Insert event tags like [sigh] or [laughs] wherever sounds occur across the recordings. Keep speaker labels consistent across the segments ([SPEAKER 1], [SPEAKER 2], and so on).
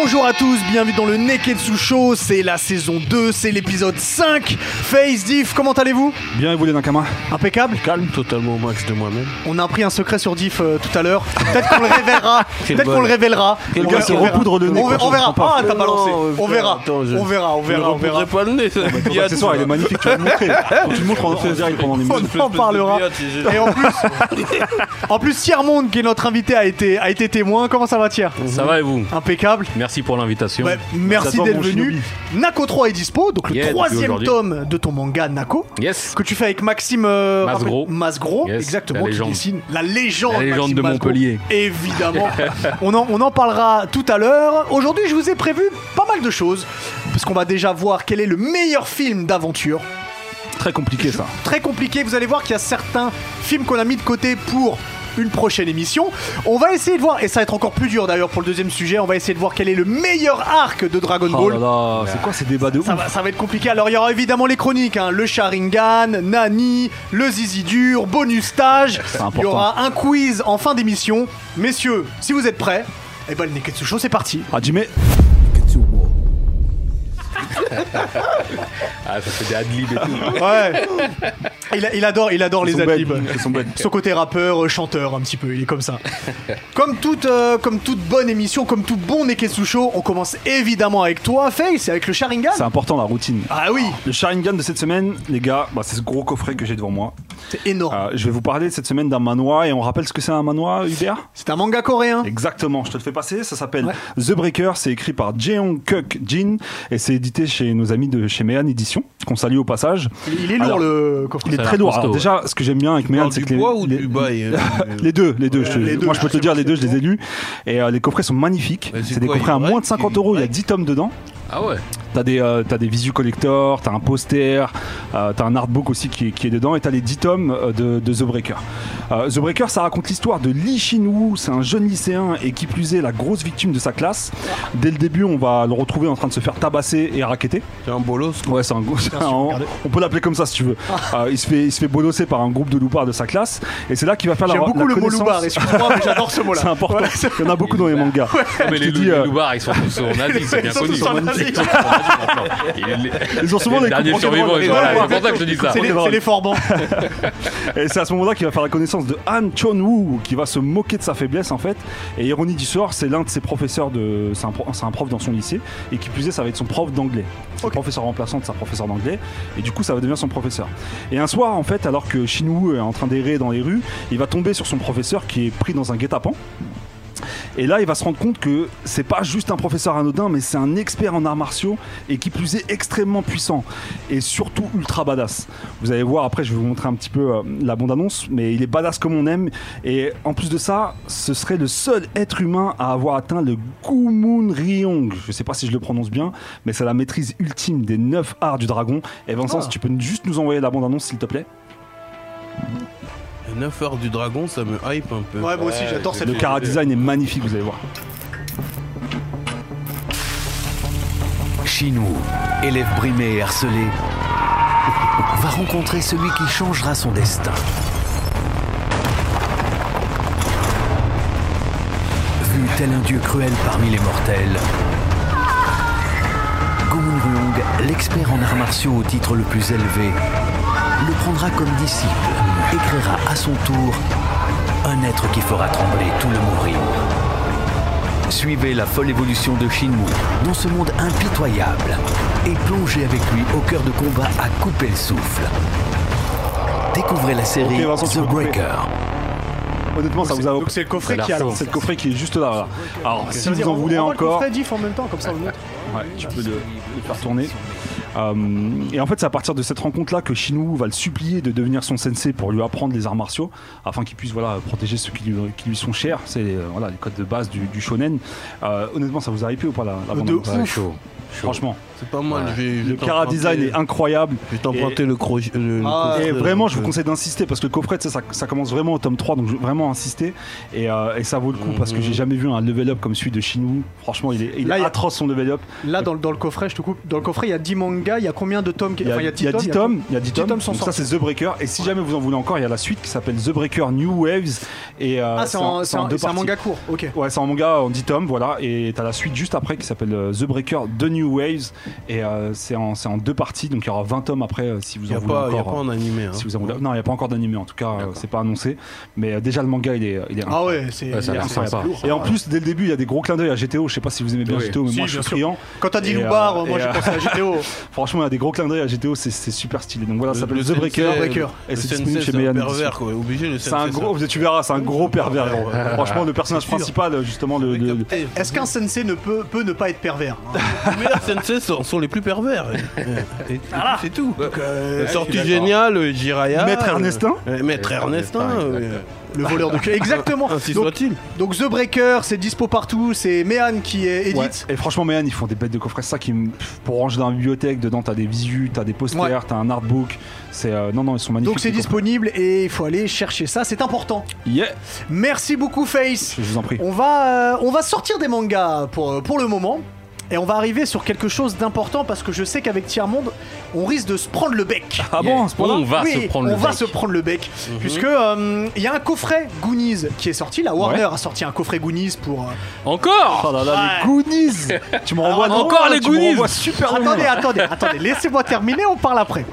[SPEAKER 1] Bonjour à tous, bienvenue dans le Neketsu Show, c'est la saison 2, c'est l'épisode 5. Face Diff, comment allez-vous
[SPEAKER 2] Bien évolué hein. d'un camin.
[SPEAKER 1] Impeccable
[SPEAKER 3] calme totalement au max de moi-même.
[SPEAKER 1] On a appris un secret sur Diff euh, tout à l'heure. Peut-être qu'on le révélera.
[SPEAKER 3] Quelle
[SPEAKER 1] Peut-être qu'on
[SPEAKER 3] bonne.
[SPEAKER 1] le révélera.
[SPEAKER 3] Quelle
[SPEAKER 1] On
[SPEAKER 3] bonne.
[SPEAKER 1] verra,
[SPEAKER 3] Se
[SPEAKER 1] on verra.
[SPEAKER 2] repoudre le nez
[SPEAKER 1] On verra.
[SPEAKER 2] quand
[SPEAKER 1] on
[SPEAKER 2] on
[SPEAKER 1] verra.
[SPEAKER 2] se prend
[SPEAKER 1] Ah, t'as balancé. on, verra. on verra. On verra. On [laughs] verra.
[SPEAKER 3] pas le nez. ça.
[SPEAKER 2] Ton
[SPEAKER 3] Il y a tout.
[SPEAKER 2] accessoire, il est magnifique, tu vas
[SPEAKER 1] [laughs]
[SPEAKER 2] le montrer. Faut que tu le montres en, en direct pendant les
[SPEAKER 1] On
[SPEAKER 2] minutes.
[SPEAKER 1] en parlera.
[SPEAKER 3] Billard, j'ai- j'ai-
[SPEAKER 1] Et en plus, en plus, Thierry Monde, qui est notre invité, a été, a été témoin. Comment ça va, Thierry
[SPEAKER 4] Ça va et vous
[SPEAKER 1] Impeccable.
[SPEAKER 4] Merci pour l'invitation.
[SPEAKER 1] Ouais, merci
[SPEAKER 2] J'adore
[SPEAKER 1] d'être
[SPEAKER 2] mon
[SPEAKER 1] venu.
[SPEAKER 2] shinobi.
[SPEAKER 1] Nako 3 est dispo, donc le
[SPEAKER 4] Yeah, depuis
[SPEAKER 1] troisième
[SPEAKER 4] aujourd'hui.
[SPEAKER 1] tome de ton manga Nako.
[SPEAKER 4] Yes.
[SPEAKER 1] que tu fais avec Maxime euh,
[SPEAKER 4] Masgro.
[SPEAKER 1] rappelle- Masgro,
[SPEAKER 4] Yes,
[SPEAKER 1] exactement,
[SPEAKER 4] la
[SPEAKER 1] qui
[SPEAKER 4] légende.
[SPEAKER 1] dessine la légende,
[SPEAKER 4] La légende
[SPEAKER 1] Maxime
[SPEAKER 4] de
[SPEAKER 1] Masgro.
[SPEAKER 4] Montpellier. [laughs]
[SPEAKER 1] Évidemment. on, en, on en parlera tout à l'heure. Aujourd'hui, je vous ai prévu pas mal de choses. Parce qu'on va déjà voir quel est le meilleur film d'aventure.
[SPEAKER 2] Très compliqué ça.
[SPEAKER 1] Très compliqué, vous allez voir qu'il y a certains films qu'on a mis de côté pour une prochaine émission. On va essayer de voir, et ça va être encore plus dur d'ailleurs pour le deuxième sujet, on va essayer de voir quel est le meilleur arc de Dragon
[SPEAKER 2] Oh
[SPEAKER 1] Ball.
[SPEAKER 2] là là, c'est quoi ces débats de ouf
[SPEAKER 1] Ça va, ça va être compliqué. Alors, il y aura évidemment les chroniques hein. le Sharingan, Nani, le Zizi dur, bonus stage. Il y
[SPEAKER 2] important.
[SPEAKER 1] aura un quiz en fin d'émission. Messieurs, si vous êtes prêts, eh ben, le Neketsu Show, c'est parti.
[SPEAKER 2] Hajime,
[SPEAKER 4] Ah, ça fait des adlibs et tout.
[SPEAKER 2] [laughs]
[SPEAKER 1] Ouais. il, a- il adore, il adore les
[SPEAKER 2] sont
[SPEAKER 1] adlibs.
[SPEAKER 2] bêtes, ils sont bêtes.
[SPEAKER 1] Son côté rappeur, euh, chanteur, un petit peu, il est comme
[SPEAKER 2] [laughs]
[SPEAKER 1] ça. comme, toute, euh, comme toute bonne émission, comme tout bon Neketsu Show, on commence évidemment avec toi, Face, et avec le Sharingan.
[SPEAKER 2] c'est important la routine.
[SPEAKER 1] Ah oui,
[SPEAKER 2] Le Sharingan de cette semaine, les gars, bah, c'est ce gros coffret que j'ai devant moi.
[SPEAKER 1] c'est énorme.
[SPEAKER 2] Euh, je vais vous parler cette semaine d'un manoir et on rappelle ce que c'est un manoir, Hubert
[SPEAKER 1] C'est un manga coréen.
[SPEAKER 2] Exactement, je te le fais passer, ça s'appelle The Breaker, c'est écrit par Jeong Kuk Jin et c'est édité chez nos amis de chez Mehan Édition, qu'on salue au passage.
[SPEAKER 1] Il est lourd
[SPEAKER 2] Alors,
[SPEAKER 1] le coffret.
[SPEAKER 2] Il est
[SPEAKER 4] Ça a
[SPEAKER 2] très
[SPEAKER 4] l'air
[SPEAKER 2] lourd.
[SPEAKER 4] costaud,
[SPEAKER 2] Alors,
[SPEAKER 4] ouais.
[SPEAKER 2] déjà, ce que j'aime bien avec Mehan, c'est
[SPEAKER 3] du
[SPEAKER 2] que les,
[SPEAKER 3] bois ou
[SPEAKER 2] les- [laughs]
[SPEAKER 3] du bail euh,
[SPEAKER 2] les deux, les deux, je te-
[SPEAKER 1] les deux,
[SPEAKER 2] moi je peux
[SPEAKER 1] je
[SPEAKER 2] te
[SPEAKER 1] sais
[SPEAKER 2] dire,
[SPEAKER 1] pas
[SPEAKER 2] les deux, je les ai lus. Et euh, les coffrets sont magnifiques.
[SPEAKER 3] Mais c'est
[SPEAKER 2] C'est des
[SPEAKER 3] quoi,
[SPEAKER 2] coffrets à
[SPEAKER 3] une vraie-
[SPEAKER 2] moins de 50 euros, il y a 10 tomes dedans.
[SPEAKER 4] Ah ouais.
[SPEAKER 2] T'as des, euh, t'as des visu collector, t'as un poster, euh, t'as un artbook aussi qui, est- qui est dedans et t'as les 10 tomes euh, de, de The Breaker. Euh, The Breaker, ça raconte l'histoire de Lee Shin-woo, c'est un jeune lycéen et qui plus est la grosse victime de sa classe. Dès le début, on va le retrouver en train de se faire tabasser et raqueter.
[SPEAKER 3] C'est un bolos.
[SPEAKER 2] Ouais, c'est un gros- on, on peut l'appeler comme ça si tu veux.
[SPEAKER 1] Ah.
[SPEAKER 2] Euh, il se fait, il se fait bolosser par un groupe de loupards de sa classe et c'est là qu'il va faire la,
[SPEAKER 1] J'aime
[SPEAKER 2] la
[SPEAKER 1] beaucoup le mot
[SPEAKER 2] connaissance-
[SPEAKER 1] loubar, excuse-moi, mais j'adore ce mot-là.
[SPEAKER 2] C'est important.
[SPEAKER 1] Voilà, [laughs] c'est-
[SPEAKER 2] Il y en a beaucoup dans les mangas.
[SPEAKER 4] Non, Ah, mais
[SPEAKER 2] Je
[SPEAKER 4] les,
[SPEAKER 2] te
[SPEAKER 4] lou-
[SPEAKER 2] dis,
[SPEAKER 4] les
[SPEAKER 2] euh,
[SPEAKER 4] loubards, ils sont tous en Asie, c'est
[SPEAKER 1] Ils
[SPEAKER 4] bien
[SPEAKER 1] sont
[SPEAKER 4] connu.
[SPEAKER 1] tous en Asie.
[SPEAKER 4] Ils sont tous en Asie, maintenant. Il est-
[SPEAKER 2] Ils ont souvent
[SPEAKER 4] les
[SPEAKER 2] des
[SPEAKER 4] derniers
[SPEAKER 2] coups de
[SPEAKER 4] survivants. ils sont
[SPEAKER 1] Voilà,
[SPEAKER 4] là. C'est pour ça que je te dis ça.
[SPEAKER 1] C'est les, c'est les forbans.
[SPEAKER 2] Et c'est à ce moment-là qu'il va faire la connaissance de Han Chon-woo, qui va se moquer de sa faiblesse en fait. Et ironie du sort, c'est l'un de ses professeurs de, c'est un, pro- c'est un prof dans son lycée, et qui plus est, ça va être son prof d'anglais. C'est
[SPEAKER 1] Ok.
[SPEAKER 2] le professeur remplaçant de sa professeure d'anglais, et du coup, ça va devenir son professeur. Et un soir, en fait, alors que Shin-woo est en train d'errer dans les rues, il va tomber sur son professeur qui est pris dans un guet-apens. Et là, il va se rendre compte que c'est pas juste un professeur anodin, mais c'est un expert en arts martiaux et qui plus est extrêmement puissant et surtout ultra badass. Vous allez voir après, je vais vous montrer un petit peu euh, la bande-annonce, mais il est badass comme on aime. Et en plus de ça, ce serait le seul être humain à avoir atteint le Gumun Ryong. Je sais pas si je le prononce bien, mais c'est la maîtrise ultime des 9 arts du dragon. Et Vincent,
[SPEAKER 1] Ah.
[SPEAKER 2] si tu peux juste nous envoyer la bande-annonce, s'il te plaît.
[SPEAKER 3] Les 9 heures du dragon, ça me hype un peu.
[SPEAKER 1] Ouais, moi aussi, j'adore cette
[SPEAKER 2] Le cara design est magnifique, vous allez voir.
[SPEAKER 5] Chinou, élève brimé et harcelé, [laughs] va rencontrer celui qui changera son destin. Vu tel un dieu cruel parmi les mortels, Gomun Ryong, l'expert en arts martiaux au titre le plus élevé, le prendra comme disciple et créera à son tour un être qui fera trembler tout le Mourine. Suivez la folle évolution de Shinmu dans ce monde impitoyable et plongez avec lui au cœur de combats à couper le souffle. Découvrez la série
[SPEAKER 2] Ok, Vincent, tu peux
[SPEAKER 5] The
[SPEAKER 2] couper.
[SPEAKER 5] Breaker.
[SPEAKER 2] Honnêtement, ça vous a
[SPEAKER 1] Donc c'est le coffret qui a
[SPEAKER 4] l'arceau.
[SPEAKER 2] C'est le coffret qui est juste là. voilà. Alors, si
[SPEAKER 1] Ça veut
[SPEAKER 2] vous
[SPEAKER 1] dire,
[SPEAKER 2] en
[SPEAKER 1] on-
[SPEAKER 2] voulez
[SPEAKER 1] on voit le
[SPEAKER 2] encore,
[SPEAKER 1] coffret diff en même temps, comme ça on le montre.
[SPEAKER 2] ouais, tu peux le, le faire tourner. Euh, et en fait, c'est à partir de cette rencontre-là que Shinwu va le supplier de devenir son sensei pour lui apprendre les arts martiaux, afin qu'il puisse voilà, protéger ceux qui lui, qui lui sont chers. C'est euh, voilà, les codes de base du, du shonen. Euh, honnêtement, ça vous a hypé ou pas la, la
[SPEAKER 1] De
[SPEAKER 2] bande-annonce
[SPEAKER 1] ouf.
[SPEAKER 4] chaud.
[SPEAKER 2] Franchement,
[SPEAKER 3] C'est pas mal.
[SPEAKER 4] Ouais.
[SPEAKER 3] je vais- je vais
[SPEAKER 2] le
[SPEAKER 3] t'emprunter-
[SPEAKER 2] Cara Design est incroyable.
[SPEAKER 3] Je vais t'emprunter le crochet. le- le
[SPEAKER 1] Ah,
[SPEAKER 3] coffret,
[SPEAKER 2] Et vraiment, je vous
[SPEAKER 3] donc,
[SPEAKER 2] conseille d'insister parce que le coffret, tu sais, ça, ça commence vraiment au tome 3, donc je- vraiment insister. Et, euh, et ça vaut le coup parce que j'ai jamais vu un level up comme celui de Shinou. Franchement, il est, il est
[SPEAKER 1] Mhm. Là, il y a-
[SPEAKER 2] atroce son level up.
[SPEAKER 1] Là, dans, le- dans le coffret, je te coupe. Dans le coffret, il y a 10 mangas. Il y a combien de tomes qui-
[SPEAKER 2] Il y a,
[SPEAKER 1] enfin,
[SPEAKER 2] il y a 10
[SPEAKER 1] il
[SPEAKER 2] tomes, il y a 10
[SPEAKER 1] 10 tomes
[SPEAKER 2] tomes.
[SPEAKER 1] sont
[SPEAKER 2] Donc ça, c'est The Breaker. Et si jamais vous en voulez encore, il y a la suite qui s'appelle The Breaker New Waves. Et, euh,
[SPEAKER 1] Ah, c'est
[SPEAKER 2] en-
[SPEAKER 1] un, c'est un-
[SPEAKER 2] deux
[SPEAKER 1] c'est un
[SPEAKER 2] parties.
[SPEAKER 1] manga court. Ok.
[SPEAKER 2] Ouais, c'est en manga en 10 tomes, voilà. Et t'as la suite juste après qui s'appelle euh, The Breaker The New Waves. Et euh, c'est en, c'est en deux parties, donc il y aura 20 tomes après euh, si vous
[SPEAKER 3] Il n'y
[SPEAKER 2] en
[SPEAKER 3] a,
[SPEAKER 2] voulez
[SPEAKER 3] pas- y a
[SPEAKER 2] encore.
[SPEAKER 3] pas
[SPEAKER 2] euh,
[SPEAKER 3] en animé. Hein.
[SPEAKER 2] si vous en voulez- Non, il n'y a pas encore d'animé en tout cas, euh, c'est pas annoncé. Mais euh, déjà, le manga, il est, il est
[SPEAKER 1] Ah ouais, c'est.
[SPEAKER 4] Ouais, ça a
[SPEAKER 2] il est
[SPEAKER 4] l'air
[SPEAKER 2] incroyable.
[SPEAKER 4] sympa.
[SPEAKER 2] Et en plus, dès le début, il y a des gros clins d'œil à GTO. Je sais pas si vous aimez bien
[SPEAKER 4] Oui.
[SPEAKER 2] GTO, mais
[SPEAKER 1] Si,
[SPEAKER 2] moi, je
[SPEAKER 1] bien
[SPEAKER 2] suis
[SPEAKER 1] sûr.
[SPEAKER 2] friand.
[SPEAKER 1] Quand t'as dit
[SPEAKER 2] Et,
[SPEAKER 1] Loubar,
[SPEAKER 2] euh,
[SPEAKER 1] moi
[SPEAKER 2] et,
[SPEAKER 1] j'ai
[SPEAKER 2] euh,
[SPEAKER 1] pensé à
[SPEAKER 2] [laughs]
[SPEAKER 1] GTO.
[SPEAKER 2] Franchement, il y a des gros clins d'œil à GTO, c'est c'est super stylé. Donc voilà, ça s'appelle
[SPEAKER 3] le
[SPEAKER 2] The
[SPEAKER 3] sensei,
[SPEAKER 2] Breaker.
[SPEAKER 1] The Breaker.
[SPEAKER 2] Et
[SPEAKER 3] Le
[SPEAKER 2] c'est
[SPEAKER 3] sensei,
[SPEAKER 2] disponible chez
[SPEAKER 3] c'est un
[SPEAKER 2] Mega Ninja.
[SPEAKER 3] pervers, quoi. Obligé, le
[SPEAKER 2] C'est un
[SPEAKER 3] sensei,
[SPEAKER 2] gros, tu verras, c'est un gros pervers. gros. Franchement, le personnage
[SPEAKER 3] C'est sûr.
[SPEAKER 2] principal, justement, le, le- le-
[SPEAKER 3] Capté.
[SPEAKER 1] Est-ce qu'un sensei ne peut, peut ne pas être pervers hein
[SPEAKER 3] Les meilleurs sensei sont, sont les plus
[SPEAKER 2] [laughs]
[SPEAKER 3] pervers. Et- et- et C'est tout. Donc, euh,
[SPEAKER 4] Ouais, je
[SPEAKER 3] sortie
[SPEAKER 4] suis d'accord.
[SPEAKER 3] géniale, euh, Jiraya.
[SPEAKER 2] Maître
[SPEAKER 3] euh,
[SPEAKER 2] Ernestin
[SPEAKER 3] euh, Maître Ernestin. euh,
[SPEAKER 1] Le [laughs] voleur de cul. Exactement.
[SPEAKER 2] Ah,
[SPEAKER 3] Ainsi
[SPEAKER 1] Donc,
[SPEAKER 3] soit-il.
[SPEAKER 1] donc The Breaker, c'est dispo partout. C'est Mehan qui est
[SPEAKER 2] Ouais.
[SPEAKER 1] édite.
[SPEAKER 2] Et franchement, Mayan, ils font des bêtes de coffrets. C'est ça qui me- pff, pour ranger dans la bibliothèque, dedans, t'as des visus, t'as des posters,
[SPEAKER 1] Ouais.
[SPEAKER 2] t'as un artbook. C'est euh, non, non, ils sont magnifiques.
[SPEAKER 1] Donc c'est
[SPEAKER 2] les coffrets.
[SPEAKER 1] disponible et il faut aller chercher ça. C'est important.
[SPEAKER 2] Yeah,
[SPEAKER 1] Merci beaucoup Face.
[SPEAKER 2] je vous en prie.
[SPEAKER 1] On va, euh, on va sortir des mangas pour, euh, pour le moment. Et on va arriver sur quelque chose d'important parce que je sais qu'avec Tiers Monde, on risque de se prendre le bec.
[SPEAKER 2] Ah
[SPEAKER 4] Yeah.
[SPEAKER 2] bon, à ce point-là
[SPEAKER 4] [laughs] On va
[SPEAKER 1] Oui,
[SPEAKER 4] se prendre le
[SPEAKER 1] on va
[SPEAKER 4] bec. Mhm.
[SPEAKER 1] se prendre le bec. Puisque euh, il y a un coffret Goonies qui est sorti. La Warner
[SPEAKER 2] Ouais.
[SPEAKER 1] a sorti un coffret Goonies pour. euh,
[SPEAKER 4] Encore
[SPEAKER 2] Oh là là, les Goonies Tu me
[SPEAKER 1] Ah,
[SPEAKER 2] renvoies
[SPEAKER 4] Alors,
[SPEAKER 2] loin,
[SPEAKER 4] encore les
[SPEAKER 2] tu me
[SPEAKER 4] Goonies
[SPEAKER 2] renvoies super loin.
[SPEAKER 1] Attendez, attendez, attendez, laissez-moi terminer, on parle après.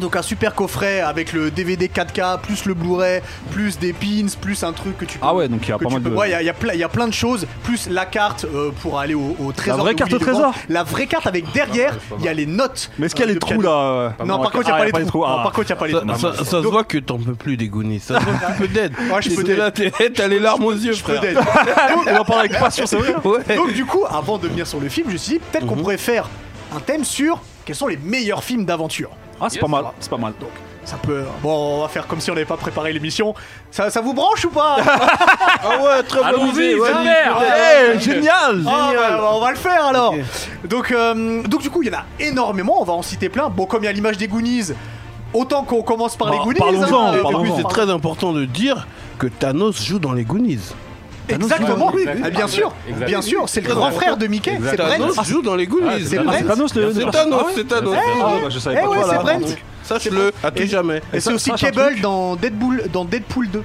[SPEAKER 1] Donc un super coffret avec le DVD 4K, plus le Blu-ray, plus des pins, plus un truc que tu peux...
[SPEAKER 2] Ah ouais, donc il y a
[SPEAKER 1] que
[SPEAKER 2] pas
[SPEAKER 1] tu
[SPEAKER 2] mal
[SPEAKER 1] peux-
[SPEAKER 2] de-
[SPEAKER 1] ouais, il y a- il y, a plein- il y a plein de choses, plus la carte euh, pour aller au, au trésor.
[SPEAKER 2] vraie
[SPEAKER 1] de
[SPEAKER 2] carte
[SPEAKER 1] Willy
[SPEAKER 2] au
[SPEAKER 1] le
[SPEAKER 2] trésor.
[SPEAKER 1] Grand. La vraie carte avec derrière, il y a les notes.
[SPEAKER 2] Mais est-ce qu'il y a
[SPEAKER 1] euh,
[SPEAKER 2] les
[SPEAKER 1] de
[SPEAKER 2] trous
[SPEAKER 1] piano.
[SPEAKER 2] là euh,
[SPEAKER 1] Non,
[SPEAKER 2] dans la
[SPEAKER 1] par contre, il n'y a
[SPEAKER 2] carte Ah,
[SPEAKER 1] pas les trous.
[SPEAKER 2] Ah.
[SPEAKER 1] Non, Par contre, il n'y a pas les
[SPEAKER 3] Ça,
[SPEAKER 1] trous.
[SPEAKER 3] ça- ça se voit que t'en peux plus des Goonies. Ça se voit que tu peux d'aide.
[SPEAKER 1] Moi, je peux
[SPEAKER 3] T'es là, t'es t'as les larmes aux yeux,
[SPEAKER 1] Je peux
[SPEAKER 3] frère.
[SPEAKER 1] d'aide.
[SPEAKER 2] On en parle avec
[SPEAKER 1] [laughs]
[SPEAKER 2] passion, c'est vrai
[SPEAKER 3] Ouais.
[SPEAKER 1] Donc du coup, avant de venir sur le film, je me suis dit, peut-être
[SPEAKER 3] Mhm.
[SPEAKER 1] qu'on pourrait faire un thème sur quels sont les meilleurs films d'aventure.
[SPEAKER 2] Ah, c'est pas mal, c'est pas mal.
[SPEAKER 1] Ça peut. Bon, on va faire comme si on n'avait pas préparé l'émission. Ça, ça vous branche ou pas
[SPEAKER 3] Ah ouais, très bonne
[SPEAKER 4] Oh. Allons-y,
[SPEAKER 3] idée,
[SPEAKER 4] c'est
[SPEAKER 3] vas-y,
[SPEAKER 4] vert.
[SPEAKER 3] peut-être.
[SPEAKER 2] Eh,
[SPEAKER 3] Oh,
[SPEAKER 2] génial
[SPEAKER 1] Ah,
[SPEAKER 3] Génial.
[SPEAKER 1] bah, on va le faire alors.
[SPEAKER 3] Ok.
[SPEAKER 1] Donc, euh, donc du coup, il y en a énormément. On va en citer plein. Bon, comme il y a l'image des Goonies, autant qu'on commence par
[SPEAKER 2] Bah,
[SPEAKER 1] les Goonies.
[SPEAKER 2] parlons-en,
[SPEAKER 1] hein,
[SPEAKER 2] parlons-en.
[SPEAKER 1] et
[SPEAKER 3] Oui,
[SPEAKER 1] puis
[SPEAKER 3] c'est très important de dire que Thanos joue dans les Goonies.
[SPEAKER 1] Exactement.
[SPEAKER 4] Ouais, ouais,
[SPEAKER 1] Ah, bien
[SPEAKER 4] exact.
[SPEAKER 1] sûr,
[SPEAKER 4] Exact.
[SPEAKER 1] bien sûr. C'est le grand frère de Mickey. C'est
[SPEAKER 4] Exact.
[SPEAKER 1] Brent.
[SPEAKER 3] Thanos joue dans les Goonies.
[SPEAKER 1] c'est Brent.
[SPEAKER 2] C'est Thanos le.
[SPEAKER 3] Ah, C'est
[SPEAKER 2] le-
[SPEAKER 3] Thanos,
[SPEAKER 2] Ah ouais
[SPEAKER 3] c'est Thanos.
[SPEAKER 2] Ah ouais, bah, je savais
[SPEAKER 1] Eh
[SPEAKER 2] pas.
[SPEAKER 1] ouais,
[SPEAKER 2] Voilà,
[SPEAKER 1] c'est Brent.
[SPEAKER 2] donc,
[SPEAKER 3] Sache-le, à tout jamais.
[SPEAKER 1] Et c'est
[SPEAKER 2] ça-
[SPEAKER 1] aussi
[SPEAKER 2] ça, c'est un
[SPEAKER 1] Cable
[SPEAKER 2] truc.
[SPEAKER 1] dans Deadpool, dans Deadpool 2.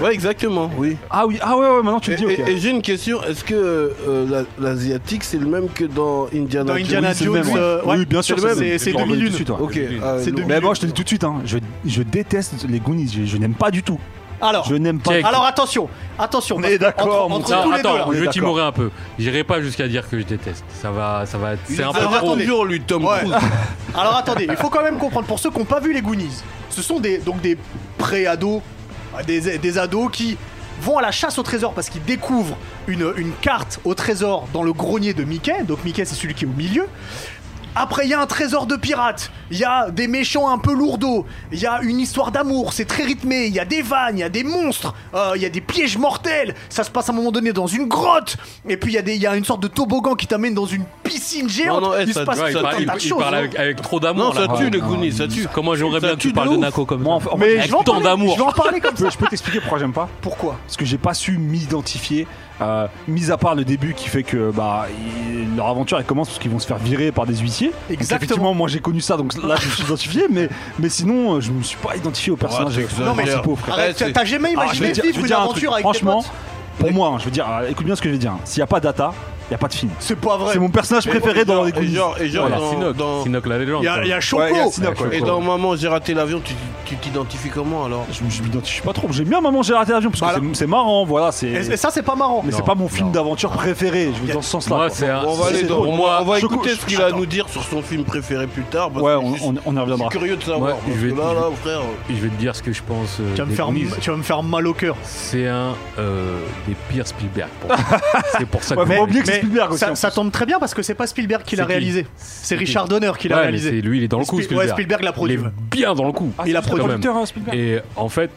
[SPEAKER 3] Ouais, exactement, oui.
[SPEAKER 2] Ah oui, ah ouais, ouais, maintenant tu
[SPEAKER 3] Et,
[SPEAKER 2] le dis, ok.
[SPEAKER 3] et- et j'ai une question, est-ce que euh, la- l'asiatique c'est le même que dans Indiana
[SPEAKER 1] Dans
[SPEAKER 3] Jones
[SPEAKER 1] Indiana
[SPEAKER 2] Oui, c'est le
[SPEAKER 1] Jones,
[SPEAKER 2] même, ouais.
[SPEAKER 1] euh, ouais,
[SPEAKER 2] Oui, bien sûr,
[SPEAKER 1] c'est
[SPEAKER 2] c'est
[SPEAKER 1] le
[SPEAKER 2] le
[SPEAKER 1] même,
[SPEAKER 2] même.
[SPEAKER 1] c'est
[SPEAKER 2] Je me rappelle
[SPEAKER 1] 2001.
[SPEAKER 2] tout de suite, ouais.
[SPEAKER 3] Ok, ah,
[SPEAKER 1] C'est
[SPEAKER 3] non.
[SPEAKER 1] deux-
[SPEAKER 2] Mais moi, je te dis tout de suite, hein, je, je déteste les Goonies, je, je n'aime pas du tout.
[SPEAKER 1] Alors,
[SPEAKER 2] Je n'aime pas.
[SPEAKER 4] Check.
[SPEAKER 1] alors attention, attention.
[SPEAKER 2] On
[SPEAKER 1] parce
[SPEAKER 2] est
[SPEAKER 1] que
[SPEAKER 2] d'accord,
[SPEAKER 1] entre-
[SPEAKER 2] mon
[SPEAKER 1] entre
[SPEAKER 2] gars.
[SPEAKER 1] tous
[SPEAKER 4] Non,
[SPEAKER 1] les deux, là.
[SPEAKER 4] attends, je vais
[SPEAKER 2] D'accord.
[SPEAKER 4] timorer un peu. J'irai pas jusqu'à dire que je déteste. Ça va, ça va être. C'est un peu
[SPEAKER 3] Ça va
[SPEAKER 4] trop.
[SPEAKER 3] être dur, lui, Tom
[SPEAKER 1] Ouais.
[SPEAKER 3] Cruise. [laughs]
[SPEAKER 1] Alors attendez, il faut quand même comprendre pour ceux qui n'ont pas vu les Goonies, ce sont des donc des pré-ados, euh, des, des ados qui vont à la chasse au trésor parce qu'ils découvrent une, une carte au trésor dans le grenier de Mickey. Donc Mickey c'est celui qui est au milieu. Après, il y a un trésor de pirates, il y a des méchants un peu lourdeaux, il y a une histoire d'amour, c'est très rythmé, il y a des vannes, il y a des monstres, euh, il y a des pièges mortels, ça se passe à un moment donné dans une grotte, et puis il y, a des- il y a une sorte de toboggan qui t'amène dans une piscine géante,
[SPEAKER 3] non, eh,
[SPEAKER 1] il se
[SPEAKER 3] ça-
[SPEAKER 1] passe
[SPEAKER 4] Ouais, il
[SPEAKER 1] tout un
[SPEAKER 4] parle, il-
[SPEAKER 1] tas de
[SPEAKER 4] il
[SPEAKER 1] choses,
[SPEAKER 4] parle
[SPEAKER 1] hein.
[SPEAKER 4] avec, avec trop
[SPEAKER 3] Non,
[SPEAKER 4] d'amour.
[SPEAKER 3] ça
[SPEAKER 4] là.
[SPEAKER 3] tue les Goonies, ça tue.
[SPEAKER 4] Comment j'aimerais
[SPEAKER 3] Ça
[SPEAKER 4] bien que tu
[SPEAKER 3] tue de
[SPEAKER 4] parles de
[SPEAKER 3] ouf.
[SPEAKER 4] Nako comme
[SPEAKER 2] Moi,
[SPEAKER 4] ça
[SPEAKER 2] en- en-
[SPEAKER 1] Mais
[SPEAKER 2] en-
[SPEAKER 1] je vais en
[SPEAKER 4] tant
[SPEAKER 1] parler-
[SPEAKER 4] d'amour.
[SPEAKER 1] Je vais en
[SPEAKER 2] [laughs]
[SPEAKER 1] parler comme
[SPEAKER 2] Je
[SPEAKER 1] ça.
[SPEAKER 2] peux, je peux t'expliquer pourquoi j'aime pas
[SPEAKER 1] Pourquoi
[SPEAKER 2] Parce que j'ai pas su m'identifier, euh, mis à part le début qui fait que bah, il- leur aventure elle commence parce qu'ils vont se faire virer par des huissiers. Donc,
[SPEAKER 1] Exactement.
[SPEAKER 2] effectivement, moi j'ai connu ça, donc là je me suis identifié, mais, mais sinon euh, je me suis pas identifié au personnage
[SPEAKER 3] Ouais, t'exagères.
[SPEAKER 1] Non, mais-
[SPEAKER 2] principal, frère.
[SPEAKER 1] Arrête,
[SPEAKER 3] Ouais, c'est-
[SPEAKER 1] t'as jamais
[SPEAKER 2] Alors, Ah, je vais
[SPEAKER 1] imaginé
[SPEAKER 2] dire- je vais
[SPEAKER 1] vivre une
[SPEAKER 2] dire un
[SPEAKER 1] aventure
[SPEAKER 2] truc.
[SPEAKER 1] avec
[SPEAKER 2] Franchement,
[SPEAKER 1] tes potes
[SPEAKER 2] pour moi, hein, je veux dire, euh, écoute bien ce que je vais dire. hein. S'il n'y a pas d'Ata, il n'y a pas de film.
[SPEAKER 1] C'est pas vrai.
[SPEAKER 2] C'est mon personnage préféré dans les
[SPEAKER 3] Et
[SPEAKER 2] Goonies.
[SPEAKER 3] genre, et genre
[SPEAKER 2] Voilà,
[SPEAKER 3] dans-
[SPEAKER 4] Sinoc,
[SPEAKER 3] dans-
[SPEAKER 4] Sinoc la légende.
[SPEAKER 1] Il y a,
[SPEAKER 4] quoi.
[SPEAKER 1] il y a Choco.
[SPEAKER 2] Ouais, il y a Sinoc, ouais.
[SPEAKER 3] Et dans Maman, j'ai raté l'avion, tu- tu t'identifies comment alors
[SPEAKER 2] Je, je m'identifie pas trop. J'aime bien Maman, j'ai raté l'avion parce que
[SPEAKER 1] Voilà.
[SPEAKER 2] c'est- c'est marrant, voilà. C'est
[SPEAKER 1] Et et ça, c'est pas marrant.
[SPEAKER 2] mais c'est
[SPEAKER 4] Non,
[SPEAKER 2] pas mon film
[SPEAKER 4] non.
[SPEAKER 2] d'aventure préféré. Je veux dire, dans ce sens-là.
[SPEAKER 4] Moi,
[SPEAKER 2] quoi.
[SPEAKER 4] c'est un-
[SPEAKER 3] Bon, on va
[SPEAKER 2] c'est-
[SPEAKER 3] aller
[SPEAKER 2] c'est
[SPEAKER 3] dans-
[SPEAKER 2] drôle.
[SPEAKER 3] on va- on va
[SPEAKER 2] Je-
[SPEAKER 3] écouter
[SPEAKER 2] je-
[SPEAKER 3] ce qu'il a à
[SPEAKER 2] attends.
[SPEAKER 3] nous dire sur son film préféré plus tard. parce
[SPEAKER 2] Ouais,
[SPEAKER 3] que
[SPEAKER 2] on,
[SPEAKER 3] je suis-
[SPEAKER 2] on- on y
[SPEAKER 3] je suis
[SPEAKER 2] reviendra.
[SPEAKER 3] curieux de savoir.
[SPEAKER 4] Ouais,
[SPEAKER 3] parce
[SPEAKER 4] je vais-
[SPEAKER 3] que là, là, frère.
[SPEAKER 4] Je vais te dire ce que je pense. euh,
[SPEAKER 1] Tu vas, me
[SPEAKER 4] des
[SPEAKER 1] faire,
[SPEAKER 4] Goonies.
[SPEAKER 1] tu vas me faire mal au cœur.
[SPEAKER 4] C'est un euh, des pires Spielberg. pour
[SPEAKER 3] [laughs]
[SPEAKER 4] moi. c'est pour ça que.
[SPEAKER 2] Ouais, faut pas oublier que c'est
[SPEAKER 1] Mais
[SPEAKER 2] Spielberg aussi.
[SPEAKER 1] ça,
[SPEAKER 2] en plus.
[SPEAKER 1] ça tombe très bien parce que c'est pas Spielberg qui l'a
[SPEAKER 4] C'est qui
[SPEAKER 1] réalisé. C'est
[SPEAKER 4] qui
[SPEAKER 1] Richard Donner qui l'a
[SPEAKER 4] Ouais, mais
[SPEAKER 1] réalisé.
[SPEAKER 4] c'est lui, il est dans le coup.
[SPEAKER 1] Spi- ouais, Spielberg l'a produit,
[SPEAKER 4] Il
[SPEAKER 1] ouais.
[SPEAKER 4] est bien dans le coup.
[SPEAKER 2] Ah,
[SPEAKER 1] il a
[SPEAKER 2] c'est le
[SPEAKER 4] produit.
[SPEAKER 2] producteur, hein, Spielberg.
[SPEAKER 4] Et en fait,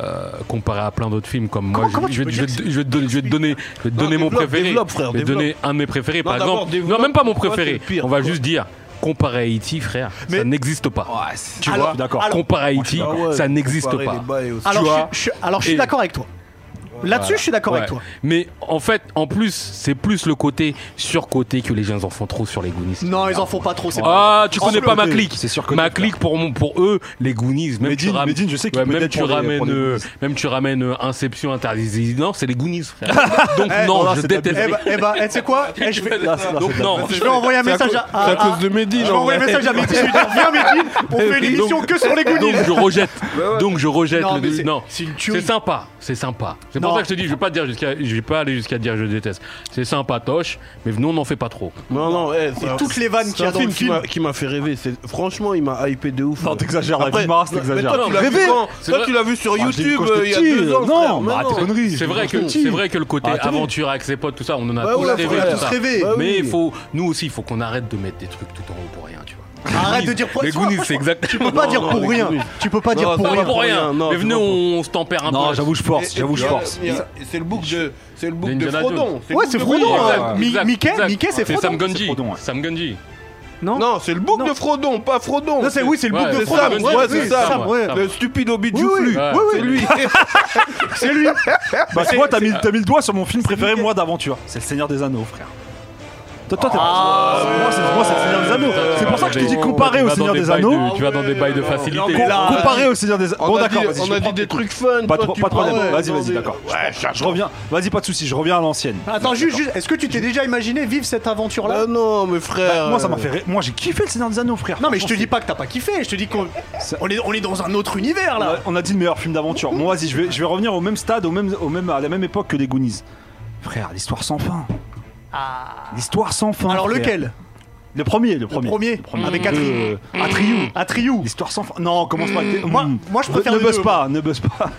[SPEAKER 4] euh, comparé à plein d'autres films comme
[SPEAKER 1] Comment-
[SPEAKER 4] moi. je-
[SPEAKER 1] comment
[SPEAKER 4] je,
[SPEAKER 1] tu
[SPEAKER 4] vais,
[SPEAKER 1] peux
[SPEAKER 4] je,
[SPEAKER 1] dire
[SPEAKER 4] vais- je vais te donner, je vais te donner, je vais te
[SPEAKER 3] Non,
[SPEAKER 4] donner mon
[SPEAKER 3] développe,
[SPEAKER 4] préféré.
[SPEAKER 3] développe, frère,
[SPEAKER 4] je vais te
[SPEAKER 3] développe.
[SPEAKER 4] donner un de mes préférés.
[SPEAKER 3] Non,
[SPEAKER 4] par
[SPEAKER 3] d'abord,
[SPEAKER 4] exemple, non,
[SPEAKER 3] développe
[SPEAKER 4] même pas mon
[SPEAKER 3] pourquoi c'est
[SPEAKER 4] préféré.
[SPEAKER 3] le pire,
[SPEAKER 4] On va
[SPEAKER 3] quoi.
[SPEAKER 4] juste dire comparé à E.T., frère,
[SPEAKER 1] Mais-
[SPEAKER 4] ça n'existe pas.
[SPEAKER 2] Ah, Tu
[SPEAKER 1] Alors-
[SPEAKER 2] vois, d'accord.
[SPEAKER 1] alors-
[SPEAKER 4] comparé à E.T.,
[SPEAKER 3] Ah ouais,
[SPEAKER 4] ça n'existe
[SPEAKER 3] comparer
[SPEAKER 4] pas.
[SPEAKER 3] les bails aussi.
[SPEAKER 1] Alors,
[SPEAKER 4] Tu
[SPEAKER 1] je,
[SPEAKER 4] vois,
[SPEAKER 1] suis- je suis- alors, je suis
[SPEAKER 4] et-
[SPEAKER 1] d'accord avec toi. Là-dessus, je suis d'accord avec
[SPEAKER 4] Ouais.
[SPEAKER 1] toi.
[SPEAKER 4] Mais en fait, en plus, c'est plus le côté surcoté que les gens en font trop sur les Goonies.
[SPEAKER 1] Non, ils en font pas trop. c'est pas-
[SPEAKER 4] Ah, tu connais
[SPEAKER 2] Surcoté.
[SPEAKER 4] pas ma clique.
[SPEAKER 2] C'est surcoté,
[SPEAKER 4] Ma
[SPEAKER 2] frère.
[SPEAKER 4] clique pour mon, pour eux, les Goonies. Même
[SPEAKER 2] Medine-
[SPEAKER 4] tu ram-
[SPEAKER 2] Medine, je sais qu'il peut
[SPEAKER 4] même
[SPEAKER 2] l'être
[SPEAKER 4] tu
[SPEAKER 2] pour les-
[SPEAKER 4] ramènes,
[SPEAKER 2] pour les
[SPEAKER 4] euh,
[SPEAKER 2] Goonies.
[SPEAKER 4] même tu ramènes euh, Inception, Interdit. Non, c'est les Goonies.
[SPEAKER 1] [laughs]
[SPEAKER 4] frère. Donc
[SPEAKER 1] Eh,
[SPEAKER 4] non,
[SPEAKER 2] là,
[SPEAKER 4] je
[SPEAKER 2] c'est de la
[SPEAKER 1] Eh
[SPEAKER 4] déteste.
[SPEAKER 1] bah, eh bah, eh, tu sais quoi Eh,
[SPEAKER 4] [laughs]
[SPEAKER 1] je, vais,
[SPEAKER 2] Là, c'est- là,
[SPEAKER 4] Donc
[SPEAKER 2] c'est-
[SPEAKER 4] non.
[SPEAKER 1] je vais envoyer un
[SPEAKER 3] C'est à
[SPEAKER 1] message
[SPEAKER 3] cause-
[SPEAKER 1] à,
[SPEAKER 3] c'est à
[SPEAKER 1] à-
[SPEAKER 3] cause de Mehdi.
[SPEAKER 1] Je vais
[SPEAKER 3] là,
[SPEAKER 1] envoyer un
[SPEAKER 3] ouais.
[SPEAKER 1] message à Mehdi, je lui dis viens Mehdi, on fait une
[SPEAKER 4] Donc-
[SPEAKER 1] émission que sur les
[SPEAKER 4] Donc
[SPEAKER 1] Goonies.
[SPEAKER 4] je rejette. Donc je rejette
[SPEAKER 1] Non,
[SPEAKER 4] le-
[SPEAKER 1] mais c'est-
[SPEAKER 4] non.
[SPEAKER 1] c'est une tuerie.
[SPEAKER 4] C'est sympa, c'est sympa. C'est
[SPEAKER 1] Non.
[SPEAKER 4] pour ça que je te dis, je vais pas dire jusqu'à je vais pas aller jusqu'à dire je déteste. C'est sympa toche, mais nous on n'en fait pas trop.
[SPEAKER 3] Non, non, eh, c'est
[SPEAKER 1] Et toutes les vannes
[SPEAKER 3] c'est
[SPEAKER 1] qu'il y a
[SPEAKER 3] un
[SPEAKER 1] dans le
[SPEAKER 3] qui
[SPEAKER 1] film.
[SPEAKER 3] m'a- qui m'a fait rêver. C'est- Franchement, il m'a hypé de ouf.
[SPEAKER 2] Non, t'exagères, la
[SPEAKER 3] Après-
[SPEAKER 2] vie de Mars,
[SPEAKER 3] Non, mais
[SPEAKER 2] t'exagères.
[SPEAKER 3] Toi, tu l'as
[SPEAKER 2] Rêver
[SPEAKER 3] vu quand
[SPEAKER 4] C'est
[SPEAKER 3] Toi,
[SPEAKER 4] vrai.
[SPEAKER 3] tu l'as vu sur
[SPEAKER 2] Ah, je l'ai vu
[SPEAKER 3] YouTube
[SPEAKER 2] quand j'étais
[SPEAKER 3] euh, il y a
[SPEAKER 2] petit,
[SPEAKER 3] deux ans.
[SPEAKER 2] euh,
[SPEAKER 3] frère.
[SPEAKER 2] Non,
[SPEAKER 3] Mais
[SPEAKER 2] bah, arrête tes conneries.
[SPEAKER 4] C'est vrai que c'est vrai que le côté aventure avec ses potes tout ça, on en a
[SPEAKER 3] Bah
[SPEAKER 4] tous
[SPEAKER 3] ouais,
[SPEAKER 4] rêvé,
[SPEAKER 3] frère,
[SPEAKER 4] tout
[SPEAKER 3] tous
[SPEAKER 4] ça.
[SPEAKER 1] rêvé.
[SPEAKER 3] Bah
[SPEAKER 4] Mais
[SPEAKER 3] oui.
[SPEAKER 4] il faut nous aussi, il faut qu'on arrête de mettre des trucs tout en haut pour rien, tu vois.
[SPEAKER 1] Arrête de dire pour
[SPEAKER 4] Les
[SPEAKER 1] tu vois,
[SPEAKER 4] Goonies,
[SPEAKER 1] moi, je-
[SPEAKER 4] c'est exact. [laughs]
[SPEAKER 1] Tu peux pas
[SPEAKER 3] Non,
[SPEAKER 1] dire
[SPEAKER 3] non,
[SPEAKER 1] pour
[SPEAKER 3] les
[SPEAKER 1] rien.
[SPEAKER 3] Goonies.
[SPEAKER 1] Tu peux pas dire
[SPEAKER 3] Non,
[SPEAKER 1] pour
[SPEAKER 3] ça
[SPEAKER 1] rien.
[SPEAKER 3] va.
[SPEAKER 4] pour rien.
[SPEAKER 3] non,
[SPEAKER 4] mais
[SPEAKER 3] c'est
[SPEAKER 4] venez,
[SPEAKER 3] pas pour
[SPEAKER 4] on, on se tempère un peu.
[SPEAKER 2] Non, j'avoue, je force,
[SPEAKER 3] Et-
[SPEAKER 2] j'avoue,
[SPEAKER 3] et-
[SPEAKER 2] je force.
[SPEAKER 3] il y a- C'est le bouc de, c'est le bouc de
[SPEAKER 4] Indiana Jones.
[SPEAKER 3] Frodon.
[SPEAKER 1] Ouais,
[SPEAKER 3] le
[SPEAKER 1] c'est
[SPEAKER 3] bouc de
[SPEAKER 1] Frodon,
[SPEAKER 3] Frodon.
[SPEAKER 1] ouais. Mi- Mickey- Mickey, c'est
[SPEAKER 4] Sam
[SPEAKER 1] Frodon.
[SPEAKER 4] Gundy.
[SPEAKER 2] C'est Frodon, ouais.
[SPEAKER 4] Sam Gundy.
[SPEAKER 3] Non, c'est le bouc de Frodon, pas Frodon.
[SPEAKER 1] Non, c'est oui, c'est le bouc
[SPEAKER 4] Ouais,
[SPEAKER 1] de
[SPEAKER 4] c'est
[SPEAKER 1] Frodon.
[SPEAKER 3] Sam,
[SPEAKER 4] Frodon,
[SPEAKER 3] ouais,
[SPEAKER 4] oui,
[SPEAKER 3] c'est
[SPEAKER 1] oui,
[SPEAKER 4] Sam,
[SPEAKER 1] Sam, ouais.
[SPEAKER 4] Sam.
[SPEAKER 3] Le stupide hobbit
[SPEAKER 1] Oui,
[SPEAKER 3] du
[SPEAKER 1] oui,
[SPEAKER 3] flux.
[SPEAKER 4] Ouais,
[SPEAKER 1] oui,
[SPEAKER 3] C'est
[SPEAKER 1] oui.
[SPEAKER 3] lui.
[SPEAKER 1] c'est lui.
[SPEAKER 2] Bah, tu vois, t'as mis, t'as mis le doigt sur mon film préféré, moi, d'aventure. C'est Le Seigneur des Anneaux, frère. Toi, toi, t'es moi, c'est, moi, c'est Le Seigneur des Anneaux. C'est pour ça que je te dis, comparé au
[SPEAKER 4] Tu vas dans
[SPEAKER 2] Seigneur
[SPEAKER 4] des
[SPEAKER 2] des
[SPEAKER 4] bails de-
[SPEAKER 2] Anneaux.
[SPEAKER 4] Tu vas dans des bails de
[SPEAKER 3] Non,
[SPEAKER 4] facilité.
[SPEAKER 3] mais là,
[SPEAKER 2] Comparé au Seigneur des Anneaux.
[SPEAKER 3] On
[SPEAKER 2] Bon,
[SPEAKER 3] a dit-
[SPEAKER 2] d'accord, vas-y,
[SPEAKER 3] on
[SPEAKER 2] je
[SPEAKER 3] a dit
[SPEAKER 2] prends.
[SPEAKER 3] des trucs fun.
[SPEAKER 2] Pas de,
[SPEAKER 3] toi,
[SPEAKER 2] pro-
[SPEAKER 3] tu
[SPEAKER 2] pas de
[SPEAKER 3] parles-
[SPEAKER 2] problème,
[SPEAKER 3] ouais,
[SPEAKER 2] vas-y,
[SPEAKER 3] non,
[SPEAKER 2] vas-y,
[SPEAKER 3] mais-
[SPEAKER 2] d'accord. je reviens, vas-y, pas de soucis, je reviens à l'ancienne.
[SPEAKER 1] Attends, juste, juste, est-ce que tu t'es déjà imaginé vivre cette aventure-là
[SPEAKER 3] Ah non, mais frère.
[SPEAKER 2] Bah, Moi, ça m'a fait rire. Moi, j'ai kiffé le Seigneur des Anneaux, frère.
[SPEAKER 1] Non, mais je te dis pas que t'as pas kiffé, je te dis qu'on on est, on est dans un autre univers
[SPEAKER 2] On a,
[SPEAKER 1] là.
[SPEAKER 2] on a dit le meilleur film d'aventure. Bon, vas-y, je vais, je vais revenir au même stade, au même, au même, à la même époque que les Goonies. Frère, l'histoire sans fin. L'histoire sans fin.
[SPEAKER 1] Ah. Alors
[SPEAKER 2] frère.
[SPEAKER 1] lequel
[SPEAKER 2] Le premier, le premier. Mmh. Euh,
[SPEAKER 1] Premier, Mmh. avec Atriou. Atriou. Atriou.
[SPEAKER 2] L'histoire sans fin. Non, commence pas avec.
[SPEAKER 1] Moi-
[SPEAKER 2] Mm.
[SPEAKER 1] moi, je préfère
[SPEAKER 2] Ne
[SPEAKER 1] le
[SPEAKER 2] buzz
[SPEAKER 1] deux.
[SPEAKER 2] pas, ne buzz [laughs] pas.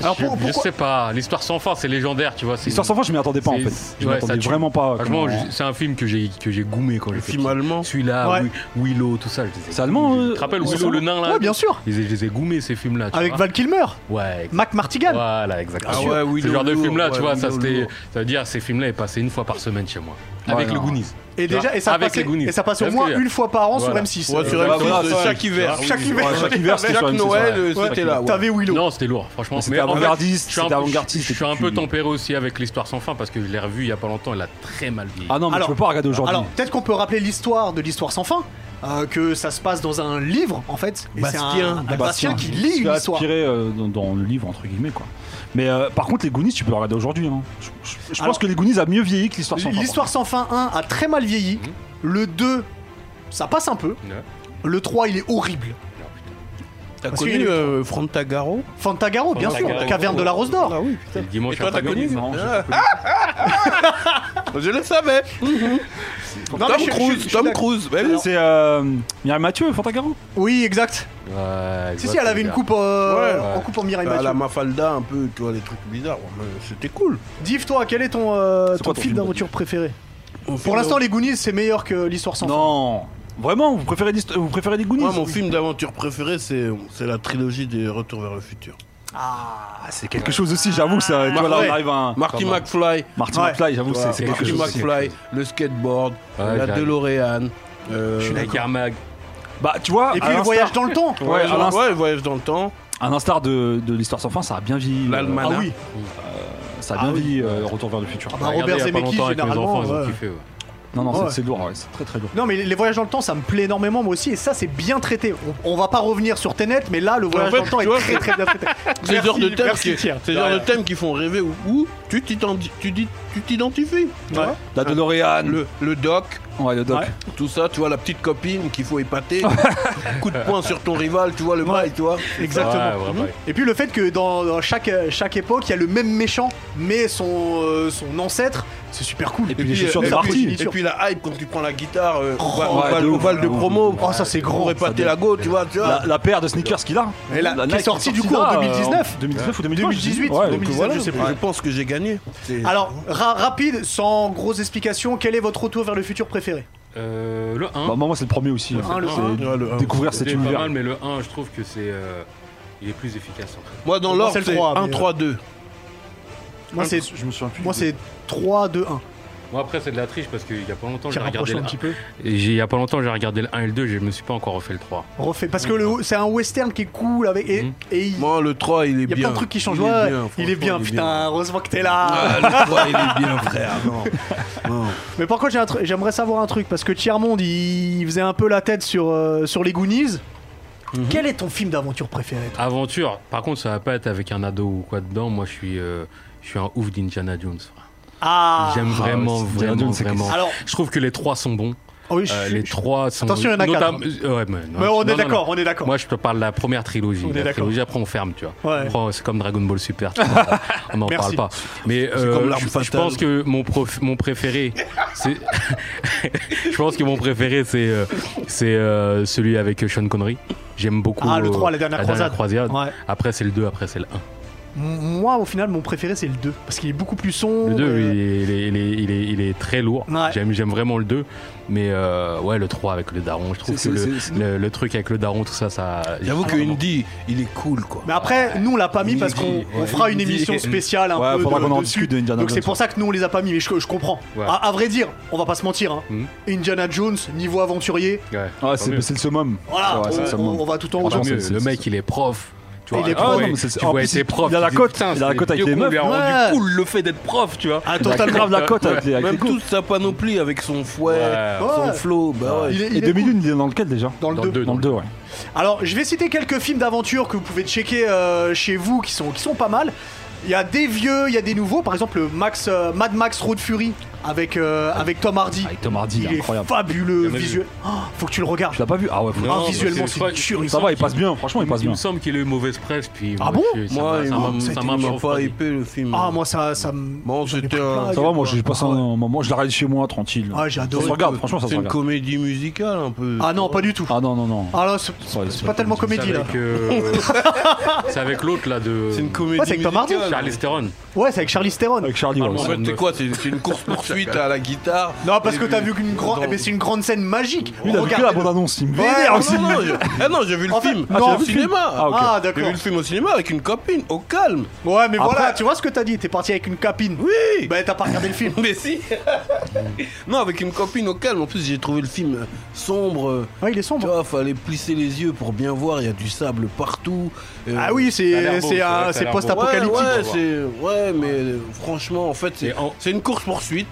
[SPEAKER 1] Alors
[SPEAKER 4] Je-
[SPEAKER 1] pour-
[SPEAKER 4] Je
[SPEAKER 1] pourquoi
[SPEAKER 4] sais pas, l'histoire sans fin, c'est légendaire, tu vois. c'est-
[SPEAKER 2] L'histoire sans fin, je m'y attendais pas en
[SPEAKER 4] c'est-
[SPEAKER 2] fait. Je
[SPEAKER 4] ouais,
[SPEAKER 2] m'y attendais
[SPEAKER 4] ça tue.
[SPEAKER 2] vraiment pas.
[SPEAKER 4] Franchement,
[SPEAKER 2] comment- euh,
[SPEAKER 4] je- c'est un film que j'ai que j'ai goumé quand j'étais
[SPEAKER 3] film
[SPEAKER 4] petit.
[SPEAKER 3] allemand.
[SPEAKER 4] Celui-là,
[SPEAKER 1] Ouais.
[SPEAKER 4] Wi- Willow, tout ça, je les ai.
[SPEAKER 2] C'est allemand,
[SPEAKER 4] goumés.
[SPEAKER 2] euh,
[SPEAKER 4] Tu te rappelles
[SPEAKER 2] ouais,
[SPEAKER 4] Willow
[SPEAKER 2] c'est
[SPEAKER 4] le nain là
[SPEAKER 1] Ouais, bien sûr.
[SPEAKER 4] Je les ai- je les ai goumés ces films-là. tu
[SPEAKER 1] Avec
[SPEAKER 4] vois.
[SPEAKER 1] Val Kilmer,
[SPEAKER 4] Ouais. exact.
[SPEAKER 1] Mac Martigan.
[SPEAKER 4] Voilà, exactement.
[SPEAKER 3] Ah ouais, Willow
[SPEAKER 4] Ce genre de
[SPEAKER 3] lourd,
[SPEAKER 4] film-là,
[SPEAKER 3] ouais,
[SPEAKER 4] tu vois, ça
[SPEAKER 3] Willow
[SPEAKER 4] c'était.
[SPEAKER 3] lourd.
[SPEAKER 4] Ça veut dire, ces films-là, ils passaient une fois par semaine chez moi.
[SPEAKER 2] Ouais,
[SPEAKER 4] Avec
[SPEAKER 2] non.
[SPEAKER 4] le Goonies.
[SPEAKER 1] Et
[SPEAKER 4] Tu
[SPEAKER 1] déjà,
[SPEAKER 4] vois,
[SPEAKER 1] et ça
[SPEAKER 4] avec
[SPEAKER 1] passait,
[SPEAKER 4] les Goonies.
[SPEAKER 1] et ça passe au
[SPEAKER 4] Parce
[SPEAKER 1] moins
[SPEAKER 4] que-
[SPEAKER 1] une fois par an sur
[SPEAKER 4] Voilà.
[SPEAKER 1] M6.
[SPEAKER 3] Ouais, sur
[SPEAKER 1] Euh,
[SPEAKER 2] Ouais,
[SPEAKER 3] M6,
[SPEAKER 2] Bah, voilà,
[SPEAKER 3] euh,
[SPEAKER 2] ça,
[SPEAKER 3] chaque
[SPEAKER 2] ouais.
[SPEAKER 3] hiver.
[SPEAKER 1] Chaque hiver.
[SPEAKER 2] Ouais, chaque hiver, c'était sur
[SPEAKER 3] Chaque
[SPEAKER 2] M6,
[SPEAKER 3] Noël,
[SPEAKER 2] ouais.
[SPEAKER 3] euh,
[SPEAKER 2] Ouais.
[SPEAKER 3] c'était là. ouais.
[SPEAKER 1] T'avais Willow.
[SPEAKER 4] Non, c'était lourd, franchement.
[SPEAKER 2] C'était
[SPEAKER 4] Mais en fait,
[SPEAKER 2] avant-gardiste,
[SPEAKER 4] je suis un
[SPEAKER 2] c'était
[SPEAKER 4] peu-
[SPEAKER 2] avant-gardiste,
[SPEAKER 4] Je suis un
[SPEAKER 2] c'était
[SPEAKER 4] peu
[SPEAKER 2] plus-
[SPEAKER 4] tempéré aussi avec l'histoire sans fin parce que je l'ai revu il y a pas longtemps, elle a très mal vieilli.
[SPEAKER 2] Ah non, mais
[SPEAKER 1] Alors-
[SPEAKER 2] tu peux pas regarder aujourd'hui.
[SPEAKER 1] Alors, peut-être qu'on peut rappeler l'histoire de l'histoire sans fin, euh, que ça se passe dans un livre, en fait. Et c'est
[SPEAKER 3] Bastien.
[SPEAKER 1] un, un
[SPEAKER 2] Ah,
[SPEAKER 1] Bastien qui
[SPEAKER 2] se
[SPEAKER 1] lit
[SPEAKER 2] fait
[SPEAKER 1] une histoire.
[SPEAKER 2] aspirer, euh, dans, dans le livre entre guillemets quoi. Mais euh, par contre les Goonies tu peux les regarder aujourd'hui. hein. Je, je- je
[SPEAKER 1] Alors-
[SPEAKER 2] pense que les Goonies a mieux vieilli que l'histoire sans fin. Mhm.
[SPEAKER 1] L'histoire sans fin 1 a très mal vieilli. Le 2, ça passe un peu.
[SPEAKER 4] Ouais.
[SPEAKER 1] Le 3, il est horrible.
[SPEAKER 3] T'as
[SPEAKER 1] Parce
[SPEAKER 3] connu
[SPEAKER 1] qu'il est-
[SPEAKER 3] euh, Frontagaro
[SPEAKER 1] Fantagaro, bien sûr.
[SPEAKER 4] Fantagaro.
[SPEAKER 1] Caverne de la Rose d'Or.
[SPEAKER 3] Ah oui,
[SPEAKER 4] C'est
[SPEAKER 3] putain.
[SPEAKER 4] le dimanche
[SPEAKER 3] Et toi, t'as
[SPEAKER 4] antagoniste.
[SPEAKER 3] connu
[SPEAKER 2] Non, j'ai
[SPEAKER 3] Ah, [laughs] Je le savais.
[SPEAKER 1] Non, mais je-
[SPEAKER 3] Tom
[SPEAKER 1] je- je- je
[SPEAKER 3] Cruise,
[SPEAKER 1] suis
[SPEAKER 3] Tom
[SPEAKER 1] d'accord.
[SPEAKER 3] Cruise. bah oui.
[SPEAKER 2] C'est euh, Mireille Mathieu, Fantagaro
[SPEAKER 1] Oui, exact.
[SPEAKER 4] Ouais,
[SPEAKER 1] Si, si, elle avait une coupe euh, en coupe en Mireille
[SPEAKER 3] À Bah, la
[SPEAKER 1] Mathieu.
[SPEAKER 3] Mafalda, un peu, tu vois, les trucs bizarres. ouais, mais C'était cool.
[SPEAKER 1] Div, toi, quel est ton, euh,
[SPEAKER 2] C'est
[SPEAKER 1] ton
[SPEAKER 2] quoi ton
[SPEAKER 1] film
[SPEAKER 2] film
[SPEAKER 1] d'aventure préféré Pour l'instant, les Goonies, c'est meilleur que l'histoire sans fin.
[SPEAKER 2] Non. Vraiment, vous préférez, l'histo- vous préférez les Goonies
[SPEAKER 3] Moi, mon film d'aventure préféré, c'est c'est la trilogie des Retour vers le futur.
[SPEAKER 1] Ah,
[SPEAKER 2] Ah, C'est quelque chose aussi, j'avoue que ça. Tu vois, là,
[SPEAKER 3] Ouais.
[SPEAKER 2] on arrive à un-
[SPEAKER 3] Marty
[SPEAKER 2] comme un-
[SPEAKER 3] McFly.
[SPEAKER 2] Ah, Marty
[SPEAKER 1] Ouais.
[SPEAKER 2] McFly, j'avoue,
[SPEAKER 3] Voilà,
[SPEAKER 2] c'est- c'est quelque
[SPEAKER 3] Marty
[SPEAKER 2] chose. aussi.
[SPEAKER 3] McFly, le skateboard,
[SPEAKER 4] Ouais,
[SPEAKER 3] la
[SPEAKER 4] j'arrive.
[SPEAKER 3] DeLorean. euh,
[SPEAKER 4] La Carmag.
[SPEAKER 2] Bah, tu vois,
[SPEAKER 1] Et
[SPEAKER 2] à
[SPEAKER 1] puis le
[SPEAKER 2] l'instar-
[SPEAKER 1] voyage dans le temps.
[SPEAKER 3] Ouais,
[SPEAKER 2] Ouais, à
[SPEAKER 3] ouais,
[SPEAKER 2] l'instant-
[SPEAKER 3] le voyage dans le temps.
[SPEAKER 2] à l'instar de, de l'histoire sans fin, ça a bien vieilli.
[SPEAKER 3] L'Almanach.
[SPEAKER 2] Ah oui, ça a bien vieilli euh, Retour vers le futur.
[SPEAKER 1] bah, Robert Zemeckis, généralement, ouais.
[SPEAKER 2] Non, non, c'est-
[SPEAKER 1] Ouais.
[SPEAKER 2] c'est lourd, ouais, c'est très très lourd.
[SPEAKER 1] Non mais les voyages dans le temps ça me plaît énormément moi aussi et ça c'est bien traité. On, on va pas revenir sur Tenet mais là le voyage
[SPEAKER 3] fait,
[SPEAKER 1] dans le temps
[SPEAKER 3] tu
[SPEAKER 1] est
[SPEAKER 3] vois,
[SPEAKER 1] très très bien traité.
[SPEAKER 3] [laughs] C'est le genre de thèmes
[SPEAKER 1] merci,
[SPEAKER 3] qui,
[SPEAKER 1] Thierry.
[SPEAKER 3] c'est le genre de thèmes qui font rêver ou tu t'identi- tu dis- tu t'identifies. tu
[SPEAKER 1] Ouais.
[SPEAKER 3] vois.
[SPEAKER 2] La DeLorean,
[SPEAKER 3] Le, le doc,
[SPEAKER 2] Euh, ouais, le doc.
[SPEAKER 1] Ouais.
[SPEAKER 3] tout ça, tu vois, la petite copine qu'il faut épater, coup de poing sur ton rival, tu vois, le bail, tu vois.
[SPEAKER 1] Exactement. Mm-hmm. Et puis le fait que dans, dans chaque, chaque époque il y a le même méchant mais son, euh, son ancêtre c'est super cool.
[SPEAKER 2] Et puis les chaussures
[SPEAKER 3] euh,
[SPEAKER 2] de
[SPEAKER 3] et
[SPEAKER 2] Marty.
[SPEAKER 3] puis- Et puis la hype quand tu prends la guitare euh, au bal-
[SPEAKER 2] ouais,
[SPEAKER 3] au bal-
[SPEAKER 2] de
[SPEAKER 3] au
[SPEAKER 2] ouf.
[SPEAKER 3] bal de promo.
[SPEAKER 1] Oh, ça, c'est grand,
[SPEAKER 3] Pour
[SPEAKER 1] ça,
[SPEAKER 3] épater la go, tu vois, tu vois.
[SPEAKER 2] La, la paire de sneakers qu'il a.
[SPEAKER 1] Et la- qui est
[SPEAKER 2] Nike
[SPEAKER 1] sortie du coup en
[SPEAKER 2] là, euh,
[SPEAKER 1] 2019.
[SPEAKER 2] 2019 ou
[SPEAKER 1] 2018,
[SPEAKER 2] 2018
[SPEAKER 1] 2018,
[SPEAKER 3] Que voilà,
[SPEAKER 1] je sais plus.
[SPEAKER 3] Je pense que j'ai gagné. C'est-
[SPEAKER 1] Alors ra- rapide sans grosse explication quel est votre retour vers le futur préféré
[SPEAKER 4] Euh, Le 1.
[SPEAKER 3] Ah,
[SPEAKER 2] Bah, moi, moi, c'est le premier aussi. hein.
[SPEAKER 1] un, le
[SPEAKER 2] Bah, C'est
[SPEAKER 1] un.
[SPEAKER 3] Ouais, le-
[SPEAKER 2] Découvrir cet
[SPEAKER 4] C'était pas
[SPEAKER 2] univers.
[SPEAKER 4] mal, mais le 1, je trouve que c'est. euh, Il est plus efficace. en fait.
[SPEAKER 3] Moi, dans
[SPEAKER 1] Moi,
[SPEAKER 3] l'ordre,
[SPEAKER 1] c'est le
[SPEAKER 3] c'est
[SPEAKER 1] trois, mais, euh,
[SPEAKER 3] 1-3-2.
[SPEAKER 1] Moi, c'est,
[SPEAKER 6] Ah, Je me souviens plus.
[SPEAKER 1] moi, c'est 3, 2, 1.
[SPEAKER 4] Moi, après, c'est de la triche parce qu'il y a pas longtemps,
[SPEAKER 1] J'ai
[SPEAKER 4] j'ai regardé
[SPEAKER 1] rapproché
[SPEAKER 4] le
[SPEAKER 1] un petit peu.
[SPEAKER 4] Et j'ai- Il y a pas longtemps, j'ai regardé le 1 et le 2, je me suis pas encore refait le 3.
[SPEAKER 1] Refait. Parce que le- c'est un western qui est cool avec. Et,
[SPEAKER 4] Mhm.
[SPEAKER 1] et il
[SPEAKER 3] Moi, le 3, il est bien.
[SPEAKER 1] il y a plein de trucs qui changent.
[SPEAKER 3] Il
[SPEAKER 1] Ouais,
[SPEAKER 3] est bien,
[SPEAKER 1] il est bien,
[SPEAKER 3] franchement, il est
[SPEAKER 1] putain.
[SPEAKER 3] bien.
[SPEAKER 1] Heureusement que t'es là.
[SPEAKER 3] Ah, le 3, il est bien, frère. Non. Non.
[SPEAKER 1] Mais par contre, j'ai un tru- j'aimerais savoir un truc parce que Tiermonde, il, il faisait un peu la tête sur, euh, sur les Goonies.
[SPEAKER 2] Mhm.
[SPEAKER 1] Quel est ton film d'aventure préféré toi
[SPEAKER 4] Aventure, par contre, ça va pas être avec un ado ou quoi dedans. Moi, je suis, euh, je suis un ouf d'Indiana Jones. frère.
[SPEAKER 1] Ah
[SPEAKER 4] J'aime vraiment,
[SPEAKER 2] ouais, c'est Indiana
[SPEAKER 4] vraiment,
[SPEAKER 2] Jones, c'est
[SPEAKER 4] vraiment.
[SPEAKER 1] Alors,
[SPEAKER 4] Je trouve que les trois sont bons.
[SPEAKER 1] oh oui, je-
[SPEAKER 4] Euh, les trois sont.
[SPEAKER 1] Attention, il y en a
[SPEAKER 4] notam-
[SPEAKER 1] quatre. hein.
[SPEAKER 4] euh, ouais, mais, non,
[SPEAKER 1] mais on
[SPEAKER 4] non,
[SPEAKER 1] est
[SPEAKER 4] non,
[SPEAKER 1] d'accord,
[SPEAKER 4] non.
[SPEAKER 1] on est d'accord.
[SPEAKER 4] Moi, je te parle de la première trilogie.
[SPEAKER 1] On est
[SPEAKER 4] La
[SPEAKER 1] d'accord.
[SPEAKER 4] trilogie, après, on ferme, tu vois.
[SPEAKER 1] Ouais.
[SPEAKER 4] Après, C'est comme Dragon Ball Super, tu vois,
[SPEAKER 1] [laughs]
[SPEAKER 4] on n'en
[SPEAKER 1] Merci.
[SPEAKER 4] parle pas. Mais euh,
[SPEAKER 3] comme l'arme
[SPEAKER 4] je- je,
[SPEAKER 3] fatale.
[SPEAKER 4] pense que mon, prof- mon préféré, c'est. [laughs] je pense que mon préféré, c'est euh, c'est, euh, celui avec Sean Connery. J'aime beaucoup.
[SPEAKER 1] Ah, le
[SPEAKER 4] euh,
[SPEAKER 1] trois, la dernière croisade. Ouais.
[SPEAKER 4] Après, c'est le 2, après, c'est le 1.
[SPEAKER 1] M- Moi, au final, mon préféré c'est le 2 parce qu'il est beaucoup plus sombre.
[SPEAKER 4] Le 2,
[SPEAKER 1] euh,
[SPEAKER 4] il, est, il est- il est- il est- il est très lourd.
[SPEAKER 1] Ouais.
[SPEAKER 4] J'aime, j'aime vraiment le 2. Mais euh, ouais, le 3 avec le daron, je trouve que
[SPEAKER 6] C'est- c'est-
[SPEAKER 4] le,
[SPEAKER 6] c'est-
[SPEAKER 4] le- le truc avec le daron, tout ça, ça. Ah,
[SPEAKER 3] J'avoue que
[SPEAKER 4] vraiment-
[SPEAKER 3] Indy, il est cool, quoi.
[SPEAKER 1] Mais après, nous on l'a pas mis
[SPEAKER 3] Il
[SPEAKER 1] parce
[SPEAKER 3] dit,
[SPEAKER 1] qu'on on
[SPEAKER 3] ouais,
[SPEAKER 1] fera
[SPEAKER 3] il
[SPEAKER 1] une
[SPEAKER 3] dit.
[SPEAKER 1] émission spéciale un
[SPEAKER 2] Ouais,
[SPEAKER 1] peu
[SPEAKER 2] faudra
[SPEAKER 1] de-
[SPEAKER 2] qu'on en
[SPEAKER 1] dessus.
[SPEAKER 2] discute de Indiana
[SPEAKER 1] Donc c'est
[SPEAKER 2] Jones, hein.
[SPEAKER 1] pour ça que nous on les a pas mis, mais je, je comprends.
[SPEAKER 4] Ouais.
[SPEAKER 1] À, à vrai dire, on va pas se mentir. hein.
[SPEAKER 4] Mhm.
[SPEAKER 1] Indiana Jones niveau aventurier,
[SPEAKER 4] Ouais,
[SPEAKER 2] Ah,
[SPEAKER 4] tant
[SPEAKER 2] c'est
[SPEAKER 4] mieux.
[SPEAKER 2] c'est le summum.
[SPEAKER 1] voilà,
[SPEAKER 2] Ouais, c'est le
[SPEAKER 1] on,
[SPEAKER 2] summum.
[SPEAKER 1] on va tout en haut.
[SPEAKER 4] Tant
[SPEAKER 2] Franchement,
[SPEAKER 4] mieux.
[SPEAKER 2] c'est-
[SPEAKER 4] Le
[SPEAKER 2] c'est-
[SPEAKER 4] mec, il est prof. Tu vois,
[SPEAKER 1] Il est
[SPEAKER 4] tu
[SPEAKER 1] prof.
[SPEAKER 4] vois,
[SPEAKER 1] Ah, non,
[SPEAKER 2] mais c'est-
[SPEAKER 4] tu
[SPEAKER 2] en
[SPEAKER 4] vois,
[SPEAKER 2] plus,
[SPEAKER 4] il est prof.
[SPEAKER 2] il a la
[SPEAKER 4] tu dis,
[SPEAKER 2] cote.
[SPEAKER 4] putain,
[SPEAKER 2] Il a la
[SPEAKER 4] c'est
[SPEAKER 2] cote avec
[SPEAKER 4] vieux
[SPEAKER 2] les
[SPEAKER 4] qu'on lui a
[SPEAKER 2] meufs.
[SPEAKER 1] Ouais.
[SPEAKER 4] rendu cool le fait d'être prof, tu vois.
[SPEAKER 1] Ah,
[SPEAKER 2] T'as
[SPEAKER 1] totalement.
[SPEAKER 2] grave la cote avec les
[SPEAKER 3] Même
[SPEAKER 2] avec les
[SPEAKER 3] toute sa panoplie avec son fouet,
[SPEAKER 4] Ouais.
[SPEAKER 1] Ouais.
[SPEAKER 3] son flow, bah ouais.
[SPEAKER 1] Il est, il
[SPEAKER 2] Et
[SPEAKER 1] est
[SPEAKER 2] 2001, il est dans lequel déjà
[SPEAKER 1] dans le
[SPEAKER 4] dans
[SPEAKER 1] deux.
[SPEAKER 4] le deux,
[SPEAKER 2] Dans le 2, ouais.
[SPEAKER 1] Alors, je vais citer quelques films d'aventure que vous pouvez checker euh, chez vous qui sont, qui sont pas mal. Il y a des vieux, il y a des nouveaux. Par exemple, le Max, euh, Mad Max Road Fury avec, euh, avec Tom Hardy.
[SPEAKER 2] Avec Tom Hardy,
[SPEAKER 1] Il est
[SPEAKER 2] Ah, incroyable.
[SPEAKER 1] fabuleux,
[SPEAKER 4] Il y en a
[SPEAKER 1] visuel. Oh, faut que tu le regardes.
[SPEAKER 2] Tu l'as pas vu Ah ouais, faut-
[SPEAKER 4] Non,
[SPEAKER 1] Ah,
[SPEAKER 4] mais
[SPEAKER 1] visuellement, c'est
[SPEAKER 4] pas-
[SPEAKER 1] une tuerie.
[SPEAKER 2] Ça va, il passe bien, franchement, il passe
[SPEAKER 4] Il
[SPEAKER 2] bien.
[SPEAKER 4] me semble qu'il a eu mauvaise presse. Puis
[SPEAKER 1] Ah bon
[SPEAKER 4] je- ça
[SPEAKER 3] Moi,
[SPEAKER 4] m'a-
[SPEAKER 3] il
[SPEAKER 4] ça
[SPEAKER 3] m'a-
[SPEAKER 4] m'a-
[SPEAKER 1] ça a
[SPEAKER 4] ça
[SPEAKER 1] été
[SPEAKER 4] m'a
[SPEAKER 3] il m'a pas
[SPEAKER 4] refroidi.
[SPEAKER 3] hypé, le film.
[SPEAKER 1] Ah, moi, ça, ça me.
[SPEAKER 3] Bon,
[SPEAKER 1] ça me
[SPEAKER 3] c'était
[SPEAKER 1] fait
[SPEAKER 3] un-
[SPEAKER 1] plein la
[SPEAKER 2] Ça va,
[SPEAKER 1] gueule,
[SPEAKER 2] moi
[SPEAKER 1] quoi.
[SPEAKER 2] j'ai passé
[SPEAKER 1] Ah ouais.
[SPEAKER 2] un moment, je la regarde chez moi tranquille.
[SPEAKER 1] Ah, j'ai
[SPEAKER 2] Ça
[SPEAKER 1] adoré.
[SPEAKER 2] se regarde, franchement ça se
[SPEAKER 3] C'est une
[SPEAKER 2] regarde.
[SPEAKER 3] comédie musicale, un peu.
[SPEAKER 1] Ah non, pas du tout.
[SPEAKER 2] Ah non, non, non.
[SPEAKER 1] Ah non, c'est
[SPEAKER 2] Ouais,
[SPEAKER 1] c'est pas tellement comédie
[SPEAKER 4] C'est
[SPEAKER 1] là.
[SPEAKER 4] avec, euh, c'est avec l'autre là de.
[SPEAKER 3] C'est une comédie
[SPEAKER 1] Ouais, c'est avec Tom Hardy.
[SPEAKER 3] musicale.
[SPEAKER 4] Charlize Theron.
[SPEAKER 1] Ouais, c'est avec Charlie Theron.
[SPEAKER 2] Avec Charlie, ouais.
[SPEAKER 4] Ah,
[SPEAKER 3] En
[SPEAKER 2] c'est-
[SPEAKER 3] fait, c'est quoi C'est
[SPEAKER 2] [laughs]
[SPEAKER 3] c'est une course-poursuite à la guitare
[SPEAKER 1] Non, parce que
[SPEAKER 3] Et
[SPEAKER 1] t'as
[SPEAKER 3] puis-
[SPEAKER 1] vu qu'une grande.
[SPEAKER 3] Dans-
[SPEAKER 1] Eh ben, c'est une grande scène magique.
[SPEAKER 2] Lui, il a vu que
[SPEAKER 1] Regardez-le.
[SPEAKER 2] la bande-annonce, il me
[SPEAKER 1] Ouais,
[SPEAKER 2] vénère
[SPEAKER 1] non,
[SPEAKER 2] aussi.
[SPEAKER 3] Non, non, j'ai- Ah non, j'ai vu le
[SPEAKER 1] En fait,
[SPEAKER 3] film
[SPEAKER 1] non,
[SPEAKER 3] Ah, j'ai
[SPEAKER 1] au
[SPEAKER 3] vu le cinéma
[SPEAKER 2] Ah, ok.
[SPEAKER 1] Ah,
[SPEAKER 3] J'ai
[SPEAKER 1] d'accord.
[SPEAKER 3] vu le film au cinéma avec une copine, au calme [laughs]
[SPEAKER 1] Ouais, mais
[SPEAKER 2] Après-
[SPEAKER 1] voilà, tu vois ce que t'as dit. T'es parti avec une capine.
[SPEAKER 3] Oui
[SPEAKER 1] Bah, t'as pas regardé le film.
[SPEAKER 3] Mais
[SPEAKER 1] [laughs]
[SPEAKER 3] si Non, avec une copine au calme, en plus j'ai trouvé le film euh, sombre. euh,
[SPEAKER 1] Ouais, Ah, il est
[SPEAKER 3] Tu
[SPEAKER 1] sombre.
[SPEAKER 3] vois, fallait plisser les yeux pour bien voir, il y a du sable partout. euh,
[SPEAKER 1] Ah oui,
[SPEAKER 4] Ça a
[SPEAKER 1] c'est
[SPEAKER 4] l'air beau,
[SPEAKER 1] c'est
[SPEAKER 4] c'est
[SPEAKER 1] un-
[SPEAKER 4] vrai que ça a
[SPEAKER 1] c'est
[SPEAKER 4] l'air beau.
[SPEAKER 3] Ouais,
[SPEAKER 1] post-apocalyptique.
[SPEAKER 3] ouais, c'est- ouais, mais euh, franchement, en fait, c'est
[SPEAKER 4] Et en-
[SPEAKER 3] c'est une course-poursuite.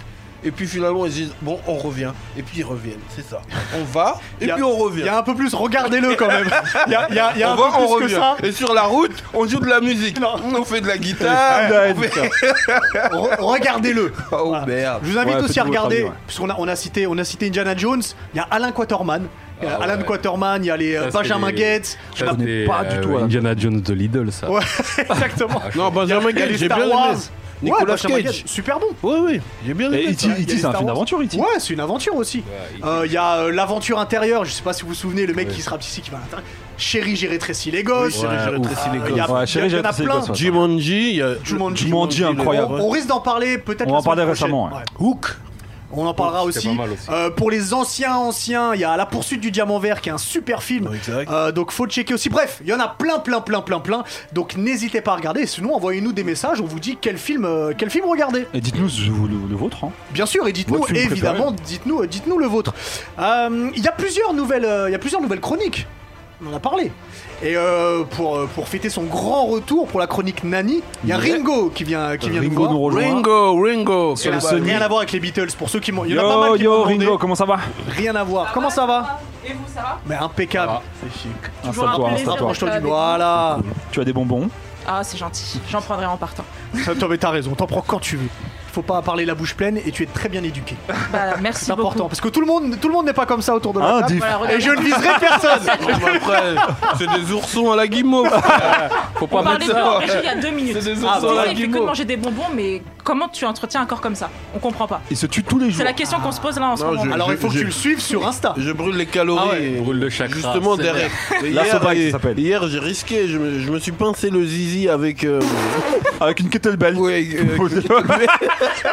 [SPEAKER 3] Et puis finalement, ils disent, bon, on revient. Et puis ils reviennent, c'est ça. On va, et
[SPEAKER 1] Y a-
[SPEAKER 3] puis on
[SPEAKER 1] Il
[SPEAKER 3] revient.
[SPEAKER 1] y a un peu plus, regardez-le quand même. Il y a, il y a- il y a
[SPEAKER 3] on
[SPEAKER 1] un
[SPEAKER 3] va,
[SPEAKER 1] peu plus
[SPEAKER 3] on
[SPEAKER 1] que
[SPEAKER 3] revient.
[SPEAKER 1] ça.
[SPEAKER 3] Et sur la route, on joue de la musique.
[SPEAKER 1] Non.
[SPEAKER 3] On fait
[SPEAKER 1] [laughs]
[SPEAKER 3] de la guitare. on fait-
[SPEAKER 1] Re- regardez-le.
[SPEAKER 3] Oh
[SPEAKER 1] Voilà.
[SPEAKER 3] merde.
[SPEAKER 1] Je vous invite
[SPEAKER 2] Ouais,
[SPEAKER 1] aussi à
[SPEAKER 2] faites-vous votre
[SPEAKER 1] regarder,
[SPEAKER 2] avis, ouais.
[SPEAKER 1] puisqu'on a, on a, cité, on a cité Indiana Jones, il y a Alain Quaterman. Il y
[SPEAKER 2] Ah
[SPEAKER 1] a Alan Quaterman, il y a les euh,
[SPEAKER 4] Ça, c'est
[SPEAKER 1] Benjamin
[SPEAKER 4] les-
[SPEAKER 1] Gates.
[SPEAKER 4] Je
[SPEAKER 2] connais pas du tout, Alan.
[SPEAKER 4] euh, Indiana Jones de Lidl, ça.
[SPEAKER 1] Ouais, [laughs] exactement.
[SPEAKER 3] Non, Benjamin
[SPEAKER 1] Il y a
[SPEAKER 3] Gates,
[SPEAKER 1] les
[SPEAKER 3] j'ai
[SPEAKER 1] Star
[SPEAKER 3] bien
[SPEAKER 1] Wars.
[SPEAKER 3] aimé. Nicolas
[SPEAKER 1] ouais, Benjamin
[SPEAKER 3] Cage.
[SPEAKER 1] Gates, super bon.
[SPEAKER 3] Oui, oui, j'ai bien
[SPEAKER 2] Et
[SPEAKER 3] aimé.
[SPEAKER 2] E.T.,
[SPEAKER 1] Il y a les
[SPEAKER 2] E.T., E c'est un
[SPEAKER 1] Star
[SPEAKER 2] film
[SPEAKER 1] Wars.
[SPEAKER 2] d'aventure, E.T.
[SPEAKER 1] Ouais, c'est une aventure aussi.
[SPEAKER 4] il-
[SPEAKER 1] Euh, Il y a euh, l'aventure intérieure, je sais pas si vous vous souvenez, le mec qui se rapetit, qui va à l'intérieur. Chérie, j'ai rétréci les gosses.
[SPEAKER 4] Chérie, j'ai
[SPEAKER 1] Euh,
[SPEAKER 4] rétréci
[SPEAKER 1] il y a-
[SPEAKER 4] les gosses.
[SPEAKER 1] il y a-
[SPEAKER 2] Ouais, Chérie,
[SPEAKER 1] il y en
[SPEAKER 2] j'ai
[SPEAKER 1] a
[SPEAKER 2] rétréci les
[SPEAKER 1] plein.
[SPEAKER 2] gosses, ouais.
[SPEAKER 3] Jumanji, il y a
[SPEAKER 1] Jumanji.
[SPEAKER 2] Jumanji, incroyable.
[SPEAKER 1] On, on risque d'en parler peut-être.
[SPEAKER 2] On
[SPEAKER 1] la
[SPEAKER 2] en parlait
[SPEAKER 1] semaine prochaine.
[SPEAKER 2] récemment, ouais.
[SPEAKER 3] Hook.
[SPEAKER 1] On en parlera
[SPEAKER 4] C'était
[SPEAKER 1] aussi.
[SPEAKER 4] pas mal aussi.
[SPEAKER 1] Euh, pour les anciens anciens, il y a La poursuite du diamant vert qui est un super film.
[SPEAKER 3] Ouais, exact.
[SPEAKER 1] Euh, donc faut checker aussi. Bref, il y en a plein plein plein plein plein. Donc n'hésitez pas à regarder. Sinon envoyez-nous des messages, on vous dit quel film euh, quel film regarder.
[SPEAKER 2] Et dites-nous je vous- le, le vôtre. Hein.
[SPEAKER 1] Bien sûr et dites-nous
[SPEAKER 2] Votre film
[SPEAKER 1] évidemment, dites-nous euh, dites-nous le vôtre. Euh, Il y a plusieurs nouvelles euh, il y a plusieurs nouvelles chroniques. On en a parlé. Et euh, pour, euh, pour fêter son grand retour pour la chronique Nani, il y a
[SPEAKER 2] Yeah.
[SPEAKER 1] Ringo qui vient qui vient nous
[SPEAKER 2] Ringo
[SPEAKER 1] voir.
[SPEAKER 2] nous rejoint.
[SPEAKER 3] Ringo, Ringo.
[SPEAKER 1] Rien à-
[SPEAKER 2] le Sony.
[SPEAKER 1] Rien à voir avec les Beatles pour ceux qui m'ont. Il y en a pas
[SPEAKER 2] Yo,
[SPEAKER 1] mal qui
[SPEAKER 2] yo,
[SPEAKER 1] m'ont demandé.
[SPEAKER 2] Ringo, comment ça va
[SPEAKER 1] Rien à voir. Comment ça va
[SPEAKER 7] Et vous, ça va
[SPEAKER 1] Mais impeccable.
[SPEAKER 4] Ah,
[SPEAKER 2] Installe-toi,
[SPEAKER 7] rappelé,
[SPEAKER 2] installe-toi.
[SPEAKER 7] ça.
[SPEAKER 1] Rapproche-toi du
[SPEAKER 7] Avec
[SPEAKER 1] Voilà.
[SPEAKER 2] Tu as des bonbons
[SPEAKER 7] Ah, c'est gentil. J'en prendrai en partant.
[SPEAKER 1] Ça, Toi, mais t'as raison. T'en prends quand tu veux. Faut pas parler la bouche pleine et tu es très bien éduqué.
[SPEAKER 7] Bah, merci
[SPEAKER 1] C'est important
[SPEAKER 7] beaucoup.
[SPEAKER 1] parce que tout le monde, tout le monde n'est pas comme ça autour de la
[SPEAKER 2] Hein,
[SPEAKER 1] table.
[SPEAKER 2] diff.
[SPEAKER 7] Voilà, regardez.
[SPEAKER 1] Et je ne
[SPEAKER 3] [laughs]
[SPEAKER 1] viserai personne.
[SPEAKER 3] Après, c'est des oursons à la guimauve.
[SPEAKER 4] Faut
[SPEAKER 7] On
[SPEAKER 4] pas
[SPEAKER 7] parlait
[SPEAKER 4] mettre
[SPEAKER 7] de
[SPEAKER 4] ça.
[SPEAKER 7] l'Norvège il y a deux minutes.
[SPEAKER 3] C'est des
[SPEAKER 7] Ah,
[SPEAKER 3] ours dans la
[SPEAKER 7] il fait que de
[SPEAKER 3] guimauve.
[SPEAKER 7] manger des bonbons, mais Comment tu entretiens un corps comme ça On comprend pas.
[SPEAKER 2] Il se tue tous les jours.
[SPEAKER 7] C'est la question qu'on se pose là en ce
[SPEAKER 3] Non,
[SPEAKER 7] moment.
[SPEAKER 3] je-
[SPEAKER 1] Alors il faut que
[SPEAKER 3] je-
[SPEAKER 1] tu le suives sur Insta.
[SPEAKER 3] Je brûle les calories.
[SPEAKER 1] Ah ouais.
[SPEAKER 3] et-
[SPEAKER 4] Brûle le chakra.
[SPEAKER 3] Justement,
[SPEAKER 4] c'est
[SPEAKER 3] Derek.
[SPEAKER 2] La
[SPEAKER 3] hier,
[SPEAKER 2] sobriquet,
[SPEAKER 3] et-
[SPEAKER 2] ça s'appelle.
[SPEAKER 3] Hier, j'ai risqué. Je me, je me suis pincé le zizi avec. euh,
[SPEAKER 2] Avec une kettlebell.
[SPEAKER 3] [laughs] ouais, [laughs] euh,
[SPEAKER 1] [laughs]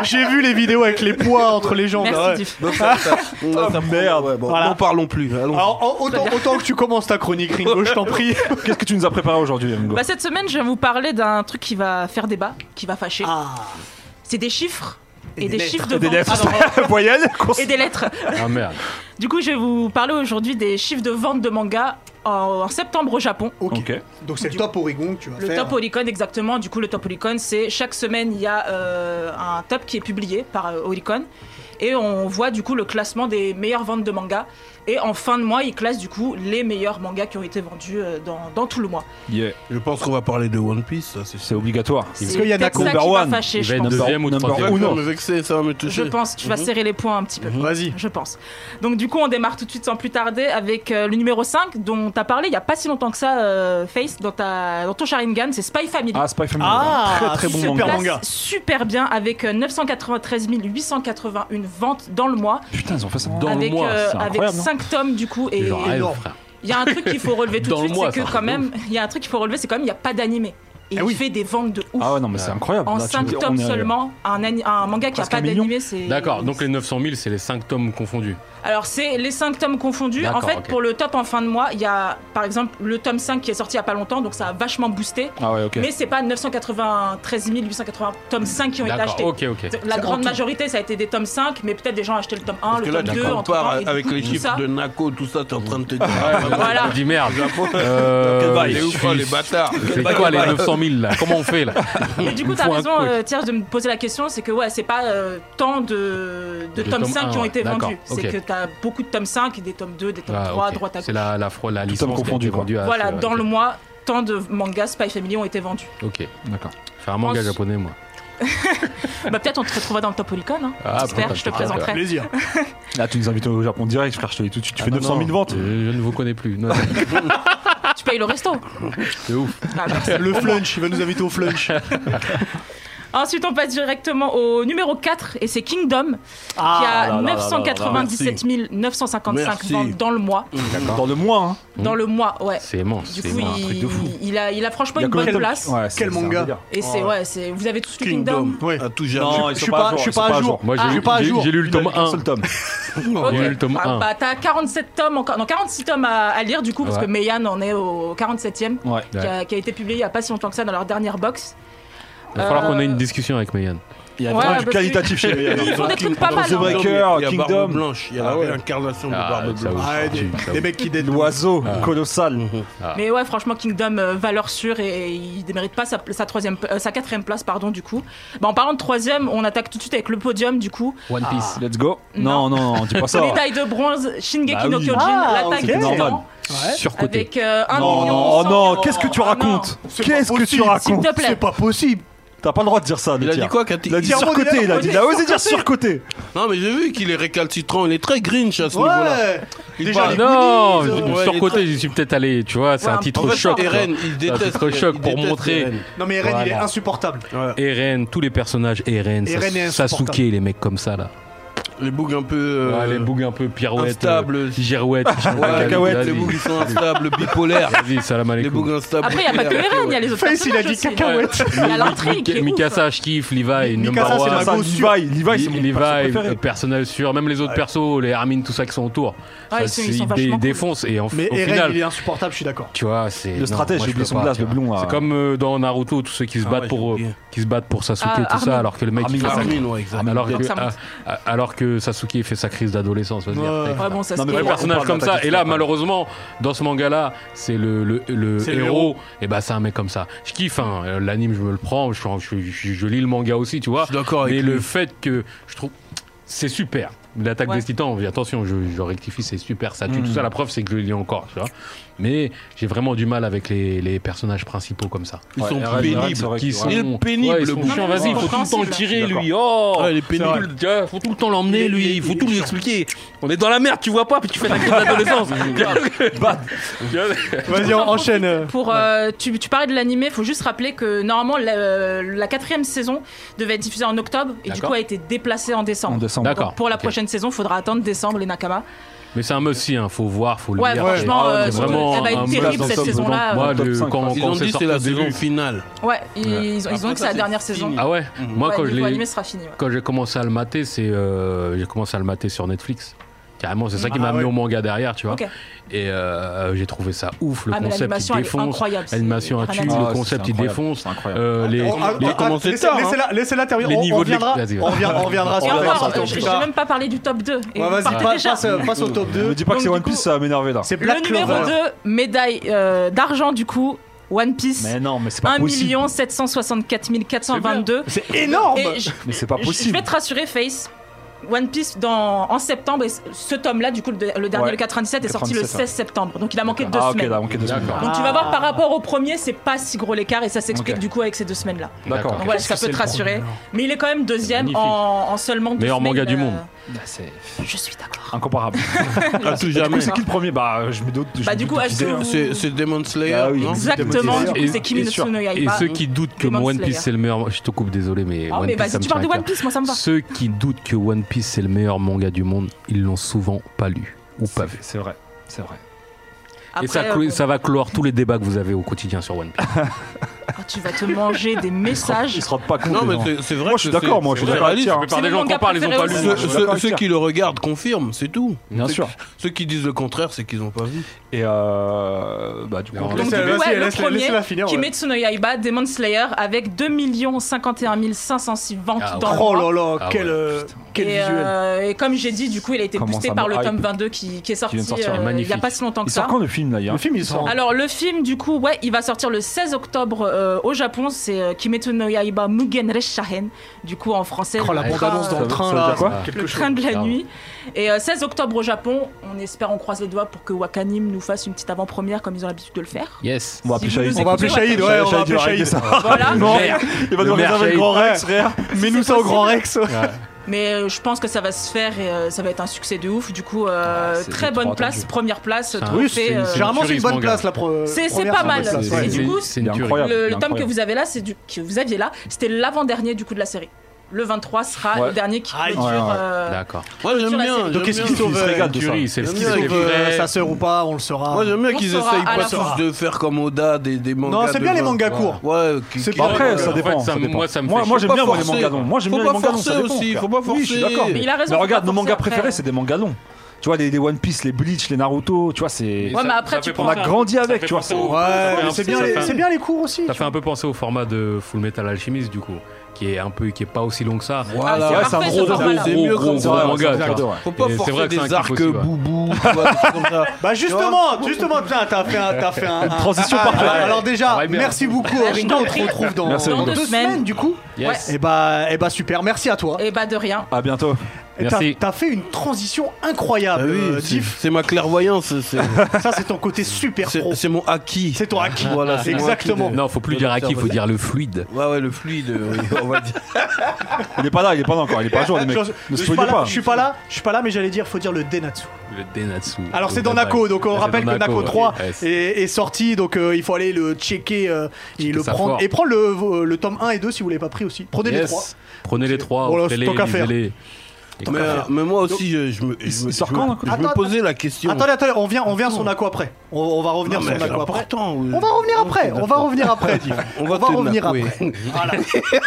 [SPEAKER 1] J'ai vu les vidéos avec les poids entre les jambes.
[SPEAKER 7] Merci
[SPEAKER 1] Ah ouais.
[SPEAKER 7] Diff.
[SPEAKER 3] donc ça- ça- ça- ça-
[SPEAKER 2] merde.
[SPEAKER 3] ouais, bon,
[SPEAKER 1] Voilà.
[SPEAKER 3] N'en parlons plus. Allons.
[SPEAKER 1] Alors en- autant, autant que tu commences ta chronique Ringo, je t'en prie.
[SPEAKER 2] Qu'est-ce que tu nous as préparé aujourd'hui, Ringo
[SPEAKER 7] Bah, cette semaine, je vais vous parler d'un truc qui va faire débat, qui va fâcher.
[SPEAKER 1] Ah,
[SPEAKER 7] C'est des chiffres et,
[SPEAKER 1] Et
[SPEAKER 7] des,
[SPEAKER 1] des
[SPEAKER 7] chiffres de
[SPEAKER 2] Et des
[SPEAKER 7] vente. Ah,
[SPEAKER 2] lettres. Voyelles qu'on
[SPEAKER 7] Et des lettres.
[SPEAKER 4] Ah merde.
[SPEAKER 7] Du coup, je vais vous parler aujourd'hui des chiffres de vente de manga en, en septembre au Japon.
[SPEAKER 1] ok.
[SPEAKER 2] Ok.
[SPEAKER 1] Donc c'est le top Oregon que tu vas
[SPEAKER 7] Le
[SPEAKER 1] faire.
[SPEAKER 7] top Oricon, exactement. Du coup, le top Oricon, c'est chaque semaine, il y a euh, un top qui est publié par euh, Oricon. Et on voit du coup le classement des meilleures ventes de mangas. Et en fin de mois, ils classent du coup les meilleurs mangas qui ont été vendus euh, dans, dans tout le mois.
[SPEAKER 2] Yeah.
[SPEAKER 3] Je pense qu'on va parler de One Piece. Ça, c'est
[SPEAKER 2] C'est obligatoire.
[SPEAKER 7] C'est
[SPEAKER 1] qu'il y en a
[SPEAKER 7] peut-être ça
[SPEAKER 2] number
[SPEAKER 7] qui va
[SPEAKER 2] one
[SPEAKER 7] fâcher,
[SPEAKER 4] Il va
[SPEAKER 7] je
[SPEAKER 4] être
[SPEAKER 7] pense.
[SPEAKER 4] deuxième ou
[SPEAKER 2] Number-
[SPEAKER 3] Ça
[SPEAKER 4] troisième.
[SPEAKER 2] Ou
[SPEAKER 3] va
[SPEAKER 2] non.
[SPEAKER 3] me vexer, ça va me
[SPEAKER 7] Je
[SPEAKER 3] toucher.
[SPEAKER 7] pense, tu vas
[SPEAKER 1] Mhm.
[SPEAKER 7] serrer les points un petit peu.
[SPEAKER 1] Vas-y.
[SPEAKER 7] Je pense. Donc du coup, on démarre tout de suite sans plus tarder avec euh, le numéro 5 dont t'as parlé il y a pas si longtemps que ça, euh, Face, dans, ta, dans ton Sharingan, c'est Spy Family.
[SPEAKER 2] Ah, Spy Family.
[SPEAKER 1] Ah,
[SPEAKER 2] très très bon
[SPEAKER 1] super
[SPEAKER 2] manga.
[SPEAKER 7] Place
[SPEAKER 1] manga.
[SPEAKER 7] super bien avec euh, 993 881 ventes dans le mois
[SPEAKER 2] Putain, ils ont fait ça
[SPEAKER 4] Dans le
[SPEAKER 7] avec, euh,
[SPEAKER 4] mois, c'est
[SPEAKER 7] avec
[SPEAKER 4] incroyable, non
[SPEAKER 7] 5 tomes du coup et
[SPEAKER 4] Genre, rêve,
[SPEAKER 1] énorme.
[SPEAKER 4] frère.
[SPEAKER 7] il y a un truc qu'il faut relever tout de
[SPEAKER 4] Dans le
[SPEAKER 7] suite
[SPEAKER 4] mois,
[SPEAKER 7] c'est que
[SPEAKER 4] ça,
[SPEAKER 7] quand
[SPEAKER 4] de
[SPEAKER 7] même il y a un truc qu'il faut relever c'est quand même il n'y a pas d'animé
[SPEAKER 1] Eh
[SPEAKER 7] et il
[SPEAKER 1] oui.
[SPEAKER 7] fait des ventes de ouf
[SPEAKER 2] Ah ouais, non, mais c'est incroyable.
[SPEAKER 7] en
[SPEAKER 2] Là, tu
[SPEAKER 7] 5
[SPEAKER 2] me dis, on
[SPEAKER 7] tomes
[SPEAKER 4] euh,
[SPEAKER 2] est-
[SPEAKER 7] seulement un, ani- un manga qui n'a
[SPEAKER 2] Presque
[SPEAKER 7] pas
[SPEAKER 2] un million.
[SPEAKER 7] d'animé c'est
[SPEAKER 4] D'accord, donc les 900 000, c'est les 5 tomes confondus.
[SPEAKER 7] Alors, c'est les 5 tomes confondus. En
[SPEAKER 4] D'accord,
[SPEAKER 7] fait,
[SPEAKER 4] ok.
[SPEAKER 7] pour le top en fin de mois, il y a par exemple le tome 5 qui est sorti il n'y a pas longtemps, donc ça a vachement boosté.
[SPEAKER 2] Ah ouais, ok.
[SPEAKER 7] Mais c'est pas 993 880 tomes 5 qui ont été
[SPEAKER 4] D'accord,
[SPEAKER 7] achetés.
[SPEAKER 4] ok, ok.
[SPEAKER 7] La
[SPEAKER 1] C'est en
[SPEAKER 7] grande
[SPEAKER 1] tout.
[SPEAKER 7] majorité, ça a été des tomes 5, mais peut-être des gens ont acheté le tome 1,
[SPEAKER 3] Parce que
[SPEAKER 7] le
[SPEAKER 3] là,
[SPEAKER 7] tome
[SPEAKER 3] tu
[SPEAKER 7] 2, en
[SPEAKER 3] compares
[SPEAKER 7] et du
[SPEAKER 3] avec
[SPEAKER 7] coup,
[SPEAKER 3] les
[SPEAKER 7] tout
[SPEAKER 3] chiffres
[SPEAKER 7] ça.
[SPEAKER 3] de Nako, tout ça, t'es en train de te dire.
[SPEAKER 7] [laughs]
[SPEAKER 3] ah, bah,
[SPEAKER 7] Voilà.
[SPEAKER 4] On dit merde. Euh,
[SPEAKER 3] Quel bail,
[SPEAKER 4] je
[SPEAKER 3] les ouf,
[SPEAKER 4] suis-
[SPEAKER 3] hein, les bâtards.
[SPEAKER 4] C'est quoi les 900 000 là Comment on fait là
[SPEAKER 7] [laughs] Mais du coup,
[SPEAKER 4] Il
[SPEAKER 7] t'as
[SPEAKER 4] faut un
[SPEAKER 7] raison,
[SPEAKER 4] truc.
[SPEAKER 7] euh, Thierge, de me poser la question, c'est que ouais, c'est pas euh, tant de, de
[SPEAKER 4] De
[SPEAKER 7] tomes
[SPEAKER 4] tomes
[SPEAKER 7] 5
[SPEAKER 4] un,
[SPEAKER 7] qui ont
[SPEAKER 4] ouais.
[SPEAKER 7] été
[SPEAKER 4] D'accord,
[SPEAKER 7] vendus. C'est
[SPEAKER 4] ok.
[SPEAKER 7] que t'as beaucoup de tomes 5, des tomes 2, des tomes
[SPEAKER 4] Ah,
[SPEAKER 7] 3,
[SPEAKER 4] ok.
[SPEAKER 7] droite à
[SPEAKER 4] C'est
[SPEAKER 7] gauche.
[SPEAKER 4] la, la, fro- la
[SPEAKER 2] Tout
[SPEAKER 4] licence
[SPEAKER 2] homme confondu,
[SPEAKER 4] qui a été
[SPEAKER 2] quoi.
[SPEAKER 4] vendue à
[SPEAKER 7] Voilà,
[SPEAKER 4] ce-
[SPEAKER 7] dans
[SPEAKER 4] ok.
[SPEAKER 7] le mois, tant de mangas Spy Family ont
[SPEAKER 4] [laughs]
[SPEAKER 7] été vendus.
[SPEAKER 4] Ok,
[SPEAKER 2] D'accord.
[SPEAKER 4] fais un manga
[SPEAKER 7] Ensuite-
[SPEAKER 4] japonais moi.
[SPEAKER 7] Bah peut-être on te retrouvera dans le top Polycon, hein.
[SPEAKER 4] Ah,
[SPEAKER 7] j'espère,
[SPEAKER 4] peut-être,
[SPEAKER 7] je te
[SPEAKER 4] peut-être,
[SPEAKER 7] présenterai.
[SPEAKER 1] Plaisir.
[SPEAKER 2] Là, tu nous invites au Japon direct, frère, je te dis tout de suite. Tu fais
[SPEAKER 3] non,
[SPEAKER 2] 900 000 ventes.
[SPEAKER 4] Euh, Ah, Je ne vous connais plus.
[SPEAKER 7] [laughs]
[SPEAKER 4] Non,
[SPEAKER 7] Tu payes
[SPEAKER 4] [laughs]
[SPEAKER 7] le resto.
[SPEAKER 4] C'est ouf.
[SPEAKER 7] Ah, merci.
[SPEAKER 1] Le flunch, il va nous inviter au flunch.
[SPEAKER 7] Ensuite on passe directement au numéro 4 et c'est Kingdom qui
[SPEAKER 1] Ah,
[SPEAKER 7] a 997 955
[SPEAKER 3] Merci.
[SPEAKER 7] ventes dans le mois.
[SPEAKER 2] Dans le mois, hein.
[SPEAKER 4] Mmh.
[SPEAKER 7] Dans le mois, ouais.
[SPEAKER 4] C'est immense.
[SPEAKER 7] Du
[SPEAKER 4] c'est
[SPEAKER 7] coup,
[SPEAKER 4] immense.
[SPEAKER 7] il,
[SPEAKER 2] de fou.
[SPEAKER 7] il a, il a franchement
[SPEAKER 2] Il y a
[SPEAKER 7] une
[SPEAKER 2] combien
[SPEAKER 7] bonne
[SPEAKER 2] de-
[SPEAKER 7] place.
[SPEAKER 2] Ouais, c'est-
[SPEAKER 1] Quel
[SPEAKER 2] c'est un
[SPEAKER 1] manga
[SPEAKER 2] délire.
[SPEAKER 7] Et c'est, ouais, c'est, vous avez tous lu Kingdom.
[SPEAKER 3] Kingdom.
[SPEAKER 1] Ouais.
[SPEAKER 3] À tout jamais.
[SPEAKER 2] Non,
[SPEAKER 1] je
[SPEAKER 2] ils
[SPEAKER 1] suis
[SPEAKER 2] sont
[SPEAKER 1] pas-
[SPEAKER 2] à jour,
[SPEAKER 1] je suis
[SPEAKER 2] ils sont
[SPEAKER 1] pas à jour.
[SPEAKER 2] Moi,
[SPEAKER 4] Moi, j'ai
[SPEAKER 1] Ah.
[SPEAKER 4] lu-
[SPEAKER 1] J'ai pas à
[SPEAKER 4] j'ai-
[SPEAKER 1] jour.
[SPEAKER 4] j'ai lu le
[SPEAKER 2] Il a
[SPEAKER 4] tome
[SPEAKER 2] lu qu'un
[SPEAKER 4] 1.
[SPEAKER 2] seul tome.
[SPEAKER 7] Ok.
[SPEAKER 4] J'ai lu le tome
[SPEAKER 7] Ah,
[SPEAKER 4] 1.
[SPEAKER 7] bah, t'as 47 tomes, encore, non, 46 tomes à, à lire du coup, parce
[SPEAKER 4] Ouais.
[SPEAKER 7] que Meian en est au 47e,
[SPEAKER 2] Ouais.
[SPEAKER 7] qui, a, qui a été publié il n'y a pas si longtemps que ça dans leur dernière box.
[SPEAKER 4] Il va falloir
[SPEAKER 7] Euh,
[SPEAKER 4] qu'on ait une discussion avec Mayan.
[SPEAKER 2] Il y a
[SPEAKER 7] Ouais,
[SPEAKER 2] vraiment du
[SPEAKER 7] parce que-
[SPEAKER 2] qualitatif chez les
[SPEAKER 7] Ils font des trucs pas mal.
[SPEAKER 2] The
[SPEAKER 7] hein.
[SPEAKER 2] Break.
[SPEAKER 3] il y a
[SPEAKER 2] Kingdom.
[SPEAKER 3] Barbe Blanche, il y a
[SPEAKER 2] Ah
[SPEAKER 3] la
[SPEAKER 2] ouais.
[SPEAKER 3] réincarnation de
[SPEAKER 4] Ah,
[SPEAKER 3] Barbe
[SPEAKER 4] ça
[SPEAKER 3] Blanche.
[SPEAKER 4] ouf.
[SPEAKER 1] Ah, des,
[SPEAKER 4] Ah, oui.
[SPEAKER 1] des mecs qui dead
[SPEAKER 2] L'oiseau colossal.
[SPEAKER 7] Mais ouais, franchement, Kingdom, euh, valeur sûre et il ne mérite pas sa, sa troisième, euh, sa quatrième place, pardon, du coup. Bah, en parlant de troisième, on attaque tout de suite avec le podium, du coup.
[SPEAKER 4] One Piece.
[SPEAKER 2] Let's go.
[SPEAKER 7] Non.
[SPEAKER 2] Non, non, non, dis pas ça.
[SPEAKER 7] Médaille de bronze, Shingeki
[SPEAKER 2] Bah
[SPEAKER 7] no
[SPEAKER 2] oui.
[SPEAKER 7] Kyojin,
[SPEAKER 1] Ah,
[SPEAKER 7] l'attaque
[SPEAKER 1] ok.
[SPEAKER 7] des
[SPEAKER 2] C'est normal.
[SPEAKER 7] titans,
[SPEAKER 4] Surcoté.
[SPEAKER 7] avec euh, un
[SPEAKER 2] Non,
[SPEAKER 7] million
[SPEAKER 2] non, oh
[SPEAKER 7] cent-
[SPEAKER 2] non, qu'est-ce que tu
[SPEAKER 7] Ah, non.
[SPEAKER 2] racontes
[SPEAKER 1] C'est
[SPEAKER 2] Qu'est-ce
[SPEAKER 1] pas
[SPEAKER 2] que tu
[SPEAKER 1] possible.
[SPEAKER 7] S'il
[SPEAKER 2] racontes
[SPEAKER 7] te plaît.
[SPEAKER 1] C'est pas possible.
[SPEAKER 2] T'as pas le droit de dire ça, le
[SPEAKER 3] Il a
[SPEAKER 2] tir.
[SPEAKER 3] dit quoi, Cathy
[SPEAKER 2] Il a dit
[SPEAKER 1] Tiens, on est
[SPEAKER 2] surcoté, il a dit. Il a osé dire surcoté.
[SPEAKER 3] Non, mais j'ai vu qu'il est récalcitrant, il est très Grinch à ce niveau-là.
[SPEAKER 1] Ouais.
[SPEAKER 3] Il
[SPEAKER 1] Déjà,
[SPEAKER 3] parle-
[SPEAKER 1] les
[SPEAKER 4] Non,
[SPEAKER 1] goodies,
[SPEAKER 4] je-
[SPEAKER 1] euh,
[SPEAKER 3] ouais,
[SPEAKER 4] surcoté,
[SPEAKER 3] il
[SPEAKER 4] j'y suis peut-être allé. Tu vois, c'est
[SPEAKER 7] Ouais,
[SPEAKER 4] un
[SPEAKER 7] un
[SPEAKER 4] titre
[SPEAKER 3] En fait,
[SPEAKER 4] choc. quoi.
[SPEAKER 3] Eren, il déteste.
[SPEAKER 4] titre choc
[SPEAKER 3] il
[SPEAKER 4] pour
[SPEAKER 3] déteste
[SPEAKER 4] montrer.
[SPEAKER 3] Eren.
[SPEAKER 1] Non mais Eren, il est
[SPEAKER 4] Voilà.
[SPEAKER 1] insupportable.
[SPEAKER 4] Eren, tous les personnages Eren, Sas-
[SPEAKER 1] Eren est insupportable.
[SPEAKER 4] Sasuke, les mecs comme ça là.
[SPEAKER 3] Les bougs un peu. euh,
[SPEAKER 4] Ouais, les bougs un peu pirouettes.
[SPEAKER 3] instables.
[SPEAKER 4] euh, girouettes.
[SPEAKER 3] Ouais,
[SPEAKER 2] cacahuètes,
[SPEAKER 3] les bougs ils
[SPEAKER 4] Vas-y,
[SPEAKER 3] sont instables, bipolaires.
[SPEAKER 4] Vas-y, salam
[SPEAKER 3] Les
[SPEAKER 4] alaikum.
[SPEAKER 3] bougs instables.
[SPEAKER 7] Après, il n'y a pas que Eren, il y a les autres
[SPEAKER 1] Face, il a
[SPEAKER 7] personnages
[SPEAKER 1] dit
[SPEAKER 7] aussi.
[SPEAKER 1] cacahuète.
[SPEAKER 7] Il y a l'intrigue. qui est
[SPEAKER 4] Mika-
[SPEAKER 7] ouf.
[SPEAKER 4] Mikasa, je kiffe, Levi, number
[SPEAKER 1] Mikasa, c'est
[SPEAKER 4] one.
[SPEAKER 1] ma
[SPEAKER 2] Ça,
[SPEAKER 1] go
[SPEAKER 2] Levi,
[SPEAKER 1] sûre.
[SPEAKER 2] Levi, c'est mon
[SPEAKER 4] Levi,
[SPEAKER 2] personnage
[SPEAKER 4] euh,
[SPEAKER 2] préféré.
[SPEAKER 4] personnage sûr, même les autres persos, les Armin, tout ça qui sont autour.
[SPEAKER 7] Ouais,
[SPEAKER 4] Ça,
[SPEAKER 7] Ah, ils sont-
[SPEAKER 4] c'est-
[SPEAKER 7] ils sont
[SPEAKER 4] dé-
[SPEAKER 7] vachement cool.
[SPEAKER 4] défoncent et en,
[SPEAKER 1] Mais
[SPEAKER 4] au
[SPEAKER 1] Eren,
[SPEAKER 4] final,
[SPEAKER 1] il est insupportable, je suis d'accord.
[SPEAKER 4] tu vois, c'est
[SPEAKER 2] Le
[SPEAKER 4] non,
[SPEAKER 2] stratège,
[SPEAKER 4] moi,
[SPEAKER 2] j'ai
[SPEAKER 4] je
[SPEAKER 2] oublié
[SPEAKER 4] peux
[SPEAKER 2] son
[SPEAKER 4] pas,
[SPEAKER 2] blaze,
[SPEAKER 4] tu
[SPEAKER 2] le
[SPEAKER 4] vois.
[SPEAKER 2] blond, là.
[SPEAKER 4] C'est comme euh, dans Naruto, tous ceux qui se
[SPEAKER 3] Ah
[SPEAKER 4] battent
[SPEAKER 3] ouais,
[SPEAKER 4] pour
[SPEAKER 3] j'ai
[SPEAKER 4] euh,
[SPEAKER 3] oublié.
[SPEAKER 4] qui se battent pour Sasuke,
[SPEAKER 7] Ah,
[SPEAKER 4] tout
[SPEAKER 7] Armin.
[SPEAKER 4] ça, alors que le mec il fait sa-
[SPEAKER 3] Armin, ouais, exact.
[SPEAKER 4] alors que,
[SPEAKER 7] Donc ça monte.
[SPEAKER 4] ah, alors que Sasuke fait sa crise d'adolescence. vas-y,
[SPEAKER 1] Ouais.
[SPEAKER 4] après.
[SPEAKER 7] Ouais, bon, ça
[SPEAKER 2] Non,
[SPEAKER 7] se
[SPEAKER 2] mais
[SPEAKER 4] Un
[SPEAKER 2] Ouais,
[SPEAKER 7] fait.
[SPEAKER 2] on parle
[SPEAKER 4] personnage comme
[SPEAKER 2] d'attaque
[SPEAKER 4] ça.
[SPEAKER 2] et
[SPEAKER 4] Et
[SPEAKER 2] tout,
[SPEAKER 4] là,
[SPEAKER 2] ouais.
[SPEAKER 4] malheureusement, dans ce manga-là, c'est le, le, le
[SPEAKER 1] C'est le
[SPEAKER 4] héros. Et bah, c'est un mec comme ça. Je kiffe, hein. Euh, l'anime, je me le prends. Je, L'attaque
[SPEAKER 7] Ouais.
[SPEAKER 4] des titans, je dis, attention, je, je rectifie, c'est super, ça tue tout ça. La preuve, c'est que je le lis encore, tu vois. Mais j'ai vraiment du mal avec les, les personnages principaux comme ça.
[SPEAKER 3] Ils
[SPEAKER 2] Ouais,
[SPEAKER 3] sont
[SPEAKER 2] Red Red,
[SPEAKER 3] pénibles.
[SPEAKER 2] c'est vrai que-
[SPEAKER 4] Qui
[SPEAKER 2] ouais.
[SPEAKER 4] sont
[SPEAKER 3] Il est pénible,
[SPEAKER 4] Ouais, ils
[SPEAKER 3] le
[SPEAKER 4] sont
[SPEAKER 3] bouc.
[SPEAKER 4] chiants, vas-y, il faut tout le temps le tirer, lui. Oh
[SPEAKER 3] Ouais, il est pénible.
[SPEAKER 4] C'est vrai. Tiens, faut tout le temps l'emmener,
[SPEAKER 3] Il est-
[SPEAKER 4] lui.
[SPEAKER 3] il
[SPEAKER 4] Il faut
[SPEAKER 3] est
[SPEAKER 4] tout lui
[SPEAKER 3] chiant.
[SPEAKER 4] expliquer. On est dans la merde, tu vois pas, puis tu fais la crise d'adolescence. Tu vois,
[SPEAKER 1] Vas-y, en- enchaîne. euh.
[SPEAKER 7] Pour, euh, tu, tu parlais de l'animé, faut juste rappeler que normalement la, euh, la quatrième saison devait être diffusée en octobre et du
[SPEAKER 4] D'accord.
[SPEAKER 7] coup a été déplacée en décembre.
[SPEAKER 2] En décembre.
[SPEAKER 4] D'accord.
[SPEAKER 7] Donc, pour la
[SPEAKER 4] Ok.
[SPEAKER 7] prochaine saison, faudra attendre décembre les Nakama.
[SPEAKER 4] Mais c'est un must si, hein. faut voir, faut le
[SPEAKER 7] Ouais,
[SPEAKER 4] lire.
[SPEAKER 7] franchement,
[SPEAKER 4] C'est
[SPEAKER 7] euh,
[SPEAKER 4] vraiment
[SPEAKER 7] elle va être
[SPEAKER 4] un
[SPEAKER 7] terrible,
[SPEAKER 4] must.
[SPEAKER 7] cette
[SPEAKER 4] Dans-
[SPEAKER 7] saison-là,
[SPEAKER 4] Moi,
[SPEAKER 2] euh, top
[SPEAKER 4] le-
[SPEAKER 2] cinq,
[SPEAKER 4] quand,
[SPEAKER 2] quoi.
[SPEAKER 3] Ils
[SPEAKER 4] quand
[SPEAKER 3] ont
[SPEAKER 4] c'est
[SPEAKER 3] dit c'est
[SPEAKER 4] sorti
[SPEAKER 3] la
[SPEAKER 4] au
[SPEAKER 3] saison
[SPEAKER 4] début.
[SPEAKER 3] finale.
[SPEAKER 7] Ouais, ils, ils ont, ils ont
[SPEAKER 3] Après,
[SPEAKER 7] dit que c'est la
[SPEAKER 3] ça,
[SPEAKER 7] dernière
[SPEAKER 3] c'est
[SPEAKER 7] saison.
[SPEAKER 3] fini.
[SPEAKER 4] Ah ouais, moi
[SPEAKER 7] Ouais,
[SPEAKER 4] quand
[SPEAKER 7] le
[SPEAKER 4] je
[SPEAKER 7] niveau
[SPEAKER 4] l'ai
[SPEAKER 7] animé sera fini. ouais. Ah,
[SPEAKER 4] quand j'ai commencé à le mater, c'est euh, j'ai commencé à le mater sur Netflix. Carrément, c'est ça qui
[SPEAKER 1] Ah
[SPEAKER 4] m'a amené
[SPEAKER 1] ouais.
[SPEAKER 4] au manga derrière, tu vois.
[SPEAKER 7] Ok.
[SPEAKER 4] Et euh, j'ai trouvé ça ouf, le
[SPEAKER 7] Ah, mais
[SPEAKER 4] concept il
[SPEAKER 7] l'animation, elle est
[SPEAKER 4] défonce.
[SPEAKER 7] incroyable. c'est
[SPEAKER 4] L'animation à
[SPEAKER 7] rien
[SPEAKER 4] tue,
[SPEAKER 7] à dire.
[SPEAKER 4] le concept il défonce.
[SPEAKER 2] C'est incroyable.
[SPEAKER 4] Euh, les...
[SPEAKER 1] Oh, ah,
[SPEAKER 4] les-
[SPEAKER 1] ah,
[SPEAKER 3] commencez
[SPEAKER 1] laissez-
[SPEAKER 3] tard, hein.
[SPEAKER 1] Laissez-la laissez-la terminer.
[SPEAKER 4] Les
[SPEAKER 1] On- On
[SPEAKER 4] niveaux de
[SPEAKER 1] reviendra-
[SPEAKER 4] l'ex- vas-y,
[SPEAKER 1] on
[SPEAKER 4] vas-y.
[SPEAKER 1] reviendra on reviendra
[SPEAKER 4] Oh
[SPEAKER 7] Et
[SPEAKER 1] sur ça,
[SPEAKER 7] encore,
[SPEAKER 1] ça,
[SPEAKER 7] euh,
[SPEAKER 1] ça,
[SPEAKER 7] j'ai j'ai
[SPEAKER 1] ça.
[SPEAKER 7] même pas parlé du top 2. Et
[SPEAKER 1] Ouais,
[SPEAKER 7] vous
[SPEAKER 1] vas-y,
[SPEAKER 7] partez
[SPEAKER 1] pa-
[SPEAKER 7] déjà.
[SPEAKER 1] passe, euh, passe au top
[SPEAKER 2] Ne me
[SPEAKER 1] 2.
[SPEAKER 2] dis pas que
[SPEAKER 7] Donc,
[SPEAKER 2] c'est
[SPEAKER 7] du
[SPEAKER 2] One
[SPEAKER 7] coup,
[SPEAKER 2] Piece, ça va m'énerver là.
[SPEAKER 1] C'est
[SPEAKER 7] Le
[SPEAKER 1] Black
[SPEAKER 7] numéro
[SPEAKER 1] Clover.
[SPEAKER 7] 2, médaille euh, d'argent du coup, One Piece.
[SPEAKER 2] Mais non, mais c'est pas
[SPEAKER 7] 1
[SPEAKER 2] possible.
[SPEAKER 7] 764 422.
[SPEAKER 1] C'est énorme.
[SPEAKER 7] Et
[SPEAKER 4] bah,
[SPEAKER 7] je-
[SPEAKER 2] Mais c'est pas
[SPEAKER 7] je- Je
[SPEAKER 2] possible.
[SPEAKER 7] vais te rassurer, Face. One Piece dans, en septembre, et ce- ce tome-là, du coup, le, le dernier,
[SPEAKER 2] Ouais.
[SPEAKER 7] le 97, est sorti
[SPEAKER 2] 97,
[SPEAKER 7] le 16 septembre. Donc il a manqué deux
[SPEAKER 2] Ah, ok,
[SPEAKER 7] semaines.
[SPEAKER 2] là, manqué deux semaines.
[SPEAKER 7] Donc tu vas voir par rapport au premier, c'est pas si gros l'écart et ça s'explique
[SPEAKER 2] Ok.
[SPEAKER 7] du coup avec ces deux semaines-là.
[SPEAKER 2] D'accord.
[SPEAKER 4] D'accord.
[SPEAKER 7] Donc voilà,
[SPEAKER 6] Qu'est-ce
[SPEAKER 7] ça
[SPEAKER 6] que
[SPEAKER 7] peut
[SPEAKER 6] c'est
[SPEAKER 7] te
[SPEAKER 6] le
[SPEAKER 7] rassurer.
[SPEAKER 6] problème,
[SPEAKER 7] Mais il est quand même deuxième
[SPEAKER 4] Magnifique.
[SPEAKER 7] en, en seulement deux
[SPEAKER 4] Meilleur
[SPEAKER 7] semaines,
[SPEAKER 4] manga du
[SPEAKER 7] euh,
[SPEAKER 4] monde.
[SPEAKER 6] C'est
[SPEAKER 7] Je suis d'accord.
[SPEAKER 2] Incomparable.
[SPEAKER 3] À tout
[SPEAKER 2] Du coup,
[SPEAKER 3] jamais.
[SPEAKER 2] c'est qui le premier Bah, euh, je me doute. je
[SPEAKER 7] Bah,
[SPEAKER 2] me
[SPEAKER 7] du
[SPEAKER 2] doute
[SPEAKER 7] coup,
[SPEAKER 2] qu'il
[SPEAKER 7] est-ce
[SPEAKER 2] disait,
[SPEAKER 7] que
[SPEAKER 2] hein.
[SPEAKER 7] vous-
[SPEAKER 3] Ah, C'est c'est Demon Slayer,
[SPEAKER 2] Ah oui,
[SPEAKER 3] non
[SPEAKER 2] vous-
[SPEAKER 7] Exactement, du coup,
[SPEAKER 4] Et-
[SPEAKER 7] c'est Kimi
[SPEAKER 2] et
[SPEAKER 7] no
[SPEAKER 2] sûr.
[SPEAKER 7] Tsuno Yaiba.
[SPEAKER 4] Et ceux qui doutent que
[SPEAKER 7] Demon
[SPEAKER 4] One
[SPEAKER 7] Slayer.
[SPEAKER 4] Piece c'est le meilleur, je te coupe, désolé, mais
[SPEAKER 7] Ah,
[SPEAKER 4] One
[SPEAKER 7] mais
[SPEAKER 4] Piece ça
[SPEAKER 7] vas-y,
[SPEAKER 4] me
[SPEAKER 7] tu parles de
[SPEAKER 4] tient à
[SPEAKER 7] One Piece, moi ça me va.
[SPEAKER 4] cœur. Ceux qui doutent que One Piece c'est le meilleur manga du monde, ils l'ont souvent pas lu ou pas vu.
[SPEAKER 2] C'est- C'est vrai. C'est vrai.
[SPEAKER 4] Et ça,
[SPEAKER 7] Après,
[SPEAKER 4] clo-
[SPEAKER 7] euh,
[SPEAKER 4] ça va clore tous les débats que vous avez au quotidien sur One Piece.
[SPEAKER 7] ah, tu vas te manger des messages.
[SPEAKER 2] Ils se rendent pas compte.
[SPEAKER 3] Non,
[SPEAKER 2] les
[SPEAKER 3] mais
[SPEAKER 2] gens.
[SPEAKER 3] c'est- c'est vrai.
[SPEAKER 2] Moi, je suis
[SPEAKER 3] que
[SPEAKER 2] d'accord,
[SPEAKER 3] c'est-
[SPEAKER 2] moi, je
[SPEAKER 3] c'est
[SPEAKER 2] suis d'accord.
[SPEAKER 3] réaliste.
[SPEAKER 2] Tiens,
[SPEAKER 4] La plupart des gens
[SPEAKER 7] mon
[SPEAKER 4] qui en
[SPEAKER 7] manga
[SPEAKER 4] parlent, ils ont pas lu.
[SPEAKER 7] préféré
[SPEAKER 3] Ceux,
[SPEAKER 2] je suis
[SPEAKER 3] ceux-
[SPEAKER 2] d'accord avec
[SPEAKER 3] ceux
[SPEAKER 2] toi.
[SPEAKER 3] qui le regardent confirment, c'est tout.
[SPEAKER 2] Bien
[SPEAKER 3] Ceux-
[SPEAKER 2] sûr.
[SPEAKER 3] Ceux qui disent le contraire, c'est qu'ils n'ont pas vu.
[SPEAKER 2] Et euh, bah, du coup,
[SPEAKER 4] Non,
[SPEAKER 2] on
[SPEAKER 7] Donc,
[SPEAKER 1] Laissez-la-
[SPEAKER 7] du coup,
[SPEAKER 1] vas-y,
[SPEAKER 7] ouais, le
[SPEAKER 1] laisse-la-
[SPEAKER 7] premier,
[SPEAKER 1] laissez-la finir, ouais.
[SPEAKER 7] Kimetsu no Yaiba, Demon Slayer, avec 2 51 506 ventes
[SPEAKER 4] Ah ouais.
[SPEAKER 7] dans le
[SPEAKER 1] Oh
[SPEAKER 7] mois.
[SPEAKER 1] là là,
[SPEAKER 4] Ah
[SPEAKER 1] quel
[SPEAKER 4] ouais,
[SPEAKER 1] euh, quel
[SPEAKER 7] et,
[SPEAKER 1] visuel.
[SPEAKER 7] euh, et comme j'ai dit, du coup, il a été
[SPEAKER 2] Comment
[SPEAKER 7] boosté
[SPEAKER 2] ça
[SPEAKER 7] par
[SPEAKER 2] me
[SPEAKER 7] le
[SPEAKER 2] hype.
[SPEAKER 7] tome 22 qui, qui est sorti
[SPEAKER 2] vient de sortir,
[SPEAKER 7] euh, il
[SPEAKER 4] magnifique.
[SPEAKER 7] n'y a pas si longtemps que
[SPEAKER 2] Il
[SPEAKER 7] ça.
[SPEAKER 2] sort quand le film là il y a-
[SPEAKER 1] Le film, il sort.
[SPEAKER 7] Alors le film du coup ouais il va sortir le 16 octobre euh, au Japon c'est euh, Kimetsu no Yaiba Mugen Reshahen du coup en français
[SPEAKER 1] Oh, la
[SPEAKER 7] le
[SPEAKER 4] bande
[SPEAKER 7] train,
[SPEAKER 1] bande-annonce dans
[SPEAKER 2] ça
[SPEAKER 1] le
[SPEAKER 2] veut-
[SPEAKER 1] train
[SPEAKER 2] ça veut
[SPEAKER 1] là.
[SPEAKER 2] dire quoi
[SPEAKER 1] quelque
[SPEAKER 7] le
[SPEAKER 1] chose.
[SPEAKER 7] train de la
[SPEAKER 4] Grave.
[SPEAKER 7] nuit et euh, 16 octobre au Japon on espère on croise les doigts pour que Wakanim nous fasse une petite avant-première comme ils ont l'habitude de le faire
[SPEAKER 4] Yes.
[SPEAKER 2] On va appeler
[SPEAKER 7] Si vous
[SPEAKER 2] Shahid.
[SPEAKER 7] nous
[SPEAKER 1] On va appeler
[SPEAKER 7] écoutez,
[SPEAKER 1] Shahid,
[SPEAKER 2] Shahid,
[SPEAKER 1] ouais, on va
[SPEAKER 2] Shahid,
[SPEAKER 1] appeler
[SPEAKER 2] il va arrêter
[SPEAKER 1] Shahid.
[SPEAKER 2] ça.
[SPEAKER 7] voilà
[SPEAKER 1] Non,
[SPEAKER 4] Merde.
[SPEAKER 2] Il va nous
[SPEAKER 4] Le maire
[SPEAKER 2] réserver le
[SPEAKER 4] Shahid.
[SPEAKER 2] grand Rex, frère.
[SPEAKER 1] mets-nous ça au
[SPEAKER 7] possible.
[SPEAKER 1] grand Rex.
[SPEAKER 4] [laughs] Ouais.
[SPEAKER 7] mais euh, je pense que ça va se faire et euh, ça va être un succès de ouf du coup euh,
[SPEAKER 2] Ouais, c'est-
[SPEAKER 7] très
[SPEAKER 2] c'est
[SPEAKER 7] bonne
[SPEAKER 2] trop
[SPEAKER 7] place
[SPEAKER 2] attendu.
[SPEAKER 7] première place
[SPEAKER 4] C'est un-
[SPEAKER 7] trophée,
[SPEAKER 1] Oui, c'est-
[SPEAKER 7] euh,
[SPEAKER 4] c'est-
[SPEAKER 1] généralement c'est une
[SPEAKER 4] futuriste,
[SPEAKER 1] bonne
[SPEAKER 4] manga.
[SPEAKER 1] place la pre-
[SPEAKER 7] C'est- c'est
[SPEAKER 1] première,
[SPEAKER 7] pas
[SPEAKER 1] une bonne
[SPEAKER 7] mal.
[SPEAKER 1] place,
[SPEAKER 7] C'est-
[SPEAKER 1] ouais.
[SPEAKER 7] Et du coup,
[SPEAKER 4] c'est une
[SPEAKER 2] il est
[SPEAKER 4] tuerie.
[SPEAKER 2] incroyable.
[SPEAKER 7] le, le tome
[SPEAKER 2] incroyable.
[SPEAKER 7] que vous avez là c'est du que vous aviez là c'était l'avant dernier du coup de la série le 23 sera
[SPEAKER 2] Ouais.
[SPEAKER 7] le dernier qui
[SPEAKER 1] Aïe.
[SPEAKER 7] clôture
[SPEAKER 2] Ouais, ouais.
[SPEAKER 7] euh,
[SPEAKER 4] D'accord.
[SPEAKER 3] Moi, j'aime
[SPEAKER 7] Sur la
[SPEAKER 3] bien.
[SPEAKER 7] série.
[SPEAKER 1] Donc,
[SPEAKER 3] j'aime
[SPEAKER 1] qu'est-ce
[SPEAKER 3] bien.
[SPEAKER 1] qui sauve
[SPEAKER 4] C'est
[SPEAKER 1] euh,
[SPEAKER 4] la
[SPEAKER 2] de ça.
[SPEAKER 4] tuerie, c'est le
[SPEAKER 3] J'aime
[SPEAKER 4] ski
[SPEAKER 3] bien,
[SPEAKER 1] qui
[SPEAKER 4] de
[SPEAKER 3] il
[SPEAKER 1] sauve
[SPEAKER 3] veut-
[SPEAKER 1] euh,
[SPEAKER 4] vrai.
[SPEAKER 1] sa sœur ou pas, on le saura.
[SPEAKER 3] Moi, j'aime bien
[SPEAKER 7] On
[SPEAKER 3] qu'ils
[SPEAKER 7] saura
[SPEAKER 3] essayent
[SPEAKER 7] à la
[SPEAKER 3] pas
[SPEAKER 7] fin.
[SPEAKER 3] tous de faire comme Oda des, des mangas.
[SPEAKER 1] Non, c'est bien
[SPEAKER 3] de
[SPEAKER 1] les
[SPEAKER 3] vingt.
[SPEAKER 1] mangas courts.
[SPEAKER 3] Ouais, qui-
[SPEAKER 1] C'est
[SPEAKER 3] qui-
[SPEAKER 1] pas-
[SPEAKER 2] Après,
[SPEAKER 1] Ouais,
[SPEAKER 2] ça
[SPEAKER 4] en
[SPEAKER 2] dépend.
[SPEAKER 4] fait, ça-
[SPEAKER 2] ça dépend.
[SPEAKER 4] moi, ça me
[SPEAKER 2] moi,
[SPEAKER 4] fait
[SPEAKER 2] moi,
[SPEAKER 4] chier.
[SPEAKER 2] j'aime bien
[SPEAKER 3] Faut
[SPEAKER 2] moi, les
[SPEAKER 3] pas
[SPEAKER 2] mangas longs. Moi, j'aime bien les
[SPEAKER 3] forcer. Faut
[SPEAKER 2] mangas
[SPEAKER 3] pas
[SPEAKER 2] longs. Ça
[SPEAKER 3] forcer
[SPEAKER 2] dépend,
[SPEAKER 3] aussi,
[SPEAKER 2] frère.
[SPEAKER 3] faut pas
[SPEAKER 2] Oui, je suis
[SPEAKER 3] forcer.
[SPEAKER 2] d'accord.
[SPEAKER 7] Mais il a raison,
[SPEAKER 2] Mais
[SPEAKER 7] faut
[SPEAKER 2] regarde,
[SPEAKER 7] pas
[SPEAKER 2] nos
[SPEAKER 7] forcer
[SPEAKER 2] mangas
[SPEAKER 7] après.
[SPEAKER 2] préférés, c'est des mangas longs. Tu vois, les, les One Piece, les Bleach, les Naruto, tu vois, c'est.
[SPEAKER 7] Ouais, mais après, tu
[SPEAKER 2] On a grandi avec, tu vois.
[SPEAKER 7] Ah,
[SPEAKER 1] Ouais, mais
[SPEAKER 4] Ça
[SPEAKER 1] c'est
[SPEAKER 4] fait-
[SPEAKER 1] bien,
[SPEAKER 4] ça
[SPEAKER 1] les-
[SPEAKER 4] fait-
[SPEAKER 1] c'est bien les cours aussi.
[SPEAKER 4] Ça
[SPEAKER 1] tu
[SPEAKER 4] fait un peu penser au format de Full Metal Alchemist du coup, qui est un peu, qui est pas aussi long que ça.
[SPEAKER 3] Voilà.
[SPEAKER 7] Ah,
[SPEAKER 2] Ouais, c'est un
[SPEAKER 7] Parfait,
[SPEAKER 2] gros,
[SPEAKER 7] ce
[SPEAKER 2] gros,
[SPEAKER 7] format-là.
[SPEAKER 2] gros,
[SPEAKER 3] C'est mieux
[SPEAKER 2] gros,
[SPEAKER 3] comme ça,
[SPEAKER 2] gros
[SPEAKER 4] ouais,
[SPEAKER 2] manga,
[SPEAKER 4] c'est
[SPEAKER 2] tu vois.
[SPEAKER 4] vrai.
[SPEAKER 3] Faut pas
[SPEAKER 4] Et c'est
[SPEAKER 3] forcer
[SPEAKER 4] vrai que c'est un
[SPEAKER 3] des
[SPEAKER 4] kiff
[SPEAKER 3] arcs
[SPEAKER 4] aussi, ouais.
[SPEAKER 3] boubou, tu vois, des trucs comme
[SPEAKER 2] [laughs]
[SPEAKER 3] ça.
[SPEAKER 1] Bah justement, justement, putain, t'as fait un, t'as fait un, un-
[SPEAKER 2] Transition
[SPEAKER 1] ah,
[SPEAKER 2] parfaite.
[SPEAKER 1] Alors déjà,
[SPEAKER 4] Ouais, bien.
[SPEAKER 1] merci beaucoup.
[SPEAKER 7] Ouais, je
[SPEAKER 1] Ringo, on
[SPEAKER 7] t'en
[SPEAKER 1] te
[SPEAKER 7] prie.
[SPEAKER 1] retrouve dans,
[SPEAKER 2] Merci,
[SPEAKER 1] dans
[SPEAKER 2] Ringo.
[SPEAKER 1] deux semaines, du coup.
[SPEAKER 4] Yes.
[SPEAKER 1] Et bah, et bah super, merci à toi.
[SPEAKER 7] Et bah de rien.
[SPEAKER 2] À Ah, bientôt.
[SPEAKER 1] Et t'as-
[SPEAKER 4] Merci.
[SPEAKER 1] T'as fait une transition
[SPEAKER 3] Ah
[SPEAKER 1] incroyable,
[SPEAKER 3] oui,
[SPEAKER 1] euh,
[SPEAKER 3] c'est- [laughs]
[SPEAKER 1] Diff.
[SPEAKER 3] c'est ma clairvoyance, c'est
[SPEAKER 1] Ça, c'est ton côté super
[SPEAKER 3] c'est-
[SPEAKER 1] pro.
[SPEAKER 3] c'est mon acquis.
[SPEAKER 1] C'est ton acquis.
[SPEAKER 3] [laughs] Voilà, c'est mon
[SPEAKER 1] Exactement.
[SPEAKER 3] acquis
[SPEAKER 4] Ah, Non, faut plus dire à qui, faut dire le fluide.
[SPEAKER 3] de- Ouais, ouais, le fluide, euh, oui, on va
[SPEAKER 2] [laughs]
[SPEAKER 3] dire.
[SPEAKER 2] Il est pas là, il est pas là encore, il est pas à jour, les mecs.
[SPEAKER 1] Je,
[SPEAKER 2] Ne
[SPEAKER 1] je
[SPEAKER 2] se
[SPEAKER 1] suis
[SPEAKER 2] soignez
[SPEAKER 1] pas là,
[SPEAKER 2] pas.
[SPEAKER 1] je suis pas là, je suis pas là, mais j'allais dire, faut dire le Denatsu.
[SPEAKER 4] Le Denatsu.
[SPEAKER 1] Alors
[SPEAKER 4] Le
[SPEAKER 1] c'est dans
[SPEAKER 4] Denatsu.
[SPEAKER 1] Nako, donc on
[SPEAKER 4] Ah, c'est
[SPEAKER 1] rappelle
[SPEAKER 4] dans
[SPEAKER 1] que Nako
[SPEAKER 4] ok.
[SPEAKER 1] 3
[SPEAKER 4] Ouais, c'est-
[SPEAKER 1] est, est sorti, donc euh, il faut aller le checker euh, et le
[SPEAKER 4] ça
[SPEAKER 1] prendre.
[SPEAKER 4] fort.
[SPEAKER 1] Et prends le, le tome 1 et 2 si vous l'avez pas pris aussi. Prenez les
[SPEAKER 4] Yes.
[SPEAKER 1] trois.
[SPEAKER 4] Prenez les trois,
[SPEAKER 1] Voilà,
[SPEAKER 4] offrez-les,
[SPEAKER 1] tant qu'à faire.
[SPEAKER 4] lisez-les. Et
[SPEAKER 3] Mais,
[SPEAKER 4] qu'à
[SPEAKER 3] euh,
[SPEAKER 4] faire.
[SPEAKER 3] mais moi aussi, je, je me, je, me-
[SPEAKER 2] sort
[SPEAKER 3] je me-
[SPEAKER 2] quand, là
[SPEAKER 3] je me
[SPEAKER 1] Attends,
[SPEAKER 3] posais la question.
[SPEAKER 1] Attendez, attendez, on vient, on vient sur Nako après. On, on va revenir
[SPEAKER 3] Non, mais
[SPEAKER 1] sur
[SPEAKER 3] c'est
[SPEAKER 1] Nako après.
[SPEAKER 3] important. oui.
[SPEAKER 1] On va revenir après, on va revenir après, Diff.
[SPEAKER 3] On va,
[SPEAKER 1] on va
[SPEAKER 3] te
[SPEAKER 1] revenir
[SPEAKER 3] napper.
[SPEAKER 1] après. [laughs]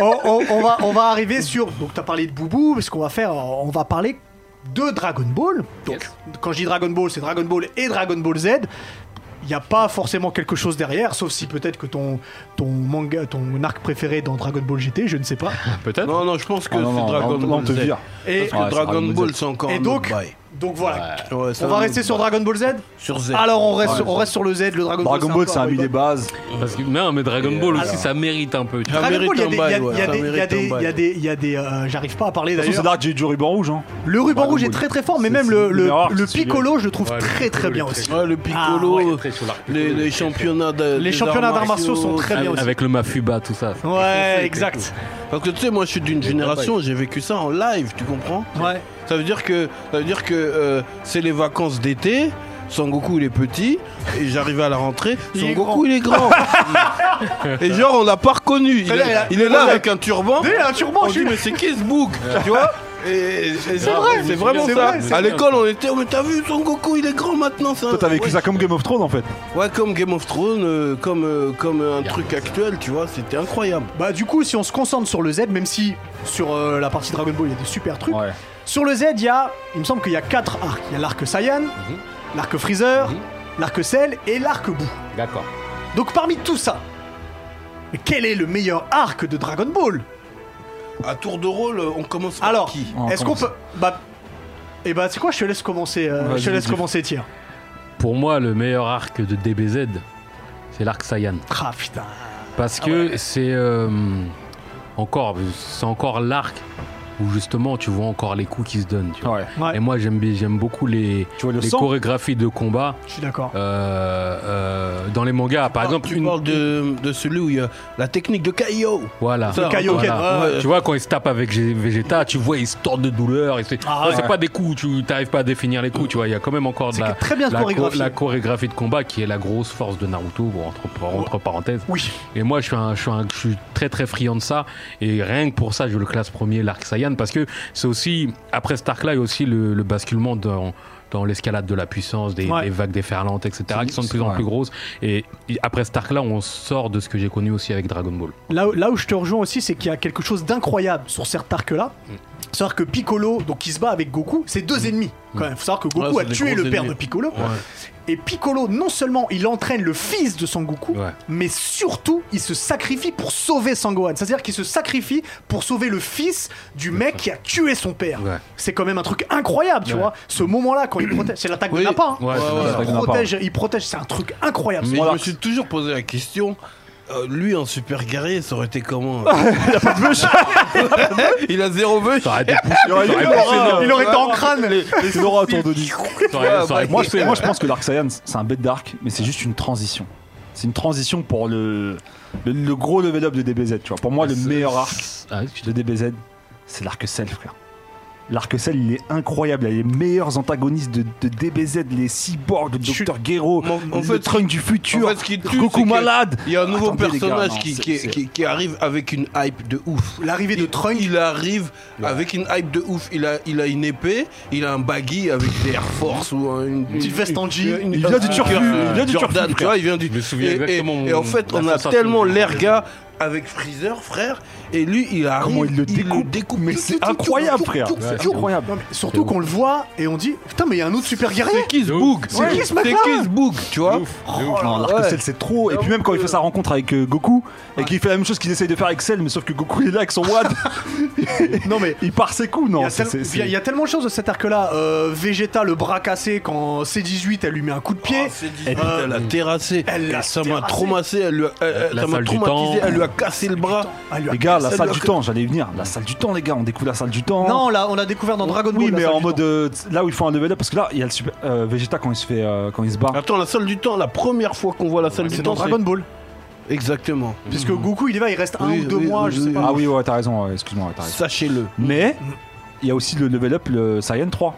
[SPEAKER 1] On, on- on va, on va arriver sur. Donc, t'as parlé de Boubou, mais ce qu'on va faire, on va parler de Dragon Ball. Donc, quand je dis Dragon Ball, c'est Dragon Ball et Dragon Ball Z. Il n'y a pas forcément quelque chose derrière, sauf si peut-être que ton, ton manga, ton arc préféré dans Dragon Ball GT, je ne sais pas.
[SPEAKER 4] Peut-être.
[SPEAKER 3] Non, non, je pense que
[SPEAKER 2] Ah, non,
[SPEAKER 3] c'est
[SPEAKER 2] non,
[SPEAKER 3] Dragon
[SPEAKER 2] non, on
[SPEAKER 3] Ball.
[SPEAKER 2] te
[SPEAKER 3] Z.
[SPEAKER 2] vire.
[SPEAKER 1] Et
[SPEAKER 3] Parce que
[SPEAKER 2] Ouais, c'est
[SPEAKER 3] Dragon
[SPEAKER 2] Dragon
[SPEAKER 3] Ball,
[SPEAKER 2] Z.
[SPEAKER 3] c'est encore
[SPEAKER 1] Et
[SPEAKER 3] un
[SPEAKER 1] donc-
[SPEAKER 3] autre bail.
[SPEAKER 1] Donc voilà.
[SPEAKER 3] Ouais, ça,
[SPEAKER 1] On va rester sur Dragon Ball Z
[SPEAKER 3] sur Z.
[SPEAKER 1] Alors on reste, on reste sur le Z, le Dragon,
[SPEAKER 2] Dragon Ball, ça
[SPEAKER 1] un
[SPEAKER 2] a mis
[SPEAKER 1] peu un
[SPEAKER 2] des bases.
[SPEAKER 4] Parce que, non, mais Dragon
[SPEAKER 3] Et
[SPEAKER 4] Ball
[SPEAKER 3] euh,
[SPEAKER 4] aussi, ça mérite un peu. tu vois.
[SPEAKER 3] Ça
[SPEAKER 1] Dragon Ball, il y a
[SPEAKER 3] mérite
[SPEAKER 1] des-
[SPEAKER 3] un
[SPEAKER 1] il y a-
[SPEAKER 3] bail,
[SPEAKER 1] il y
[SPEAKER 3] ouais,
[SPEAKER 1] a
[SPEAKER 3] ça
[SPEAKER 1] des- il y a
[SPEAKER 3] mérite
[SPEAKER 1] des,
[SPEAKER 3] un bail.
[SPEAKER 1] il y a des, il y a des, euh, j'arrive pas à parler
[SPEAKER 2] De toute façon,
[SPEAKER 1] d'ailleurs.
[SPEAKER 2] c'est Dark, j'ai du ruban rouge. Hein.
[SPEAKER 1] Le ruban
[SPEAKER 2] Dragon
[SPEAKER 1] rouge est
[SPEAKER 2] Ball.
[SPEAKER 1] très très fort, mais
[SPEAKER 2] C'est-
[SPEAKER 1] même
[SPEAKER 2] c'est
[SPEAKER 1] le,
[SPEAKER 2] une
[SPEAKER 1] le-
[SPEAKER 2] erreur,
[SPEAKER 1] le
[SPEAKER 2] c'est
[SPEAKER 1] Piccolo, je le trouve
[SPEAKER 4] Ouais, le
[SPEAKER 1] très très
[SPEAKER 4] Piccolo
[SPEAKER 1] bien
[SPEAKER 4] est
[SPEAKER 1] aussi.
[SPEAKER 4] très
[SPEAKER 3] Ouais, le
[SPEAKER 1] Ah,
[SPEAKER 3] piccolo,
[SPEAKER 4] Très sur l'arc.
[SPEAKER 3] les, les championnats de,
[SPEAKER 1] Les
[SPEAKER 3] des
[SPEAKER 1] championnats
[SPEAKER 3] arts
[SPEAKER 1] d'arts martiaux sont
[SPEAKER 3] martiaux,
[SPEAKER 1] très bien aussi.
[SPEAKER 4] Avec le Mafuba, tout ça.
[SPEAKER 1] Ouais, exact.
[SPEAKER 3] Parce que tu sais, moi je suis d'une génération, j'ai vécu ça en live, tu comprends
[SPEAKER 1] Ouais.
[SPEAKER 3] Ça veut dire que, ça veut dire que euh, c'est les vacances d'été. Son Goku il est petit et j'arrivais à la rentrée.
[SPEAKER 1] Il
[SPEAKER 3] Son
[SPEAKER 1] est
[SPEAKER 3] Goku
[SPEAKER 1] grand.
[SPEAKER 3] il
[SPEAKER 1] [laughs]
[SPEAKER 3] est grand. et genre on l'a pas reconnu. Il,
[SPEAKER 1] Là, il
[SPEAKER 3] est,
[SPEAKER 1] a-
[SPEAKER 3] il est là
[SPEAKER 1] Ouais. Oh,
[SPEAKER 3] avec un turban.
[SPEAKER 1] Dès un turban,
[SPEAKER 3] On
[SPEAKER 1] je
[SPEAKER 3] dit
[SPEAKER 1] suis.
[SPEAKER 3] mais c'est qui ce
[SPEAKER 1] [laughs]
[SPEAKER 3] bouc Tu vois Et- et- et C'est
[SPEAKER 1] vrai,
[SPEAKER 3] Ah, c'est vraiment
[SPEAKER 1] c'est
[SPEAKER 3] ça.
[SPEAKER 1] vrai, c'est
[SPEAKER 3] à l'école on était, oh, mais t'as vu Son Goku il est grand maintenant. Ça.
[SPEAKER 2] Toi, t'as vécu
[SPEAKER 3] ouais,
[SPEAKER 2] ça comme Game of Thrones en fait.
[SPEAKER 3] ouais, comme Game of Thrones, euh, comme euh, comme un truc actuel, tu vois, c'était incroyable.
[SPEAKER 1] Bah du coup, si on se concentre sur le Z, même si sur euh, la partie Dragon Ball, il y a des super trucs.
[SPEAKER 2] Ouais.
[SPEAKER 1] Sur le Z, il y a, il me semble qu'il y a quatre arcs. Il y a l'arc Saiyan,
[SPEAKER 3] Mhm.
[SPEAKER 1] l'arc Freezer, l'arc Cell et l'arc Boo.
[SPEAKER 4] D'accord.
[SPEAKER 1] Donc parmi tout ça, mais quel est le meilleur arc de Dragon Ball
[SPEAKER 3] À tour de rôle, on commence par
[SPEAKER 1] Alors,
[SPEAKER 3] qui
[SPEAKER 2] On
[SPEAKER 1] est-ce qu'on
[SPEAKER 2] commence.
[SPEAKER 1] peut Bah et bah c'est quoi Je te laisse commencer. euh,
[SPEAKER 2] Vas-y,
[SPEAKER 1] je te laisse
[SPEAKER 2] Diff.
[SPEAKER 1] commencer, tiens.
[SPEAKER 4] Pour moi, le meilleur arc de DBZ, c'est l'arc Saiyan.
[SPEAKER 1] Ah putain.
[SPEAKER 4] Parce que c'est euh, encore, c'est encore l'arc où justement tu vois encore les coups qui se donnent. tu vois.
[SPEAKER 2] Ouais.
[SPEAKER 1] Ah Ouais.
[SPEAKER 4] Et moi j'aime bien- j'aime beaucoup les,
[SPEAKER 2] Tu vois le
[SPEAKER 4] les
[SPEAKER 2] sang
[SPEAKER 4] chorégraphies de combat
[SPEAKER 1] Je suis d'accord.
[SPEAKER 4] euh, euh, dans les mangas. Par
[SPEAKER 3] Ah,
[SPEAKER 4] exemple,
[SPEAKER 3] tu
[SPEAKER 4] une-
[SPEAKER 3] parles de, de celui où il y a la technique de Kaio.
[SPEAKER 4] voilà.
[SPEAKER 3] Ça,
[SPEAKER 1] Kaioken,
[SPEAKER 4] voilà.
[SPEAKER 1] ouais,
[SPEAKER 3] ouais.
[SPEAKER 4] Tu vois quand il se tape avec G- Vegeta, tu vois il se tord de douleur. et C'est
[SPEAKER 1] Ah ouais.
[SPEAKER 4] c'est pas des coups, où tu t'arrives pas à définir les coups. Tu vois, il y a quand même encore de
[SPEAKER 1] C'est
[SPEAKER 4] la,
[SPEAKER 1] très bien
[SPEAKER 4] Bah, la, cho-
[SPEAKER 1] chorégraphié.
[SPEAKER 4] la chorégraphie de combat qui est la grosse force de Naruto. bon, entre- entre parenthèses.
[SPEAKER 1] Oui.
[SPEAKER 4] Et moi, je suis, un, je, suis un- je suis très très friand de ça. Et rien que pour ça, je le classe premier, l'arc Saiyan, parce que c'est aussi, après cet arc-là, il y a aussi le, le basculement dans, dans l'escalade de la puissance, des,
[SPEAKER 1] Ouais.
[SPEAKER 4] des vagues déferlantes, etc.,
[SPEAKER 2] C'est-
[SPEAKER 4] qui sont de
[SPEAKER 2] c'est
[SPEAKER 4] plus en
[SPEAKER 2] vrai.
[SPEAKER 4] plus grosses. Et et après cet arc-là, on sort de ce que j'ai connu aussi avec
[SPEAKER 2] [laughs]
[SPEAKER 4] Dragon Ball.
[SPEAKER 1] Là, où- là où je te rejoins aussi, c'est qu'il y a quelque chose d'incroyable sur cet arc-là. C'est-à-dire que Piccolo, donc qui se bat avec Goku, c'est deux ennemis. Quand même, faut savoir que Goku
[SPEAKER 3] Ouais,
[SPEAKER 1] a
[SPEAKER 3] c'est des
[SPEAKER 1] tué
[SPEAKER 3] gros
[SPEAKER 1] le père
[SPEAKER 3] ennemis.
[SPEAKER 1] de Piccolo. Et Piccolo, non seulement il entraîne le fils de Sangoku,
[SPEAKER 4] Ouais.
[SPEAKER 1] mais surtout il se sacrifie pour sauver Sangohan. C'est-à-dire qu'il se sacrifie pour sauver le fils du mec qui a tué son père.
[SPEAKER 4] Ouais.
[SPEAKER 1] C'est quand même un truc incroyable, tu vois. Ce moment-là, quand il protège, c'est l'attaque de
[SPEAKER 3] Oui.
[SPEAKER 1] Nappa. hein.
[SPEAKER 4] Ouais, c'est
[SPEAKER 3] ouais.
[SPEAKER 4] ça.
[SPEAKER 2] l'attaque
[SPEAKER 1] Il
[SPEAKER 2] de Nappa,
[SPEAKER 1] protège, il protège, c'est un truc incroyable.
[SPEAKER 3] Mais
[SPEAKER 1] ce
[SPEAKER 3] je me
[SPEAKER 1] moment-là.
[SPEAKER 3] suis toujours posé la question. euh, lui en super guerrier, ça aurait été comment euh [laughs] Il a zéro vœu.
[SPEAKER 4] Ça aurait été poussé,
[SPEAKER 2] Il aurait eu
[SPEAKER 4] ça aurait
[SPEAKER 2] l'aura,
[SPEAKER 4] poussé le-
[SPEAKER 2] euh,
[SPEAKER 1] Il aurait été en crâne.
[SPEAKER 2] C'est l'aura autour de lui.
[SPEAKER 4] ça aurait- ça aurait
[SPEAKER 2] bah, Moi
[SPEAKER 4] poussé.
[SPEAKER 2] je,
[SPEAKER 3] [laughs]
[SPEAKER 2] moi, je pense que l'arc Saiyan, c'est un bête d'arc, mais c'est juste une transition. C'est une transition pour le, le, le gros level up de DBZ. Tu vois. Pour moi, le meilleur arc
[SPEAKER 4] Ah, tu
[SPEAKER 2] de DBZ, c'est l'arc Cell, frère. L'arc Cell, il est incroyable. Il y a les meilleurs antagonistes de, de DBZ, les cyborgs, le
[SPEAKER 3] Je
[SPEAKER 2] Dr. Gero,
[SPEAKER 3] Mon- en
[SPEAKER 2] le
[SPEAKER 3] fait,
[SPEAKER 2] Trunk du futur,
[SPEAKER 3] en fait, ce qui tue, c'est
[SPEAKER 2] Goku
[SPEAKER 3] que
[SPEAKER 2] malade.
[SPEAKER 3] Il y a un nouveau
[SPEAKER 2] Attendez, les gars,
[SPEAKER 3] personnage
[SPEAKER 2] non,
[SPEAKER 3] qui,
[SPEAKER 2] c'est-
[SPEAKER 3] qui,
[SPEAKER 2] c'est-
[SPEAKER 3] qui- qui arrive avec une hype de ouf.
[SPEAKER 1] L'arrivée de
[SPEAKER 3] Il-
[SPEAKER 1] Trunk.
[SPEAKER 3] Il arrive avec une hype de ouf. Il a, il a une épée, il a un baggy avec des Air Force ou un- Euh, une, euh,
[SPEAKER 1] Petite veste en jean.
[SPEAKER 2] Il vient du Turfu, il vient du
[SPEAKER 3] Jordan,
[SPEAKER 2] Turfu,
[SPEAKER 3] tu vois, il vient du.
[SPEAKER 4] Je me souviens
[SPEAKER 3] et,
[SPEAKER 4] exactement
[SPEAKER 3] et-
[SPEAKER 4] mon-
[SPEAKER 3] et en fait, on a
[SPEAKER 4] l'assassin
[SPEAKER 3] tellement
[SPEAKER 4] qui-
[SPEAKER 3] l'air gars avec Freezer, frère, et lui, il arrive.
[SPEAKER 2] Comment il le découpe, mais
[SPEAKER 3] Tout, tout,
[SPEAKER 2] c'est
[SPEAKER 3] tout,
[SPEAKER 2] incroyable,
[SPEAKER 3] tout, tout,
[SPEAKER 2] frère.
[SPEAKER 3] tout,
[SPEAKER 2] C'est
[SPEAKER 3] tout.
[SPEAKER 2] incroyable.
[SPEAKER 1] Non, mais surtout qu'on le voit et on dit Putain, mais il y a un autre super guerrier.
[SPEAKER 3] C'est qui ce bug
[SPEAKER 1] C'est qui ce mec-là
[SPEAKER 3] bug, tu vois Oh
[SPEAKER 2] Non, l'arc
[SPEAKER 3] Ouais.
[SPEAKER 2] Cell, Oh, c'est trop. Et puis même quand il fait sa rencontre avec euh, Goku, et qu'il fait la même chose qu'il essaye de faire avec Cell, mais sauf que Goku il est là avec son Wad,
[SPEAKER 1] [laughs] Non, mais.
[SPEAKER 2] il part ses coups,
[SPEAKER 1] Il y,
[SPEAKER 2] non
[SPEAKER 1] a
[SPEAKER 2] c'est-
[SPEAKER 1] tel-
[SPEAKER 2] c'est-
[SPEAKER 1] il y a- il y a tellement de choses de cet arc-là. Euh, Vegeta, le bras cassé, quand C18, elle lui met un coup de pied.
[SPEAKER 3] Elle,
[SPEAKER 1] Euh,
[SPEAKER 3] Ah, elle l'a terrassé.
[SPEAKER 1] elle l'a
[SPEAKER 3] Et ça m'a
[SPEAKER 1] terrassé.
[SPEAKER 3] traumassé. Elle lui a, elle- elle-
[SPEAKER 4] La
[SPEAKER 3] ça m'a
[SPEAKER 4] salle du
[SPEAKER 3] traumatisé.
[SPEAKER 4] temps.
[SPEAKER 3] Elle lui a cassé le bras.
[SPEAKER 1] Ah, lui a-
[SPEAKER 2] Les gars, la
[SPEAKER 3] Cell
[SPEAKER 2] salle
[SPEAKER 3] doit
[SPEAKER 2] du
[SPEAKER 3] que-
[SPEAKER 2] temps, j'allais y venir. La salle du temps, les gars, on découvre la salle du temps.
[SPEAKER 1] Non, là, on a découvert
[SPEAKER 3] Oh,
[SPEAKER 1] dans Dragon Ball.
[SPEAKER 2] oui,
[SPEAKER 1] la
[SPEAKER 2] mais
[SPEAKER 1] salle
[SPEAKER 2] en
[SPEAKER 1] du
[SPEAKER 2] mode
[SPEAKER 1] temps.
[SPEAKER 2] euh, là où il faut un level up parce que là il y a le super euh, Vegeta quand il se fait euh, quand il se bat.
[SPEAKER 3] Attends, la salle du temps, la première fois qu'on voit la salle du
[SPEAKER 1] C'est dans
[SPEAKER 3] temps,
[SPEAKER 1] Dragon Ball.
[SPEAKER 3] c'est- Exactement.
[SPEAKER 1] Puisque Goku, il y va, il reste un
[SPEAKER 3] Oui,
[SPEAKER 1] ou deux
[SPEAKER 3] oui,
[SPEAKER 1] mois,
[SPEAKER 3] oui,
[SPEAKER 1] je sais
[SPEAKER 3] oui. Ah,
[SPEAKER 1] pas.
[SPEAKER 2] Ah oui ouais t'as raison ouais, excuse-moi ouais, t'as raison.
[SPEAKER 3] Sachez-le.
[SPEAKER 2] Mais il y a aussi le level up le Saiyan 3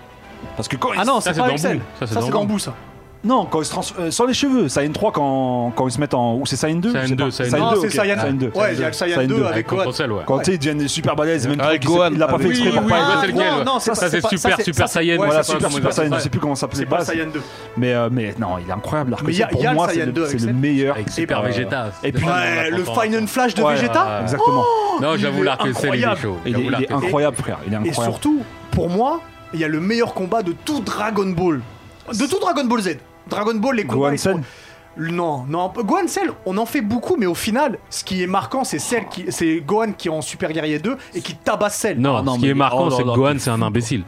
[SPEAKER 2] parce que quand il
[SPEAKER 1] Ah non,
[SPEAKER 4] Ça,
[SPEAKER 1] c'est
[SPEAKER 4] c'est
[SPEAKER 1] pas
[SPEAKER 4] dans
[SPEAKER 1] Excel.
[SPEAKER 4] Buu. Ça, c'est
[SPEAKER 1] Ça,
[SPEAKER 4] dans
[SPEAKER 1] c'est dans
[SPEAKER 4] Buu.
[SPEAKER 1] bout, ça.
[SPEAKER 2] non quand ils se trans- euh, sans les cheveux Saiyan 3 quand quand ils se mettent en ou c'est Saiyan 2
[SPEAKER 4] Saiyan
[SPEAKER 2] je sais
[SPEAKER 4] 2,
[SPEAKER 2] pas.
[SPEAKER 4] Saiyan
[SPEAKER 1] Non, c'est
[SPEAKER 2] ok.
[SPEAKER 1] Saiyan
[SPEAKER 2] Saiyan
[SPEAKER 1] 2.
[SPEAKER 2] 2.
[SPEAKER 1] Ouais, il y a le Saiyan 2 avec
[SPEAKER 4] Avec
[SPEAKER 1] Gohan.
[SPEAKER 4] Gohan, ouais.
[SPEAKER 2] Quand tu sais, ils deviennent super balèzes, même
[SPEAKER 3] Avec
[SPEAKER 2] qu'il s'est-
[SPEAKER 3] Gohan,
[SPEAKER 2] il l'a
[SPEAKER 1] Ah,
[SPEAKER 2] pas fait
[SPEAKER 3] avec-
[SPEAKER 2] exprès
[SPEAKER 4] Oui,
[SPEAKER 2] pour
[SPEAKER 4] oui,
[SPEAKER 2] pas
[SPEAKER 4] oui,
[SPEAKER 2] être-
[SPEAKER 4] ouais, c'est lequel,
[SPEAKER 1] non,
[SPEAKER 4] ouais.
[SPEAKER 1] non,
[SPEAKER 4] Ça, c'est
[SPEAKER 1] pas-
[SPEAKER 4] Super-
[SPEAKER 1] c'est-
[SPEAKER 4] Super
[SPEAKER 1] ça,
[SPEAKER 4] Saiyan,
[SPEAKER 1] ouais,
[SPEAKER 2] Voilà,
[SPEAKER 1] c'est
[SPEAKER 2] Super
[SPEAKER 1] pas-
[SPEAKER 2] Super Saiyan, je sais
[SPEAKER 4] ouais.
[SPEAKER 2] plus comment ça s'appelait
[SPEAKER 1] C'est
[SPEAKER 2] pas.
[SPEAKER 1] pas Saiyan 2.
[SPEAKER 2] Mais, euh, mais non, il est incroyable. l'arc
[SPEAKER 1] Mais il y a- il
[SPEAKER 2] pour
[SPEAKER 1] y a le
[SPEAKER 2] moi, c'est
[SPEAKER 1] Saiyan 2
[SPEAKER 2] le, c'est
[SPEAKER 1] avec
[SPEAKER 2] le
[SPEAKER 1] Cell.
[SPEAKER 2] meilleur.
[SPEAKER 4] Avec Super
[SPEAKER 2] Euh,
[SPEAKER 4] Vegeta.
[SPEAKER 2] Et puis,
[SPEAKER 1] Ouais, le
[SPEAKER 4] hein,
[SPEAKER 1] Final Flash de
[SPEAKER 2] Ouais, euh,
[SPEAKER 1] Vegeta.
[SPEAKER 2] exactement.
[SPEAKER 4] Non,
[SPEAKER 1] il
[SPEAKER 4] j'avoue,
[SPEAKER 1] est
[SPEAKER 4] l'arc Cell, il est
[SPEAKER 1] incroyable.
[SPEAKER 4] chaud.
[SPEAKER 2] il, est,
[SPEAKER 4] J'avoue,
[SPEAKER 2] il
[SPEAKER 4] l'arc
[SPEAKER 2] est
[SPEAKER 4] Cell.
[SPEAKER 2] incroyable, frère. Il est
[SPEAKER 1] Et
[SPEAKER 2] incroyable.
[SPEAKER 1] surtout, pour moi, il y a le meilleur combat de tout Dragon Ball. De tout Dragon Ball Z. Dragon Ball, les combats.
[SPEAKER 2] Gohan
[SPEAKER 1] ils sont-
[SPEAKER 2] Sen.
[SPEAKER 1] Non, non. Gohan Cell, on en fait beaucoup, mais au final, ce qui est marquant, c'est celle qui, c'est Gohan qui est en Super Guerrier 2 et qui tabasse Cell.
[SPEAKER 4] Non,
[SPEAKER 6] Ah non,
[SPEAKER 4] ce qui
[SPEAKER 6] mais-
[SPEAKER 4] est marquant,
[SPEAKER 6] oh là
[SPEAKER 4] c'est que
[SPEAKER 6] là,
[SPEAKER 4] Gohan,
[SPEAKER 6] t'es
[SPEAKER 4] c'est un imbécile.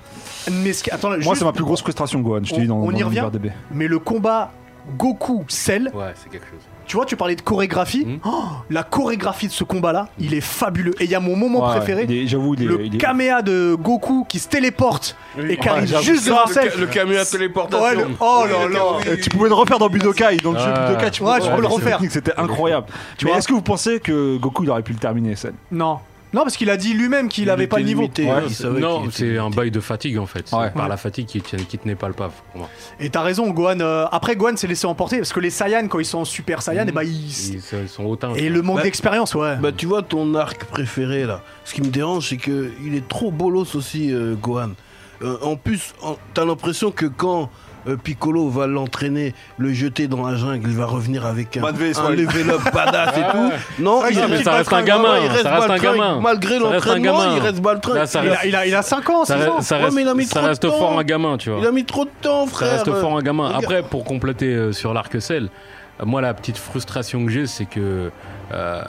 [SPEAKER 1] Mais ce qui- attends,
[SPEAKER 2] Moi,
[SPEAKER 1] juste-
[SPEAKER 2] c'est ma plus grosse frustration, Gohan, je te
[SPEAKER 1] on-
[SPEAKER 2] dis, dans,
[SPEAKER 1] on
[SPEAKER 2] dans
[SPEAKER 1] y revient.
[SPEAKER 2] l'univers DB.
[SPEAKER 1] Mais le combat Goku Cell,
[SPEAKER 4] Ouais, c'est quelque chose.
[SPEAKER 1] tu vois, tu parlais de chorégraphie.
[SPEAKER 2] Hmm.
[SPEAKER 1] Oh, la chorégraphie de ce combat-là, il est fabuleux. Et il y a mon moment
[SPEAKER 2] Ouais,
[SPEAKER 1] préféré.
[SPEAKER 2] il est- J'avoue, il est.
[SPEAKER 1] le
[SPEAKER 2] il est-
[SPEAKER 1] caméa de Goku qui se téléporte et qui arrive
[SPEAKER 3] Oh, j'avoue,
[SPEAKER 1] juste
[SPEAKER 3] ça,
[SPEAKER 1] devant
[SPEAKER 3] le
[SPEAKER 1] Cell.
[SPEAKER 3] ca- le camion à téléportation.
[SPEAKER 1] Ouais, le- Oh là là.
[SPEAKER 2] Euh, tu pouvais le refaire dans Budokai, donc
[SPEAKER 4] Ouais.
[SPEAKER 2] jeu Budokai, tu
[SPEAKER 1] Ouais, tu peux le
[SPEAKER 2] cette
[SPEAKER 1] refaire.
[SPEAKER 2] technique, C'était incroyable. Tu
[SPEAKER 1] Mais
[SPEAKER 2] vois,
[SPEAKER 1] est-ce
[SPEAKER 2] est-ce que vous pensez que Goku il aurait pu le terminer, Cell
[SPEAKER 1] Non. Non, parce qu'il a dit lui-même qu'il avait pas le niveau.
[SPEAKER 4] non, c'est un bail de fatigue en fait. C'est
[SPEAKER 2] Ouais.
[SPEAKER 4] par la fatigue qui, tient- qui tenait pas le paf pour moi.
[SPEAKER 1] Et t'as raison, Gohan. euh, Après, Gohan s'est laissé emporter parce que les Saiyans, quand ils sont en Super Saiyan, et bah ils.
[SPEAKER 4] Ils, ils sont hautains.
[SPEAKER 1] Et le manque
[SPEAKER 3] Bah-
[SPEAKER 1] d'expérience, ouais.
[SPEAKER 3] Bah tu vois ton arc préféré là. Ce qui me dérange c'est que il est trop bolos aussi euh, Gohan. Euh, en plus, en- t'as l'impression que quand euh, Piccolo va l'entraîner, le jeter dans la jungle, il va revenir avec un,
[SPEAKER 2] Bad vs,
[SPEAKER 3] un
[SPEAKER 2] ouais.
[SPEAKER 3] level up badass et tout. Non,
[SPEAKER 4] Ah, mais ça reste un
[SPEAKER 3] baltringue.
[SPEAKER 4] gamin,
[SPEAKER 3] Ouais, il
[SPEAKER 4] ça reste un
[SPEAKER 3] baltringue.
[SPEAKER 4] gamin.
[SPEAKER 3] Malgré
[SPEAKER 4] Ça reste un
[SPEAKER 3] l'entraînement,
[SPEAKER 4] gamin.
[SPEAKER 3] il reste baltringue.
[SPEAKER 4] Là, ça
[SPEAKER 1] Il
[SPEAKER 4] reste-
[SPEAKER 1] a, il a, il a 5 ans,
[SPEAKER 4] ça,
[SPEAKER 1] 6 ans.
[SPEAKER 4] re- ça
[SPEAKER 3] Ouais,
[SPEAKER 4] reste,
[SPEAKER 3] mais il a mis
[SPEAKER 4] ça
[SPEAKER 3] trop de
[SPEAKER 4] reste
[SPEAKER 3] temps.
[SPEAKER 4] fort un gamin, tu vois.
[SPEAKER 3] Il a mis trop de temps, frère.
[SPEAKER 4] Ça reste
[SPEAKER 1] euh,
[SPEAKER 4] fort un gamin.
[SPEAKER 3] regarde.
[SPEAKER 4] Après, pour compléter euh, sur l'arc Cell, euh, moi la petite frustration que j'ai, c'est que euh,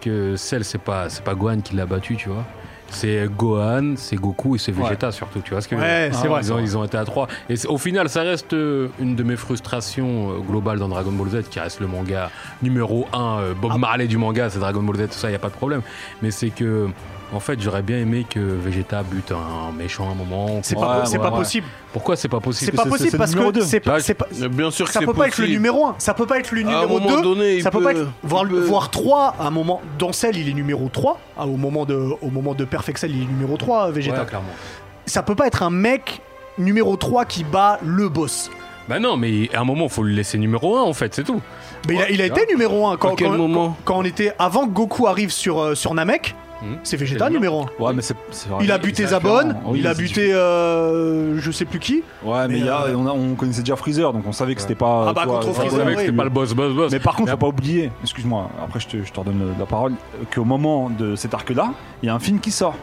[SPEAKER 4] que Cell, c'est pas c'est pas Gohan qui l'a battu, tu vois. C'est Gohan, c'est Goku et c'est Vegeta surtout, tu vois. ce que-
[SPEAKER 1] Ouais, c'est vrai,
[SPEAKER 4] Ils
[SPEAKER 1] c'est
[SPEAKER 4] ont,
[SPEAKER 1] vrai.
[SPEAKER 4] ils ont été à trois. Et c'est- au final, ça reste euh, une de mes frustrations euh, globales dans Dragon Ball Z, qui reste le manga numéro 1. Bob
[SPEAKER 1] Ah.
[SPEAKER 4] Marley du manga, c'est Dragon Ball Z, tout ça, il n'y a pas de problème. Mais c'est que, en fait, j'aurais bien aimé que Vegeta bute un méchant à un moment.
[SPEAKER 1] C'est pas,
[SPEAKER 4] Ouais,
[SPEAKER 1] c'est
[SPEAKER 4] ouais,
[SPEAKER 1] pas
[SPEAKER 4] ouais.
[SPEAKER 1] possible.
[SPEAKER 4] Pourquoi c'est pas possible
[SPEAKER 1] C'est pas possible parce
[SPEAKER 2] numéro
[SPEAKER 1] que
[SPEAKER 2] deux.
[SPEAKER 1] c'est pas,
[SPEAKER 4] Là,
[SPEAKER 1] c'est pas-
[SPEAKER 3] Mais Bien sûr que
[SPEAKER 1] ça
[SPEAKER 3] c'est
[SPEAKER 1] peut pas être le
[SPEAKER 3] possible.
[SPEAKER 1] numéro 1, ça peut pas être le
[SPEAKER 3] À un
[SPEAKER 1] numéro
[SPEAKER 3] moment
[SPEAKER 1] 2,
[SPEAKER 3] donné, il
[SPEAKER 1] ça peut, pas
[SPEAKER 3] peut-
[SPEAKER 1] être voire,
[SPEAKER 3] il peut-
[SPEAKER 1] voire 3 à un moment dans Cell, il est numéro 3 ah, au moment de au moment de Perfect Cell, il est numéro 3 Vegeta.
[SPEAKER 4] Ouais, clairement.
[SPEAKER 1] Ça peut pas être un mec numéro 3 qui bat le boss.
[SPEAKER 4] Bah non, mais à un moment, faut le laisser numéro 1 en fait, c'est tout.
[SPEAKER 1] Mais il a, il a été numéro 1 quand,
[SPEAKER 3] À quel
[SPEAKER 1] quand-
[SPEAKER 3] moment
[SPEAKER 1] quand on était avant que Goku arrive sur euh, sur Namek,
[SPEAKER 4] Mhm.
[SPEAKER 1] c'est Vegeta
[SPEAKER 4] C'est bien.
[SPEAKER 1] numéro 1.
[SPEAKER 2] Ouais, mais c'est. c'est vrai.
[SPEAKER 1] Il a buté
[SPEAKER 2] C'est
[SPEAKER 1] Zabon,
[SPEAKER 2] différent. Oui,
[SPEAKER 1] il a
[SPEAKER 2] c'est
[SPEAKER 1] buté euh, je sais plus qui.
[SPEAKER 2] différent. Ouais, mais
[SPEAKER 1] Mais,
[SPEAKER 2] il y a-
[SPEAKER 1] euh,
[SPEAKER 2] on, a- on connaissait déjà Freezer, donc on savait que c'était pas.
[SPEAKER 1] Ah bah,
[SPEAKER 2] toi,
[SPEAKER 1] contre
[SPEAKER 2] ouais,
[SPEAKER 1] Freezer,
[SPEAKER 4] On savait que
[SPEAKER 1] oui,
[SPEAKER 4] c'était pas le boss, boss, boss.
[SPEAKER 2] Mais par contre, faut pas oublier, excuse-moi, après je te, je te redonne le- la parole, euh, qu'au moment de cet arc-là, il y a un film qui sort.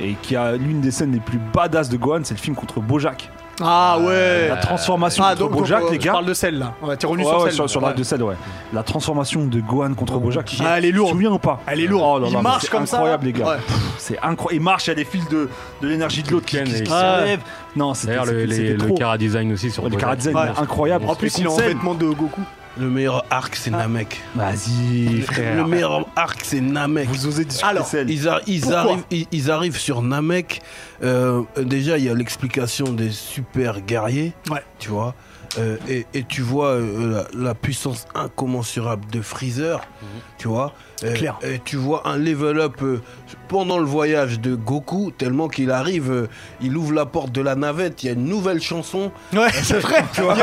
[SPEAKER 2] Et qui a l'une des scènes les plus badass de Gohan, c'est le film contre Bojack.
[SPEAKER 1] Ah ouais.
[SPEAKER 2] La transformation
[SPEAKER 1] Ah,
[SPEAKER 2] contre
[SPEAKER 1] donc, donc,
[SPEAKER 2] Bojack,
[SPEAKER 1] euh,
[SPEAKER 2] les
[SPEAKER 1] je
[SPEAKER 2] gars.
[SPEAKER 1] parle de Cell là. Ouais, t'es revenu
[SPEAKER 2] Ouais,
[SPEAKER 1] sur
[SPEAKER 2] ouais,
[SPEAKER 1] Cell.
[SPEAKER 2] sur, sur l'arc de Cell, ouais. La transformation de Gohan contre Bojack.
[SPEAKER 1] Ah, elle est lourde.
[SPEAKER 2] Tu te souviens ou pas
[SPEAKER 1] Elle est lourde.
[SPEAKER 2] Oh là
[SPEAKER 1] il
[SPEAKER 2] là, mais
[SPEAKER 1] marche
[SPEAKER 2] c'est
[SPEAKER 1] comme
[SPEAKER 2] incroyable,
[SPEAKER 1] ça.
[SPEAKER 2] les gars.
[SPEAKER 1] Ouais.
[SPEAKER 2] C'est incroyable. Il marche, il y a des fils de, de l'énergie de l'autre qui,
[SPEAKER 4] Ken
[SPEAKER 2] qui,
[SPEAKER 4] et-
[SPEAKER 2] qui
[SPEAKER 4] Ouais.
[SPEAKER 2] s'enlèvent. Non, c'était
[SPEAKER 4] D'ailleurs, le,
[SPEAKER 2] c'était-
[SPEAKER 4] les-
[SPEAKER 2] c'était
[SPEAKER 4] le
[SPEAKER 2] trop.
[SPEAKER 4] Kara Design aussi sur
[SPEAKER 2] Ouais, le
[SPEAKER 4] Bojack.
[SPEAKER 2] Karadesign,
[SPEAKER 1] Ouais.
[SPEAKER 2] incroyable.
[SPEAKER 1] En plus,
[SPEAKER 2] Et
[SPEAKER 1] il est en
[SPEAKER 2] Cell.
[SPEAKER 1] vêtements de Goku.
[SPEAKER 3] Le meilleur arc,
[SPEAKER 1] Ah.
[SPEAKER 3] c'est Namek.
[SPEAKER 2] Vas-y, frère.
[SPEAKER 3] Le meilleur arc, c'est Namek.
[SPEAKER 2] Vous osez discuter
[SPEAKER 1] Alors,
[SPEAKER 2] Cell.
[SPEAKER 3] Ils, arri- ils
[SPEAKER 1] Pourquoi
[SPEAKER 3] arrivent, ils, ils arrivent sur Namek. Euh, déjà, il y a l'explication des super guerriers.
[SPEAKER 1] Ouais.
[SPEAKER 3] Tu vois. Euh, et, et tu vois euh, la, la puissance incommensurable de Freezer. Tu vois. Euh,
[SPEAKER 1] Mhm. Clair.
[SPEAKER 3] Et tu vois un level up euh, pendant le voyage de Goku, tellement qu'il arrive, euh, il ouvre la porte de la navette. Il y a une nouvelle chanson.
[SPEAKER 1] Ouais, c'est vrai.
[SPEAKER 3] Tu vois.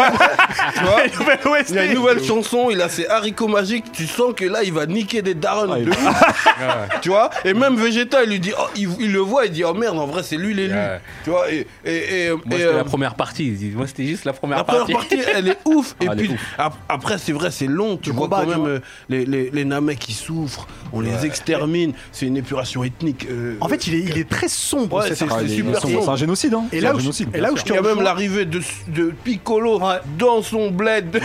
[SPEAKER 3] tu vois
[SPEAKER 1] [laughs]
[SPEAKER 3] il y a une
[SPEAKER 1] Ouais,
[SPEAKER 3] nouvelle chanson, il a ses haricots magiques, tu sens que là il va niquer des darons de ouf. [laughs] tu vois Et même Vegeta il lui dit, oh, il, il le voit, il dit oh merde, en vrai c'est lui l'élu.
[SPEAKER 4] Ouais.
[SPEAKER 3] Tu vois Et, et- et-
[SPEAKER 4] Moi,
[SPEAKER 3] et,
[SPEAKER 4] c'était
[SPEAKER 3] euh,
[SPEAKER 4] la première partie. ils disent. Moi, c'était juste la première
[SPEAKER 3] la première
[SPEAKER 4] partie.
[SPEAKER 3] partie elle est ouf. Et
[SPEAKER 2] Ah, elle est
[SPEAKER 3] puis ap- après c'est vrai, c'est long, tu
[SPEAKER 1] Le
[SPEAKER 3] vois
[SPEAKER 1] combat,
[SPEAKER 3] quand
[SPEAKER 1] tu
[SPEAKER 3] même
[SPEAKER 1] vois.
[SPEAKER 3] euh, les, les, les Namek qui souffrent, on les extermine, c'est une épuration ethnique. euh,
[SPEAKER 1] En fait, il est, il est très sombre.
[SPEAKER 3] Ouais,
[SPEAKER 1] cette
[SPEAKER 3] c'est-
[SPEAKER 1] arc.
[SPEAKER 2] Ah,
[SPEAKER 3] c'est
[SPEAKER 2] il est-
[SPEAKER 3] super
[SPEAKER 2] ils sont-
[SPEAKER 3] sombre.
[SPEAKER 2] C'est un génocide, hein.
[SPEAKER 1] Et
[SPEAKER 2] C'est
[SPEAKER 1] là
[SPEAKER 2] un
[SPEAKER 1] où je-
[SPEAKER 2] génocide.
[SPEAKER 1] et là où je
[SPEAKER 3] il
[SPEAKER 1] te
[SPEAKER 3] y a même
[SPEAKER 1] rejoins-
[SPEAKER 3] l'arrivée de, de Piccolo dans son bled. [laughs]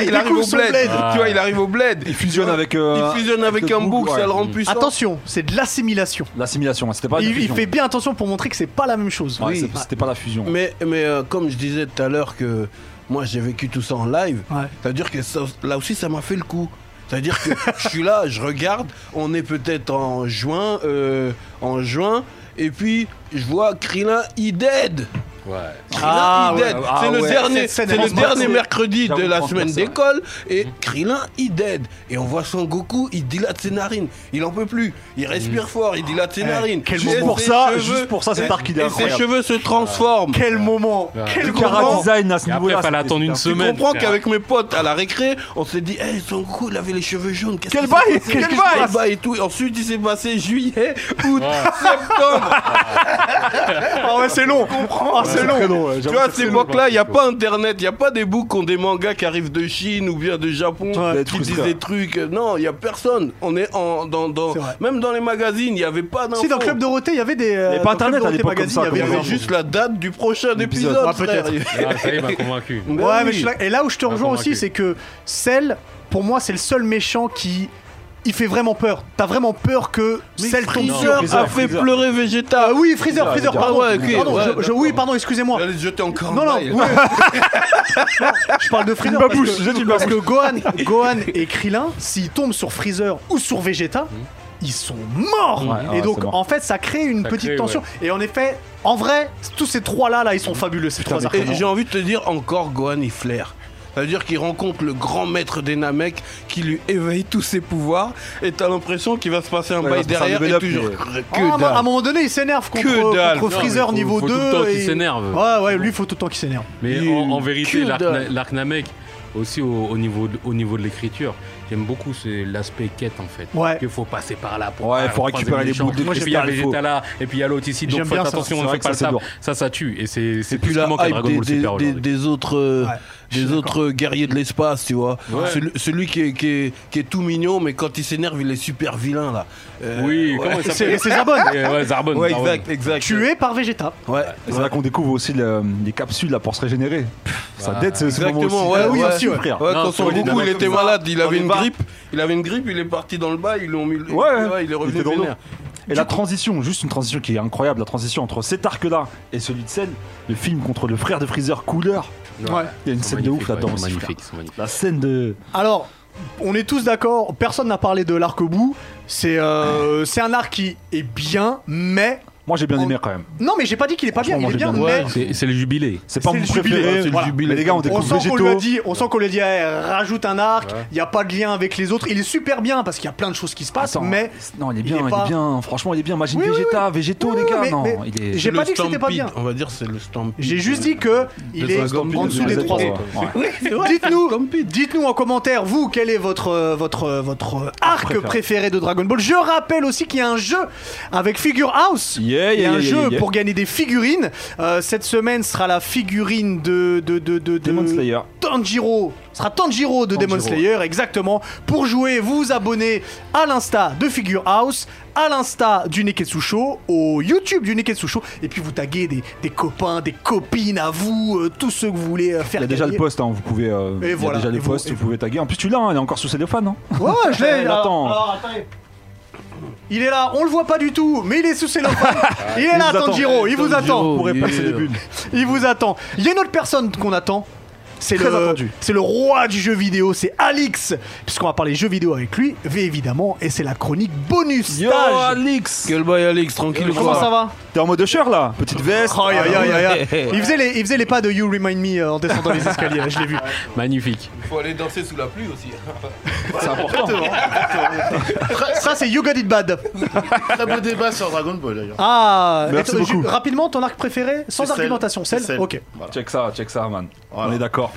[SPEAKER 3] il,
[SPEAKER 1] Il
[SPEAKER 3] arrive au
[SPEAKER 1] découvre son
[SPEAKER 3] bled.
[SPEAKER 1] bled.
[SPEAKER 3] Tu vois, il arrive au bled.
[SPEAKER 2] Il fusionne avec. euh,
[SPEAKER 3] Il fusionne avec
[SPEAKER 2] le
[SPEAKER 3] un bouc,
[SPEAKER 2] ouais.
[SPEAKER 3] ça le rend puissant.
[SPEAKER 1] Attention, c'est de l'assimilation.
[SPEAKER 2] L'assimilation, hein, c'était pas la
[SPEAKER 1] Il, il
[SPEAKER 2] fusion.
[SPEAKER 1] fait bien attention pour montrer que c'est pas la même chose.
[SPEAKER 2] Ouais,
[SPEAKER 1] Ouais.
[SPEAKER 2] c'est- C'était pas la fusion.
[SPEAKER 3] Mais, mais euh, comme je disais tout à l'heure que moi j'ai vécu tout ça en live,
[SPEAKER 1] Ouais.
[SPEAKER 3] c'est-à-dire que ça- là aussi ça m'a fait le coup. C'est-à-dire que je suis là, je regarde, on est peut-être en juin, euh, en juin, et puis je vois Krillin il dead.
[SPEAKER 4] Ouais.
[SPEAKER 3] Krillin,
[SPEAKER 1] Ah
[SPEAKER 3] il
[SPEAKER 1] ouais,
[SPEAKER 3] dead.
[SPEAKER 2] ah
[SPEAKER 3] c'est le
[SPEAKER 2] ouais.
[SPEAKER 3] dernier,
[SPEAKER 1] Cette scène,
[SPEAKER 3] c'est
[SPEAKER 1] elle
[SPEAKER 3] le
[SPEAKER 1] est
[SPEAKER 3] dernier
[SPEAKER 1] marquée.
[SPEAKER 3] mercredi de
[SPEAKER 2] J'avoue,
[SPEAKER 3] la
[SPEAKER 2] franchement,
[SPEAKER 3] semaine
[SPEAKER 2] c'est vrai.
[SPEAKER 3] d'école et Krillin il dead. Et on voit Son Goku, il dilate ses narines, il en peut plus, il respire fort, il dilate ses narines.
[SPEAKER 1] quel
[SPEAKER 3] Et
[SPEAKER 1] moment.
[SPEAKER 3] ses
[SPEAKER 2] Pour ça,
[SPEAKER 3] cheveux-
[SPEAKER 2] juste pour ça, cet arc, il est
[SPEAKER 3] et ses
[SPEAKER 2] incroyable.
[SPEAKER 3] cheveux se transforment.
[SPEAKER 1] Quel moment
[SPEAKER 4] Ouais.
[SPEAKER 1] Quel
[SPEAKER 2] Le
[SPEAKER 1] moment
[SPEAKER 2] Karadesign à ce
[SPEAKER 4] Et après,
[SPEAKER 2] niveau-là.
[SPEAKER 4] fallait
[SPEAKER 2] c'était-
[SPEAKER 4] attendre une
[SPEAKER 2] c'était un-
[SPEAKER 3] Tu
[SPEAKER 4] semaine.
[SPEAKER 3] comprends
[SPEAKER 4] frère.
[SPEAKER 3] qu'avec mes potes à la récré, on s'est dit, hey, son coup, il avait les cheveux jaunes. qu'est-ce
[SPEAKER 1] Quel
[SPEAKER 3] qui
[SPEAKER 1] bail
[SPEAKER 3] s'est passé
[SPEAKER 1] Quel
[SPEAKER 3] Qu'est-ce qui
[SPEAKER 1] bail
[SPEAKER 3] se passe Bail et tout. Et ensuite, il s'est passé juillet, août, septembre.
[SPEAKER 1] Ah ouais, c'est long. Ah, c'est
[SPEAKER 3] c'est long.
[SPEAKER 2] très long, ouais,
[SPEAKER 3] Tu
[SPEAKER 2] j'avoue,
[SPEAKER 3] vois, à
[SPEAKER 2] c'est
[SPEAKER 3] cette
[SPEAKER 2] très
[SPEAKER 3] époque-là,
[SPEAKER 2] long.
[SPEAKER 3] il n'y a pas Internet, il n'y a pas des books qui ont des mangas qui arrivent de Chine ou bien de Japon,
[SPEAKER 2] Ouais,
[SPEAKER 3] qui
[SPEAKER 2] tout
[SPEAKER 3] disent
[SPEAKER 2] ça.
[SPEAKER 3] des trucs. euh, Non, il n'y a personne. On est en, dans, dans-
[SPEAKER 1] C'est vrai.
[SPEAKER 3] Même dans les magazines, il n'y avait pas d'infos.
[SPEAKER 1] Si dans le Club Dorothée, il y avait des. euh,
[SPEAKER 2] Il y avait pas
[SPEAKER 1] dans
[SPEAKER 2] Internet
[SPEAKER 1] Club
[SPEAKER 2] à l'époque
[SPEAKER 1] Dorothée
[SPEAKER 2] comme ça,
[SPEAKER 1] Magazine,
[SPEAKER 3] Il y
[SPEAKER 1] il y
[SPEAKER 3] avait
[SPEAKER 2] Épisode.
[SPEAKER 3] juste la date du prochain
[SPEAKER 2] Épisode.
[SPEAKER 3] épisode,
[SPEAKER 1] Ouais,
[SPEAKER 3] frère.
[SPEAKER 4] Ah, ça y est, il m'a convaincu.
[SPEAKER 3] Ben
[SPEAKER 1] Ouais,
[SPEAKER 3] oui.
[SPEAKER 1] mais je suis là- et là où je te
[SPEAKER 4] Pas
[SPEAKER 1] rejoins aussi,
[SPEAKER 4] convaincu.
[SPEAKER 1] c'est que Cell, pour moi, c'est le seul méchant qui. Il fait vraiment peur. T'as vraiment peur que
[SPEAKER 3] Mais
[SPEAKER 1] Cell tombe
[SPEAKER 3] Freezer
[SPEAKER 1] sur.
[SPEAKER 3] a
[SPEAKER 2] Freezer,
[SPEAKER 3] fait
[SPEAKER 2] Freezer.
[SPEAKER 3] pleurer Vegeta.
[SPEAKER 1] Ah oui, Freezer, Freezer,
[SPEAKER 3] Ah
[SPEAKER 1] pardon.
[SPEAKER 3] ouais, ok,
[SPEAKER 1] Pardon,
[SPEAKER 3] ouais,
[SPEAKER 1] je- je- oui,
[SPEAKER 3] d'accord.
[SPEAKER 1] pardon, excusez-moi.
[SPEAKER 3] J'allais te jeter encore
[SPEAKER 1] Ah. Non,
[SPEAKER 3] un
[SPEAKER 1] non,
[SPEAKER 3] bail.
[SPEAKER 1] oui. Je parle de Freezer. parce
[SPEAKER 2] babouche,
[SPEAKER 1] que-
[SPEAKER 2] jette une
[SPEAKER 1] Parce que Gohan, Gohan et Krillin, s'ils tombent sur Freezer ou sur Vegeta, ils sont morts.
[SPEAKER 2] Ouais,
[SPEAKER 1] et
[SPEAKER 2] ouais,
[SPEAKER 1] donc,
[SPEAKER 2] c'est mort.
[SPEAKER 1] en fait, ça crée une
[SPEAKER 4] Ça
[SPEAKER 1] petite
[SPEAKER 4] crée,
[SPEAKER 1] tension. Et en effet, en vrai, tous ces trois-là, là, ils sont fabuleux, ces trois
[SPEAKER 3] Et j'ai
[SPEAKER 1] arcs.
[SPEAKER 3] envie de te dire encore Gohan il flaire. C'est-à-dire qu'il rencontre le grand maître des Namek qui lui éveille tous ses pouvoirs et t'as l'impression qu'il va se passer un
[SPEAKER 2] Ouais, il
[SPEAKER 3] bail
[SPEAKER 2] va se passer un
[SPEAKER 3] derrière
[SPEAKER 2] level
[SPEAKER 3] et
[SPEAKER 2] up,
[SPEAKER 3] toujours
[SPEAKER 2] mais-
[SPEAKER 1] Ah,
[SPEAKER 3] que
[SPEAKER 1] bah, à un
[SPEAKER 3] dalle.
[SPEAKER 1] moment donné, il s'énerve contre,
[SPEAKER 3] Que dalle.
[SPEAKER 1] contre
[SPEAKER 4] Non, mais
[SPEAKER 1] Freezer
[SPEAKER 4] faut-
[SPEAKER 1] niveau
[SPEAKER 4] faut tout
[SPEAKER 1] 2.
[SPEAKER 4] le temps qu'il
[SPEAKER 1] et-
[SPEAKER 4] s'énerve.
[SPEAKER 1] Ouais, ouais, lui, il faut tout le temps qu'il s'énerve.
[SPEAKER 4] Mais
[SPEAKER 3] Il-
[SPEAKER 4] en, en vérité,
[SPEAKER 3] que
[SPEAKER 4] l'arc
[SPEAKER 3] dalle.
[SPEAKER 4] Na- l'arc Namek, aussi au, au niveau de, au niveau de l'écriture, j'aime beaucoup c'est l'aspect quête en fait.
[SPEAKER 1] Ouais.
[SPEAKER 4] Qu'il faut passer par là pour.
[SPEAKER 2] Ouais,
[SPEAKER 4] faire
[SPEAKER 2] faut
[SPEAKER 4] croiser
[SPEAKER 2] récupérer les
[SPEAKER 4] méchants.
[SPEAKER 2] bouts de
[SPEAKER 4] Et puis il y a
[SPEAKER 2] cristal,
[SPEAKER 4] Vegeta là, et puis il y a l'autre ici, donc
[SPEAKER 1] J'aime
[SPEAKER 4] faites
[SPEAKER 1] bien ça.
[SPEAKER 4] attention,
[SPEAKER 2] C'est
[SPEAKER 4] ne
[SPEAKER 2] vrai
[SPEAKER 4] faites
[SPEAKER 2] que
[SPEAKER 4] pas
[SPEAKER 2] ça,
[SPEAKER 4] le
[SPEAKER 2] c'est
[SPEAKER 4] table.
[SPEAKER 2] lourd.
[SPEAKER 4] Ça, ça tue. Et c'est c'est tout
[SPEAKER 3] Puis
[SPEAKER 4] ce
[SPEAKER 3] la
[SPEAKER 4] qui manque à
[SPEAKER 3] hype
[SPEAKER 4] Dragon
[SPEAKER 3] des,
[SPEAKER 4] Ball Super
[SPEAKER 3] des- des-
[SPEAKER 4] aujourd'hui.
[SPEAKER 3] des autres, euh,
[SPEAKER 1] Ouais, je suis
[SPEAKER 3] des
[SPEAKER 1] d'accord.
[SPEAKER 3] autres euh, guerriers de l'espace, tu vois.
[SPEAKER 4] Ouais.
[SPEAKER 3] Celui, celui qui, est, qui, est, qui est tout mignon, mais quand il s'énerve, il est super vilain là. Euh,
[SPEAKER 4] Oui, comment il
[SPEAKER 1] C'est
[SPEAKER 4] s'appelle
[SPEAKER 1] c'est [laughs] Zabon.
[SPEAKER 4] Euh, Ouais, Zarbonne.
[SPEAKER 3] Ouais,
[SPEAKER 4] Zarbonne.
[SPEAKER 3] exact, exact.
[SPEAKER 1] Tué par Vegeta.
[SPEAKER 3] Ouais.
[SPEAKER 2] C'est là qu'on découvre aussi le- euh, les capsules là, pour se régénérer. Pff, Ça dette ce ce moment aussi.
[SPEAKER 3] Exactement, ouais,
[SPEAKER 2] Ah oui,
[SPEAKER 3] ouais.
[SPEAKER 2] aussi, frère.
[SPEAKER 3] Ouais,
[SPEAKER 4] Non,
[SPEAKER 3] quand
[SPEAKER 4] c'est
[SPEAKER 3] son
[SPEAKER 4] vrai,
[SPEAKER 3] Goku
[SPEAKER 4] il
[SPEAKER 3] il
[SPEAKER 4] est
[SPEAKER 3] était
[SPEAKER 4] comme ça,
[SPEAKER 3] malade, il
[SPEAKER 2] dans
[SPEAKER 3] avait
[SPEAKER 2] les
[SPEAKER 3] une
[SPEAKER 2] bars.
[SPEAKER 3] grippe, il avait une grippe, il est parti dans le bas, ils l'ont mis.
[SPEAKER 2] Ouais, ouais.
[SPEAKER 3] il est revenu
[SPEAKER 2] était dans l'eau.
[SPEAKER 3] vénère.
[SPEAKER 2] Et la transition, juste une transition qui est incroyable, la transition entre cet arc-là et celui de scène, le film contre le frère de Freezer, Couleur.
[SPEAKER 1] Ouais.
[SPEAKER 2] Il y a une
[SPEAKER 4] Ils sont
[SPEAKER 2] scène de ouf
[SPEAKER 4] magnifiques,
[SPEAKER 2] là-dedans
[SPEAKER 4] ouais, ils
[SPEAKER 2] aussi,
[SPEAKER 4] sont
[SPEAKER 2] frère.
[SPEAKER 4] magnifiques, ils sont magnifiques.
[SPEAKER 2] La scène de.
[SPEAKER 1] Alors, on est tous d'accord, personne n'a parlé de l'arc-bout. C'est euh, c'est un arc qui est bien, mais.
[SPEAKER 2] Moi j'ai bien
[SPEAKER 1] En-
[SPEAKER 2] aimé quand même.
[SPEAKER 1] Non, mais j'ai pas dit qu'il est pas bien, il
[SPEAKER 2] Franchement,
[SPEAKER 1] est bien,
[SPEAKER 2] moi, j'ai
[SPEAKER 1] mais.
[SPEAKER 2] bien-
[SPEAKER 4] C'est c'est le jubilé.
[SPEAKER 2] C'est pas
[SPEAKER 1] C'est
[SPEAKER 2] mon
[SPEAKER 1] le jubilé, hein,
[SPEAKER 2] préféré,
[SPEAKER 1] c'est le
[SPEAKER 2] voilà.
[SPEAKER 1] jubilé.
[SPEAKER 2] mais les gars, on découvre
[SPEAKER 1] On sent qu'on lui a
[SPEAKER 2] végétaux.
[SPEAKER 1] dit, on sent qu'on lui a dit, eh, rajoute un arc. Il y a pas de lien avec les autres. Il est super bien parce qu'il y a plein de choses qui se passent,
[SPEAKER 2] Attends,
[SPEAKER 1] mais
[SPEAKER 2] non, il est bien, il est,
[SPEAKER 1] pas-
[SPEAKER 2] bien. Franchement, il est bien. Imagine
[SPEAKER 1] Oui, oui,
[SPEAKER 2] Vegeta, végétaux, les gars.
[SPEAKER 1] mais-
[SPEAKER 2] non,
[SPEAKER 1] mais-
[SPEAKER 2] il est.
[SPEAKER 1] J'ai
[SPEAKER 3] Le
[SPEAKER 1] pas dit que c'était pas
[SPEAKER 3] Stampede,
[SPEAKER 1] bien.
[SPEAKER 3] On va dire c'est le Stampede.
[SPEAKER 1] j'ai juste dit que il est
[SPEAKER 3] Dragon
[SPEAKER 1] en
[SPEAKER 3] Ball,
[SPEAKER 1] dessous
[SPEAKER 3] les
[SPEAKER 1] des trois.
[SPEAKER 3] trois,
[SPEAKER 1] autres.
[SPEAKER 2] Ouais.
[SPEAKER 1] Dites-nous, dites-nous en commentaire, vous, quel est votre, euh, votre, euh, votre euh, arc préféré. de Dragon Ball. Je rappelle aussi qu'il y a un jeu avec Figure House.
[SPEAKER 2] Yeah,
[SPEAKER 1] Il y
[SPEAKER 2] yeah,
[SPEAKER 1] a un
[SPEAKER 2] yeah,
[SPEAKER 1] jeu
[SPEAKER 2] yeah, yeah.
[SPEAKER 1] pour gagner des figurines. Euh, cette semaine sera la figurine de, de, de, de, de-
[SPEAKER 2] Demon Slayer.
[SPEAKER 1] Tanjiro. Ce sera Tanjiro de Demon Slayer, exactement. Pour jouer, vous vous abonnez à l'insta de Figure House, à l'insta du Neketsu Show, au YouTube du Neketsu Show, et puis vous taguez des, des copains, des copines à vous, euh, tous ceux que vous voulez euh,
[SPEAKER 2] Il
[SPEAKER 1] faire
[SPEAKER 2] y a déjà
[SPEAKER 1] gagner.
[SPEAKER 2] le poste, hein, vous pouvez. euh, il y a
[SPEAKER 1] voilà,
[SPEAKER 2] déjà
[SPEAKER 1] et
[SPEAKER 2] le
[SPEAKER 1] vous-
[SPEAKER 2] poste,
[SPEAKER 1] et
[SPEAKER 2] vous
[SPEAKER 1] vous-
[SPEAKER 2] pouvez taguer. En plus, tu l'as, hein, il est encore sous ses deux
[SPEAKER 1] [laughs]
[SPEAKER 2] fans. hein.
[SPEAKER 1] Ouais, ouais, je l'ai.
[SPEAKER 2] Il
[SPEAKER 1] alors-
[SPEAKER 2] attend.
[SPEAKER 1] alors, attendez. Il est là, on le voit pas du tout, mais il est sous ses
[SPEAKER 2] [laughs]
[SPEAKER 1] cellophane. il est là,
[SPEAKER 2] Ah, vous attend.
[SPEAKER 1] Tanjiro, il vous attend.
[SPEAKER 2] Pour
[SPEAKER 3] il
[SPEAKER 2] répandre
[SPEAKER 3] est-
[SPEAKER 2] ses débuts.
[SPEAKER 1] Il vous attend. Il y a une autre personne qu'on attend. C'est
[SPEAKER 2] Très
[SPEAKER 1] le,
[SPEAKER 2] attendu.
[SPEAKER 1] c'est le roi du jeu vidéo, c'est Alix, puisqu'on va parler jeux vidéo avec lui, mais évidemment, et c'est la chronique bonus
[SPEAKER 2] Yo,
[SPEAKER 1] stage.
[SPEAKER 2] Alix
[SPEAKER 3] Quel bail Alex, tranquille.
[SPEAKER 1] Euh, Comment ça va
[SPEAKER 2] T'es en mode chœur là Petite veste
[SPEAKER 1] Oh, yo, yo, yo, yo.
[SPEAKER 3] ouais.
[SPEAKER 1] Il, faisait les, il faisait les pas de You Remind Me euh, en descendant les escaliers, je l'ai
[SPEAKER 2] [laughs]
[SPEAKER 1] vu.
[SPEAKER 4] Magnifique.
[SPEAKER 3] Il faut aller danser sous la pluie aussi.
[SPEAKER 2] C'est important.
[SPEAKER 1] Ça, c'est You Got It Bad.
[SPEAKER 6] Très beau débat sur Dragon Ball d'ailleurs.
[SPEAKER 1] Ah,
[SPEAKER 2] Merci
[SPEAKER 1] et toi, ju-
[SPEAKER 2] beaucoup.
[SPEAKER 1] rapidement, ton arc préféré, sans
[SPEAKER 6] C'est celle.
[SPEAKER 1] argumentation, celle,
[SPEAKER 6] C'est celle.
[SPEAKER 1] Ok.
[SPEAKER 6] Voilà.
[SPEAKER 2] Check ça, check ça, man.
[SPEAKER 6] Voilà.
[SPEAKER 2] On est d'accord.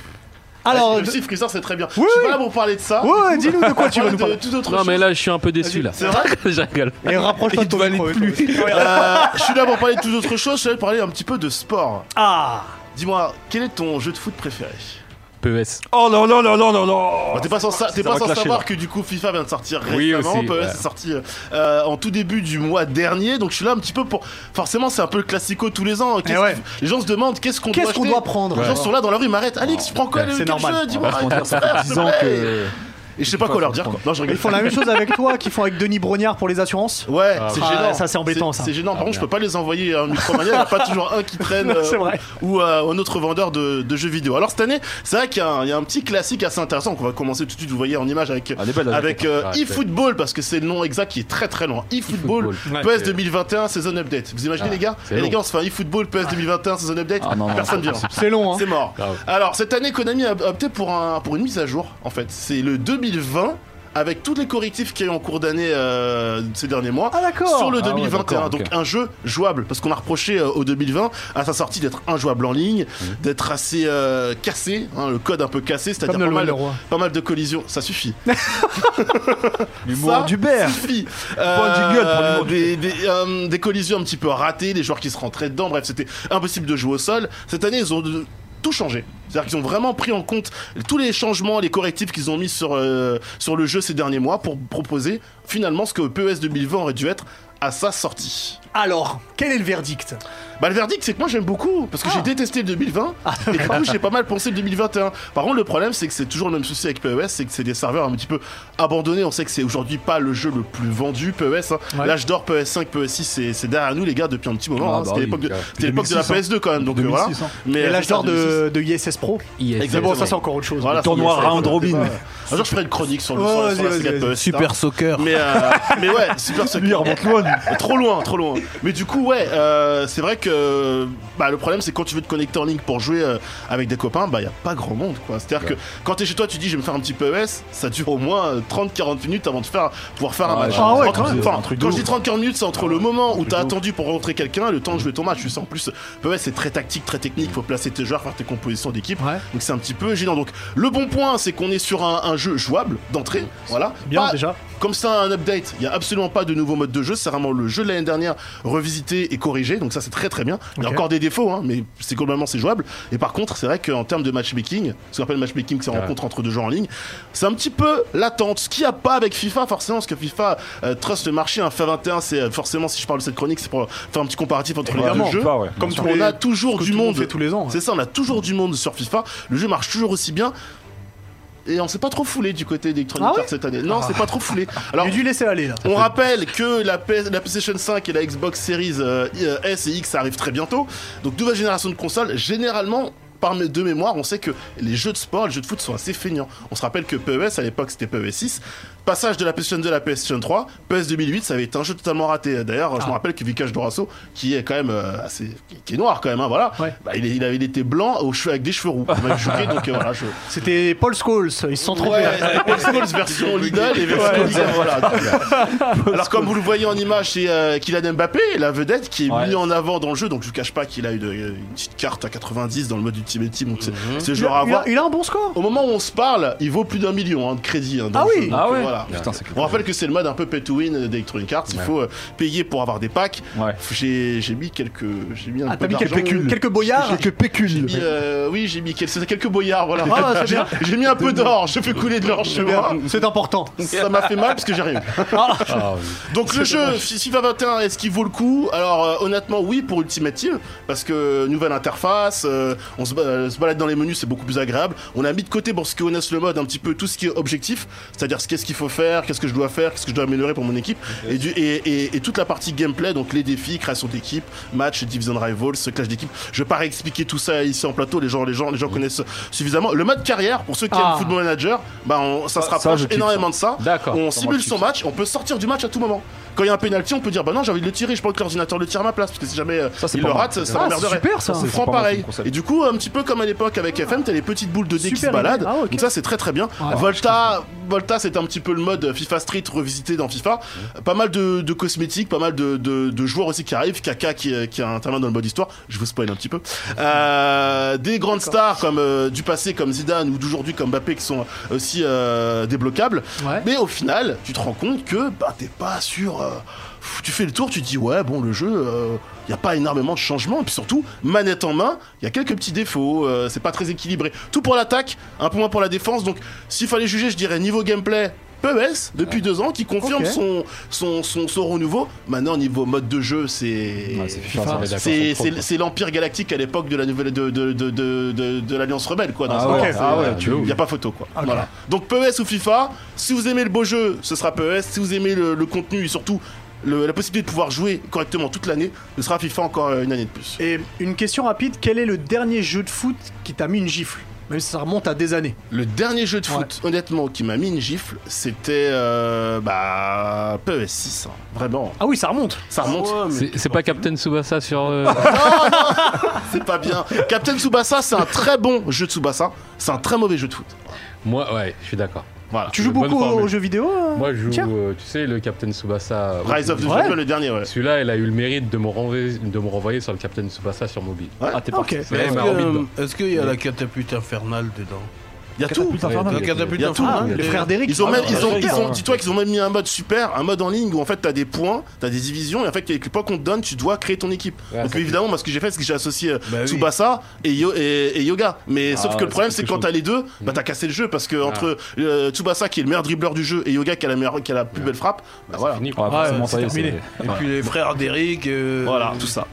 [SPEAKER 1] Alors,
[SPEAKER 6] Ah, le petit Freezer, c'est très bien.
[SPEAKER 1] Oui,
[SPEAKER 6] je suis
[SPEAKER 1] oui.
[SPEAKER 6] pas là pour parler de ça.
[SPEAKER 1] Ouais, ouais, dis-nous de quoi tu
[SPEAKER 6] Je
[SPEAKER 1] vas nous
[SPEAKER 6] vais
[SPEAKER 1] parler.
[SPEAKER 6] parler de tout autre
[SPEAKER 4] Non,
[SPEAKER 6] chose.
[SPEAKER 4] mais là, je suis un peu déçu là.
[SPEAKER 6] C'est vrai
[SPEAKER 4] [laughs] Je rigole.
[SPEAKER 1] Et rapproche-toi de ton micro. et toi.
[SPEAKER 6] Euh, Je suis là pour parler de tout autre chose. Je vais parler un petit peu de sport.
[SPEAKER 1] Ah
[SPEAKER 6] Dis-moi, quel est ton jeu de foot préféré
[SPEAKER 4] PES.
[SPEAKER 2] Oh non, non, non, non, non, non
[SPEAKER 6] Bah, T'es pas sans, sa-
[SPEAKER 2] ça
[SPEAKER 6] t'es pas
[SPEAKER 2] va
[SPEAKER 6] sans
[SPEAKER 2] clasher,
[SPEAKER 6] savoir
[SPEAKER 2] là.
[SPEAKER 6] que du coup FIFA vient de sortir
[SPEAKER 4] Oui,
[SPEAKER 6] récemment.
[SPEAKER 4] aussi,
[SPEAKER 6] PES
[SPEAKER 4] ouais.
[SPEAKER 6] est sorti euh, en tout début du mois dernier. Donc je suis là un petit peu pour. Forcément, c'est un peu le classico tous les ans. Qu'est-ce
[SPEAKER 1] Eh ouais.
[SPEAKER 6] que- Les gens se demandent qu'est-ce qu'on
[SPEAKER 1] Qu'est-ce
[SPEAKER 6] doit
[SPEAKER 1] qu'on
[SPEAKER 6] acheter
[SPEAKER 1] doit prendre
[SPEAKER 6] Les gens sont là dans la rue, ils m'arrêtent. Alex, tu prends quoi
[SPEAKER 4] Ouais,
[SPEAKER 6] le-
[SPEAKER 1] c'est
[SPEAKER 6] quel
[SPEAKER 1] normal.
[SPEAKER 6] jeu Dis-moi.
[SPEAKER 2] se mentir, ça fait
[SPEAKER 6] frère, s'il
[SPEAKER 2] 10
[SPEAKER 6] te
[SPEAKER 2] ans
[SPEAKER 6] plaît.
[SPEAKER 2] que.
[SPEAKER 6] Et je sais pas quoi leur dire quoi. Non, je rigole.
[SPEAKER 1] Ils font la même chose avec toi qu'ils font avec Denis Brognard pour les
[SPEAKER 6] [laughs]
[SPEAKER 1] assurances
[SPEAKER 6] Ouais, c'est
[SPEAKER 1] Ah,
[SPEAKER 6] gênant.
[SPEAKER 1] ça, c'est embêtant, ça. Ah,
[SPEAKER 6] C'est gênant. Par contre, je peux pas les envoyer à un micromania. Il n'y a pas toujours
[SPEAKER 1] [laughs]
[SPEAKER 6] un qui traîne
[SPEAKER 1] Non, c'est
[SPEAKER 6] euh,
[SPEAKER 1] vrai.
[SPEAKER 6] ou à un autre vendeur de, de jeux vidéo. Alors cette année, c'est vrai qu'il y, a un- il y a un petit classique assez intéressant qu'on va commencer tout de suite. Vous voyez en image avec
[SPEAKER 2] Elle est belle, la
[SPEAKER 6] avec euh,
[SPEAKER 4] Ah,
[SPEAKER 6] eFootball parce que c'est le nom exact qui est très très long. eFootball
[SPEAKER 4] eFootball. Ouais,
[SPEAKER 6] PES
[SPEAKER 4] c'est-
[SPEAKER 6] 2021 saison update. Vous imaginez
[SPEAKER 4] Ah,
[SPEAKER 6] les gars
[SPEAKER 4] c'est
[SPEAKER 6] Et les
[SPEAKER 4] long.
[SPEAKER 6] gars, on se fait un eFootball PES 2021 saison update.
[SPEAKER 2] Ah, non, non,
[SPEAKER 6] Personne vient.
[SPEAKER 1] C'est long, hein
[SPEAKER 6] C'est mort.
[SPEAKER 4] Grave.
[SPEAKER 6] Alors cette année, Konami a opté pour un pour une mise à jour. En fait, c'est le 2020 avec tous les correctifs qu'il y a eu en cours d'année euh, ces derniers mois
[SPEAKER 1] Ah, d'accord.
[SPEAKER 6] sur le
[SPEAKER 4] Ah ouais,
[SPEAKER 6] 2021.
[SPEAKER 4] d'accord,
[SPEAKER 6] Donc
[SPEAKER 4] ok.
[SPEAKER 6] un jeu jouable, parce qu'on a reproché euh, au 2020 à sa sortie d'être injouable en ligne,
[SPEAKER 4] Mhm.
[SPEAKER 6] d'être assez euh, cassé, hein, le code un peu cassé, c'est-à-dire
[SPEAKER 1] Comme
[SPEAKER 6] pas,
[SPEAKER 1] le
[SPEAKER 6] mal-
[SPEAKER 1] Leroy.
[SPEAKER 6] pas mal de collisions.
[SPEAKER 1] [laughs]
[SPEAKER 6] Ça suffit.
[SPEAKER 2] L'humour
[SPEAKER 1] Ah,
[SPEAKER 6] Ça
[SPEAKER 2] d'Hubert.
[SPEAKER 6] suffit.
[SPEAKER 2] jingle pour l'humour
[SPEAKER 6] des, des, euh, des collisions un petit peu ratées, des joueurs qui se rentraient dedans, bref, c'était impossible de jouer au sol. Cette année, ils ont de- tout changé. C'est-à-dire qu'ils ont vraiment pris en compte tous les changements, les correctifs qu'ils ont mis sur, euh, sur le jeu ces derniers mois pour proposer finalement ce que E PES 2020 aurait dû être à sa sortie.
[SPEAKER 1] Alors, quel est le verdict
[SPEAKER 6] Bah le verdict c'est que moi j'aime beaucoup parce que
[SPEAKER 1] Ah.
[SPEAKER 6] j'ai détesté le 2020 et du coup j'ai pas mal pensé le 2021. Par contre le problème c'est que c'est toujours le même souci avec PES, c'est que c'est des serveurs un petit peu abandonnés. On sait que c'est aujourd'hui pas le jeu le plus vendu PES. hein.
[SPEAKER 1] Ouais.
[SPEAKER 6] L'âge d'or PES 5, PES 6 E c'est- c'est derrière nous les gars depuis un petit moment.
[SPEAKER 2] Ah,
[SPEAKER 6] hein.
[SPEAKER 2] bah
[SPEAKER 6] C'était
[SPEAKER 2] oui,
[SPEAKER 6] l'époque de,
[SPEAKER 2] gars.
[SPEAKER 6] c'était l'époque de la
[SPEAKER 2] 2006,
[SPEAKER 6] PS2 quand même donc euh,
[SPEAKER 2] 2006,
[SPEAKER 6] voilà.
[SPEAKER 2] hein.
[SPEAKER 6] Mais
[SPEAKER 1] Et
[SPEAKER 6] euh,
[SPEAKER 1] l'âge
[SPEAKER 6] c'est ça,
[SPEAKER 1] d'or
[SPEAKER 6] 2006.
[SPEAKER 1] de, de ISS Pro
[SPEAKER 4] ISS.
[SPEAKER 1] C'est bon, ça
[SPEAKER 6] Exactement.
[SPEAKER 1] c'est encore autre chose.
[SPEAKER 6] Voilà, c'est-
[SPEAKER 2] Tournoi
[SPEAKER 6] c'est-
[SPEAKER 2] round
[SPEAKER 6] c'est-
[SPEAKER 2] robin.
[SPEAKER 6] Un jour je ferai une chronique sur le
[SPEAKER 1] Ouais,
[SPEAKER 6] sur la-
[SPEAKER 1] vas-y,
[SPEAKER 6] sur la E
[SPEAKER 1] vas-y,
[SPEAKER 6] saga
[SPEAKER 1] vas-y.
[SPEAKER 6] PES,
[SPEAKER 3] Super soccer.
[SPEAKER 6] mais, euh, mais ouais, super soccer.
[SPEAKER 2] Lui, il remonte loin. lui.
[SPEAKER 6] Euh, trop loin, trop loin. Mais du coup, ouais, euh, c'est vrai que bah, le problème, c'est quand tu veux te connecter en ligne pour jouer euh, avec des copains, bah, il a pas grand monde, quoi. C'est-à-dire que quand t'es chez toi, tu dis, je vais me faire un petit PES, ça dure au moins euh, 30-40 minutes avant de faire, pouvoir faire un
[SPEAKER 2] Ah
[SPEAKER 6] match.
[SPEAKER 2] ouais,
[SPEAKER 1] ah ouais,
[SPEAKER 6] Entre-
[SPEAKER 1] quand même.
[SPEAKER 6] enfin,
[SPEAKER 2] Un truc de
[SPEAKER 6] quand je dis
[SPEAKER 2] ouf.
[SPEAKER 6] 30-40 minutes, c'est entre le moment où
[SPEAKER 2] truc
[SPEAKER 6] t'as
[SPEAKER 2] de ouf.
[SPEAKER 6] attendu pour rencontrer quelqu'un et le temps de jouer ton match. Tu sais, en plus, PES, c'est très tactique, très technique, faut placer tes joueurs, faire tes compositions d'équipe.
[SPEAKER 1] Ouais.
[SPEAKER 6] Donc c'est un petit peu gênant. Donc le bon point, c'est qu'on est sur un, un jeu jouable d'entrée, voilà.
[SPEAKER 1] Bien
[SPEAKER 6] Pas-
[SPEAKER 1] déjà.
[SPEAKER 6] comme c'est un update, il n'y a absolument pas de nouveau mode de jeu. C'est vraiment le jeu de l'année dernière revisité et corrigé. Donc ça, c'est très très bien. Il y a
[SPEAKER 1] Ok.
[SPEAKER 6] encore des défauts, hein, mais c'est globalement c'est jouable. Et par contre, c'est vrai qu'en termes de matchmaking, ce qu'on appelle matchmaking, c'est
[SPEAKER 4] Ouais.
[SPEAKER 6] rencontre entre deux joueurs en ligne, c'est un petit peu l'attente. Ce qu'il n'y a pas avec FIFA, forcément, parce que FIFA euh, trust le marché. Un FA21, c'est euh, forcément, si je parle de cette chronique, c'est pour faire un petit comparatif entre
[SPEAKER 1] Évidemment,
[SPEAKER 6] les deux jeux.
[SPEAKER 2] Pas, Ah ouais.
[SPEAKER 1] Comme tous
[SPEAKER 6] on
[SPEAKER 1] les-
[SPEAKER 6] a toujours
[SPEAKER 1] que
[SPEAKER 6] du
[SPEAKER 1] tout le
[SPEAKER 6] monde.
[SPEAKER 1] fait tous les ans. ouais.
[SPEAKER 6] C'est ça, on a toujours du monde sur FIFA. Le jeu marche toujours aussi bien. Et on s'est pas trop foulé du côté d'Electronic
[SPEAKER 1] Ah ouais
[SPEAKER 6] Arts cette année. Non, c'est pas
[SPEAKER 1] [laughs]
[SPEAKER 6] trop foulé. Alors,
[SPEAKER 1] hein. J'ai dû laisser aller là.
[SPEAKER 6] on rappelle que la, PS la PlayStation 5 et la Xbox Series euh, I- euh, S et X arrivent très bientôt. Donc nouvelle génération de consoles, généralement par mes- de mémoire, on sait que les jeux de sport, les jeux de foot sont assez feignants. On se rappelle que PES à l'époque c'était PES 6. Passage de la PlayStation 2 à la PlayStation E 3, PES 2008, ça avait été un jeu totalement raté. D'ailleurs, je me rappelle que Vikash Dorasso, qui est quand même euh, assez, qui est noir quand même, hein, voilà,
[SPEAKER 1] Ouais.
[SPEAKER 6] Bah, il, est- il avait été blanc aux cheveux avec des cheveux roux. Il m'a choqué, donc euh, voilà, je,
[SPEAKER 1] C'était Paul Scholes, ils se sont trompés.
[SPEAKER 6] Ouais, c'était Paul Scholes version Lidl et version Lidl, voilà. Alors comme vous le voyez en image, c'est euh, Kylian Mbappé, la vedette qui est
[SPEAKER 2] Ouais.
[SPEAKER 6] mise en avant dans le jeu. Donc je vous cache pas qu'il a une, une petite carte à 90 dans le mode Ultimate Team. Donc c'est-
[SPEAKER 2] Mhm.
[SPEAKER 6] c'est
[SPEAKER 1] Il
[SPEAKER 6] genre à
[SPEAKER 1] a, il
[SPEAKER 6] voir.
[SPEAKER 1] a- il a un bon score.
[SPEAKER 6] Au moment où on se parle, il vaut plus d'un million hein, de crédit. hein, dans
[SPEAKER 1] Ah
[SPEAKER 6] le
[SPEAKER 1] oui.
[SPEAKER 6] jeu. Donc,
[SPEAKER 2] Ah ouais.
[SPEAKER 6] voilà.
[SPEAKER 2] Putain, c'est
[SPEAKER 6] On rappelle que c'est le mode un peu pay to win d'Electronic Arts. Il faut euh, payer pour avoir des packs.
[SPEAKER 2] Ouais.
[SPEAKER 6] J'ai j'ai mis quelques. J'ai mis un
[SPEAKER 1] Ah,
[SPEAKER 6] peu
[SPEAKER 1] t'as mis
[SPEAKER 6] d'argent.
[SPEAKER 1] quelques, quelques boyards.
[SPEAKER 2] Quelques pécules.
[SPEAKER 6] J'ai mis, euh, oui, j'ai mis quel- c'était quelques boyards, voilà.
[SPEAKER 1] Ah, c'est bien.
[SPEAKER 6] [laughs] J'ai mis un peu d'or, je fais couler de l'or chez moi.
[SPEAKER 1] C'est important.
[SPEAKER 6] [laughs] Ça m'a fait mal parce que j'ai rien eu.
[SPEAKER 4] Ah, oui.
[SPEAKER 6] [laughs] Donc le jeu FIFA 21, est-ce qu'il vaut le coup Alors euh, honnêtement oui pour Ultimate Team parce que nouvelle interface, euh, on se, ba- euh, se balade dans les menus, c'est beaucoup plus agréable. On a mis de côté pour ce qui honest le mode un petit peu tout ce qui est objectif, c'est-à-dire ce qu'est-ce qu'il faut faire, qu'est-ce que je dois faire, qu'est-ce que je dois améliorer pour mon équipe et, du- et- et- et toute la partie gameplay, donc les défis, création d'équipe, match, division rivals, clash d'équipe. Je vais pas réexpliquer tout ça ici en plateau, les gens, les gens, les gens connaissent suffisamment. Le mode carrière pour ceux qui
[SPEAKER 1] Ah.
[SPEAKER 6] aiment Football Manager, bah on- ça se
[SPEAKER 2] Ça, ça,
[SPEAKER 6] rapproche
[SPEAKER 2] je kiffe,
[SPEAKER 6] énormément de ça.
[SPEAKER 4] D'accord.
[SPEAKER 6] On
[SPEAKER 4] Moi,
[SPEAKER 6] simule
[SPEAKER 4] je
[SPEAKER 6] son
[SPEAKER 4] kiffe.
[SPEAKER 6] match, on peut sortir du match à tout moment. Quand il y a un penalty, on peut dire bah non, j'ai envie de le tirer, je prends que l'ordinateur le tire à ma place, parce que si jamais euh,
[SPEAKER 2] Ça, c'est
[SPEAKER 6] il
[SPEAKER 2] pas
[SPEAKER 6] le
[SPEAKER 2] mal.
[SPEAKER 6] rate, ça
[SPEAKER 1] Ah,
[SPEAKER 6] m'emmerderait.
[SPEAKER 1] super ça.
[SPEAKER 2] Ça, c'est-
[SPEAKER 6] Franc
[SPEAKER 2] pas mal
[SPEAKER 6] pareil.
[SPEAKER 2] comme concept.
[SPEAKER 6] Et du coup, un petit peu comme à l'époque avec FM, t'as les petites boules de dé qui se
[SPEAKER 1] Super
[SPEAKER 6] baladent.
[SPEAKER 1] idée. Ah, ok.
[SPEAKER 6] Donc ça, c'est très très bien.
[SPEAKER 1] Ouais.
[SPEAKER 6] Volta, Volta, c'est un petit peu le mode FIFA Street revisité dans FIFA. Pas mal de, de cosmétiques, pas mal de, de- de joueurs aussi qui arrivent. Kaka qui, euh, qui intervient dans le mode histoire. Je vous spoil un petit peu. Euh, des grandes stars comme euh, du passé comme Zidane ou d'aujourd'hui comme Mbappé qui sont aussi euh, débloquables.
[SPEAKER 1] Ouais.
[SPEAKER 6] Mais au final, tu te rends compte que bah, t'es pas sûr. euh, pff, tu fais le tour, tu te dis ouais bon le jeu, il y a pas énormément de changements et puis surtout manette en main, il y a quelques petits défauts, euh, c'est pas très équilibré. Tout pour l'attaque, un peu moins pour la défense. Donc s'il fallait juger, je dirais niveau gameplay. PES depuis deux ans qui confirme
[SPEAKER 1] Ok.
[SPEAKER 6] son, son, son, son renouveau. Maintenant niveau mode de jeu c'est
[SPEAKER 2] Ouais, c'est FIFA, Ah, ça, on est d'accord,
[SPEAKER 6] c'est-
[SPEAKER 2] son
[SPEAKER 6] c'est-
[SPEAKER 2] propre.
[SPEAKER 6] c'est l'empire galactique à l'époque de la nouvelle de, de, de, de, de- de l'alliance rebelle quoi. Dans
[SPEAKER 2] Ah
[SPEAKER 6] ce
[SPEAKER 2] ouais,
[SPEAKER 6] sens.
[SPEAKER 2] ah ouais,
[SPEAKER 6] C'est-
[SPEAKER 2] tu-
[SPEAKER 6] y a pas photo quoi. Voilà. Donc PES ou FIFA, si vous aimez le beau jeu, ce sera PES. Si vous aimez le, le contenu et surtout le- la possibilité de pouvoir jouer correctement toute l'année, ce sera FIFA encore euh, une année de plus.
[SPEAKER 1] Et une question rapide, quel est le dernier jeu de foot qui t'a mis une gifle Même si ça remonte à des années.
[SPEAKER 6] Le dernier jeu de foot, honnêtement, qui m'a mis une gifle, c'était euh, bah, PES 6. hein. Vraiment,
[SPEAKER 1] Ah oui, ça remonte.
[SPEAKER 6] ça remonte.
[SPEAKER 4] C'est- C'est pas Captain Tsubasa sur. euh,
[SPEAKER 6] C'est pas bien.
[SPEAKER 2] Ah
[SPEAKER 6] Captain Tsubasa, c'est un très bon jeu de Tsubasa. C'est un très mauvais jeu de foot.
[SPEAKER 4] Moi, ouais, je suis d'accord.
[SPEAKER 6] Voilà.
[SPEAKER 1] Tu joues
[SPEAKER 4] Bonne
[SPEAKER 1] beaucoup
[SPEAKER 4] formule.
[SPEAKER 1] aux jeux vidéo euh,
[SPEAKER 4] Moi, je
[SPEAKER 1] Pierre
[SPEAKER 4] joue, euh, tu sais, le Captain Tsubasa.
[SPEAKER 6] Rise of the
[SPEAKER 1] Ouais.
[SPEAKER 6] Champions, le dernier, ouais.
[SPEAKER 4] Celui-là, il a eu le mérite de me, renvoyer, de me renvoyer sur le Captain Tsubasa sur mobile.
[SPEAKER 6] Ouais.
[SPEAKER 2] Ah, t'es
[SPEAKER 1] Ok.
[SPEAKER 2] parti.
[SPEAKER 4] Ouais,
[SPEAKER 3] Est-ce
[SPEAKER 4] ma
[SPEAKER 3] que,
[SPEAKER 4] orbite,
[SPEAKER 3] euh,
[SPEAKER 4] donc.
[SPEAKER 3] est-ce qu'il y a la catapulte infernale dedans
[SPEAKER 6] Il y a tout.
[SPEAKER 2] Putain,
[SPEAKER 4] Ouais,
[SPEAKER 2] Fernand.
[SPEAKER 4] donc,
[SPEAKER 3] La
[SPEAKER 4] euh,
[SPEAKER 3] catapulte
[SPEAKER 6] y a tout,
[SPEAKER 1] Ah,
[SPEAKER 3] infernale
[SPEAKER 1] les
[SPEAKER 3] euh,
[SPEAKER 1] frères d'Eric.
[SPEAKER 6] Ils ont
[SPEAKER 2] Ah,
[SPEAKER 6] même,
[SPEAKER 2] ouais,
[SPEAKER 6] ils ont,
[SPEAKER 2] ouais,
[SPEAKER 6] ils ont,
[SPEAKER 2] ouais.
[SPEAKER 6] dis-toi qu'ils ont même mis un mode super, un mode en ligne où en fait t'as des points, t'as des divisions et en fait avec les points qu'on te donne, tu dois créer ton équipe.
[SPEAKER 4] Ouais,
[SPEAKER 6] Donc
[SPEAKER 4] ça,
[SPEAKER 6] évidemment, moi ce que j'ai fait, c'est que j'ai associé euh,
[SPEAKER 3] Bah oui.
[SPEAKER 6] Tsubasa et, Yo- et- et Yoga. Mais
[SPEAKER 4] Ah,
[SPEAKER 6] sauf que
[SPEAKER 4] ouais,
[SPEAKER 6] le problème,
[SPEAKER 4] c'est
[SPEAKER 6] c'est que
[SPEAKER 4] quelque
[SPEAKER 6] quand t'as les deux, bah
[SPEAKER 4] Mhm.
[SPEAKER 6] t'as cassé le jeu parce que
[SPEAKER 4] Ah.
[SPEAKER 6] entre euh, Tsubasa qui est le meilleur dribbleur du jeu et Yoga qui a la meilleure, qui a la plus
[SPEAKER 4] Ouais.
[SPEAKER 6] belle frappe, bah
[SPEAKER 4] c'est
[SPEAKER 6] voilà,
[SPEAKER 4] fini, quoi.
[SPEAKER 2] Ouais, Ah, forcément,
[SPEAKER 3] ouais,
[SPEAKER 2] ça y est,
[SPEAKER 1] c'est terminé.
[SPEAKER 2] c'est-
[SPEAKER 3] Et puis les frères d'Eric. euh,
[SPEAKER 6] voilà tout ça.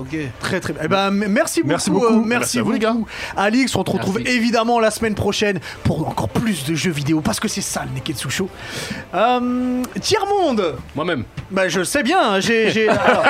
[SPEAKER 3] Ok.
[SPEAKER 1] Très très bien. Eh ben, m- merci beaucoup.
[SPEAKER 2] Merci beaucoup.
[SPEAKER 1] euh, merci
[SPEAKER 6] Merci à vous, les
[SPEAKER 1] beaucoup. Alix, on te retrouve
[SPEAKER 4] Merci.
[SPEAKER 1] évidemment la semaine prochaine pour encore plus de jeux vidéo parce que c'est ça le Neketsu Show. Euh, Tiers-monde
[SPEAKER 4] Moi-même.
[SPEAKER 1] Bah je sais bien, hein, j'ai... j'ai- alors,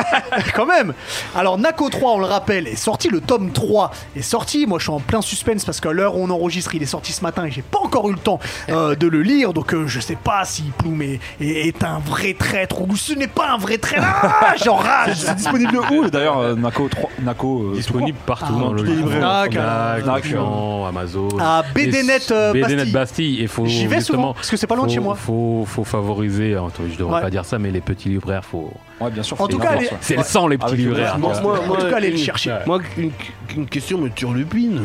[SPEAKER 1] quand même Alors Nako 3, on le rappelle, est sorti, le tome 3 est sorti, moi je suis en plein suspense parce qu'à l'heure où on enregistre, il est sorti ce matin et j'ai pas encore eu le temps euh, de le lire, donc euh, je sais pas si Plume est, est- est un vrai traître ou ce n'est pas un vrai traître. Ah, j'enrage
[SPEAKER 2] C'est [laughs] disponible où d'ailleurs euh, Nako 3 Nako euh,
[SPEAKER 4] Disponible partout
[SPEAKER 1] Ah,
[SPEAKER 4] dans le
[SPEAKER 2] toutes les librairies.
[SPEAKER 1] Fnac,
[SPEAKER 2] Fnac,
[SPEAKER 4] Fnac, Auchan, Amazon.
[SPEAKER 1] Ah, BDNet, euh,
[SPEAKER 4] BDNet
[SPEAKER 1] Bastille.
[SPEAKER 4] Bastille. Et faut
[SPEAKER 1] J'y vais souvent,
[SPEAKER 4] justement-
[SPEAKER 1] parce que c'est pas loin de
[SPEAKER 4] faut-
[SPEAKER 1] chez moi.
[SPEAKER 4] Faut, faut favoriser, hein, toi, je devrais
[SPEAKER 1] Ouais.
[SPEAKER 4] pas dire ça, mais les petits libraires, faut.
[SPEAKER 2] Ouais, bien sûr.
[SPEAKER 1] En
[SPEAKER 2] c'est
[SPEAKER 1] tout
[SPEAKER 2] une
[SPEAKER 1] cas,
[SPEAKER 2] influence,
[SPEAKER 1] les-
[SPEAKER 2] ouais.
[SPEAKER 4] C'est le sang, les petits
[SPEAKER 2] Avec le
[SPEAKER 4] libraires.
[SPEAKER 2] moi-
[SPEAKER 4] quoi.
[SPEAKER 1] En tout cas, allez le
[SPEAKER 3] une-
[SPEAKER 1] chercher.
[SPEAKER 4] Ouais.
[SPEAKER 3] Moi, une, une question me turlupine.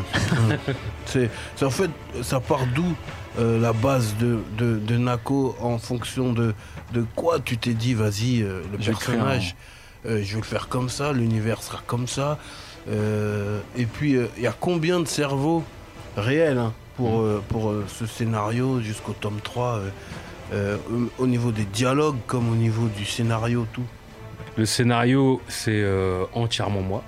[SPEAKER 3] c'est, c'est en fait, ça part d'où euh, la base de, de, de Nako en fonction de, de quoi tu t'es dit, vas-y, euh, le
[SPEAKER 2] Je vais créer
[SPEAKER 3] personnage, euh, je vais le faire comme ça, l'univers sera comme ça. Euh, et puis, il y a combien de cerveaux réels hein, pour, euh, pour euh, ce scénario jusqu'au tome 3 euh, euh, au au niveau des dialogues comme au niveau du scénario, tout.
[SPEAKER 4] Le scénario, c'est euh, entièrement moi.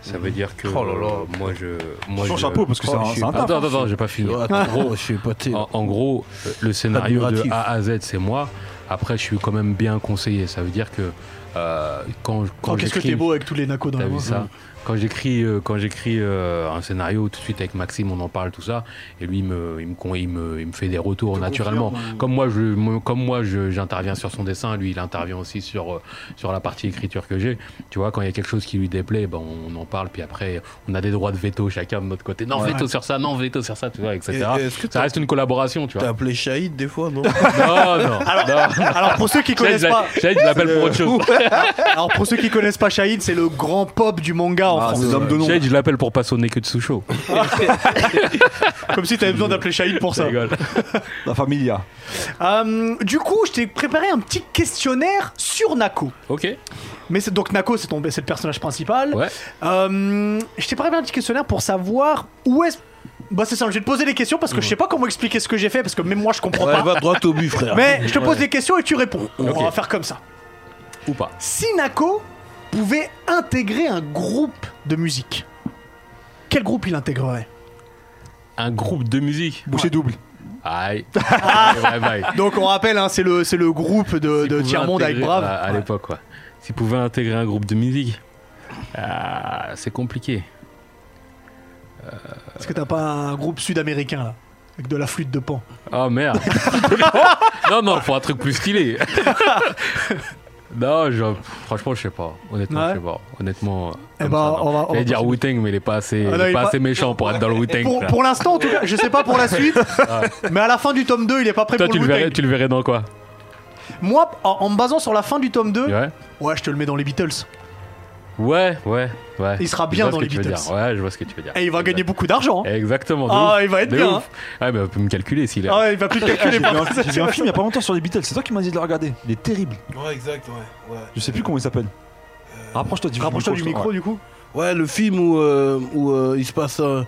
[SPEAKER 4] Ça veut dire que
[SPEAKER 3] Oh là là.
[SPEAKER 4] euh, moi je. Moi,
[SPEAKER 2] Son
[SPEAKER 4] je-
[SPEAKER 2] chapeau parce que c'est
[SPEAKER 3] Oh,
[SPEAKER 2] un-
[SPEAKER 3] je
[SPEAKER 2] c'est
[SPEAKER 3] suis
[SPEAKER 2] un
[SPEAKER 4] Attends,
[SPEAKER 2] taf.
[SPEAKER 4] attends, attends, j'ai pas fini.
[SPEAKER 3] Oh, attends, gros, je suis épaté.
[SPEAKER 4] En, en gros, euh, le scénario de
[SPEAKER 3] Admiratif.
[SPEAKER 4] A à Z, c'est moi. Après, je suis quand même bien conseillé. Ça veut dire que euh, quand, quand
[SPEAKER 1] Oh, Qu'est-ce que
[SPEAKER 4] j'écris-
[SPEAKER 1] t'es beau avec tous les Nako dans
[SPEAKER 4] T'as
[SPEAKER 1] la
[SPEAKER 4] vu
[SPEAKER 1] main.
[SPEAKER 4] ça Quand j'écris, euh, quand j'écris euh, un scénario, tout de suite avec Maxime, on en parle tout ça, et lui il me, il me, con- il me, il me fait des retours naturellement. Comme moi, je, moi- comme moi, je- j'interviens sur son dessin, lui il intervient aussi sur euh, sur la partie écriture que j'ai. Tu vois, quand il y a quelque chose qui lui déplaît, ben on en parle, puis après on a des droits de veto chacun de notre côté. Non
[SPEAKER 1] Ouais.
[SPEAKER 4] veto sur ça, non veto sur ça, tu vois, etc.
[SPEAKER 3] Et- et est-ce que
[SPEAKER 4] ça
[SPEAKER 3] t'as-
[SPEAKER 4] reste une collaboration, tu
[SPEAKER 3] T'as
[SPEAKER 4] vois.
[SPEAKER 3] appelé Shahid des fois, non
[SPEAKER 4] Non, non, non.
[SPEAKER 1] Alors pour ceux qui
[SPEAKER 4] J'allais-
[SPEAKER 1] connaissent pas, euh,
[SPEAKER 4] j'allais- je l'appelle pour autre chose.
[SPEAKER 1] [laughs] alors pour ceux qui connaissent pas Shahid, c'est le grand pop du manga en
[SPEAKER 2] Ah,
[SPEAKER 1] France.
[SPEAKER 2] c'est l'homme de nom.
[SPEAKER 4] Shade, je l'appelle pour pas sonner que de Soucho.
[SPEAKER 1] Comme si t'avais besoin d'appeler Shahid pour ça.
[SPEAKER 2] La familia.
[SPEAKER 1] Euh, du coup, je t'ai préparé un petit questionnaire sur Nako.
[SPEAKER 4] Ok.
[SPEAKER 1] Mais c'est donc Nako, c'est ton c'est le personnage principal.
[SPEAKER 4] Ouais.
[SPEAKER 1] Euh, je t'ai préparé un petit questionnaire pour savoir où est. Bah c'est simple, je vais te poser des questions parce que je sais pas comment expliquer ce que j'ai fait parce que même moi je comprends
[SPEAKER 3] Ouais,
[SPEAKER 1] pas.
[SPEAKER 3] va droit au but, frère.
[SPEAKER 1] Mais je te pose des questions et tu réponds. On
[SPEAKER 4] Ok.
[SPEAKER 1] va faire comme ça.
[SPEAKER 4] Ou pas.
[SPEAKER 1] Si Nako pouvait intégrer un groupe de musique, quel groupe il intégrerait
[SPEAKER 4] Un groupe de musique.
[SPEAKER 2] Boucher double.
[SPEAKER 1] [laughs]
[SPEAKER 4] Aïe. Eh, bye bye.
[SPEAKER 1] Donc on rappelle, hein, c'est le, c'est le groupe de,
[SPEAKER 4] S'il
[SPEAKER 1] Euh, de
[SPEAKER 4] pouvait
[SPEAKER 1] Tiers-Monde avec
[SPEAKER 4] intégrer- euh, bah,
[SPEAKER 1] Brave.
[SPEAKER 4] À, à
[SPEAKER 1] Ouais.
[SPEAKER 4] l'époque, quoi. S'il pouvait intégrer un groupe de musique, ah, c'est compliqué.
[SPEAKER 1] Est-ce que t'as pas un groupe sud-américain là avec de la flûte de pan.
[SPEAKER 4] Oh merde. [laughs] non, non, faut un truc
[SPEAKER 1] [laughs]
[SPEAKER 4] plus stylé. non, je- franchement, je sais pas. Honnêtement,
[SPEAKER 1] Ouais.
[SPEAKER 4] je sais pas. Honnêtement, euh,
[SPEAKER 1] Eh
[SPEAKER 4] comme
[SPEAKER 1] ben,
[SPEAKER 4] ça, non.
[SPEAKER 1] on va- on
[SPEAKER 4] J'allais
[SPEAKER 1] va
[SPEAKER 4] dire
[SPEAKER 1] passer.
[SPEAKER 4] Wu-Tang, mais il est pas assez,
[SPEAKER 1] Ah non,
[SPEAKER 4] il est
[SPEAKER 1] il est
[SPEAKER 4] pas
[SPEAKER 1] pas-
[SPEAKER 4] assez méchant pour être dans le Wu-Tang.
[SPEAKER 1] Pour,
[SPEAKER 4] là.
[SPEAKER 1] pour l'instant, en tout cas, je sais pas pour la
[SPEAKER 2] [laughs]
[SPEAKER 1] suite, mais à la fin du tome 2, il est pas prêt
[SPEAKER 4] Toi,
[SPEAKER 1] pour
[SPEAKER 4] tu le,
[SPEAKER 1] le
[SPEAKER 4] verrais,
[SPEAKER 1] Wu-Tang.
[SPEAKER 4] tu le verrais dans quoi
[SPEAKER 1] Moi, en, en me basant sur la fin du tome 2, ouais.
[SPEAKER 4] Ouais,
[SPEAKER 1] je te le mets dans les Beatles.
[SPEAKER 4] ouais, ouais. ouais.
[SPEAKER 1] Il sera
[SPEAKER 4] Je
[SPEAKER 1] bien
[SPEAKER 4] vois
[SPEAKER 1] dans
[SPEAKER 4] ce que
[SPEAKER 1] les
[SPEAKER 4] tu veux
[SPEAKER 1] Beatles.
[SPEAKER 4] dire. Ouais, je vois ce que tu veux dire.
[SPEAKER 1] Et Eh, il va gagner beaucoup d'argent. hein.
[SPEAKER 4] Exactement. de
[SPEAKER 1] Ah,
[SPEAKER 4] ouf,
[SPEAKER 1] il va être
[SPEAKER 4] de
[SPEAKER 1] bien,
[SPEAKER 4] ouf. Ah, mais on peut me calculer s'il est.
[SPEAKER 1] Ah, il va plus te calculer.
[SPEAKER 2] Eh, J'ai vu
[SPEAKER 1] par contre.
[SPEAKER 2] un- j'ai vu un film il y a pas longtemps sur les Beatles. C'est toi qui m'as dit de le regarder. Il est terrible.
[SPEAKER 3] Ouais, exact, ouais. Ouais,
[SPEAKER 2] Je sais plus comment il s'appelle. Rapproche-toi du
[SPEAKER 1] Euh, Rapproche-toi du
[SPEAKER 2] je crois.
[SPEAKER 1] micro du coup.
[SPEAKER 3] Ouais, le film où, euh, où euh, il se passe un-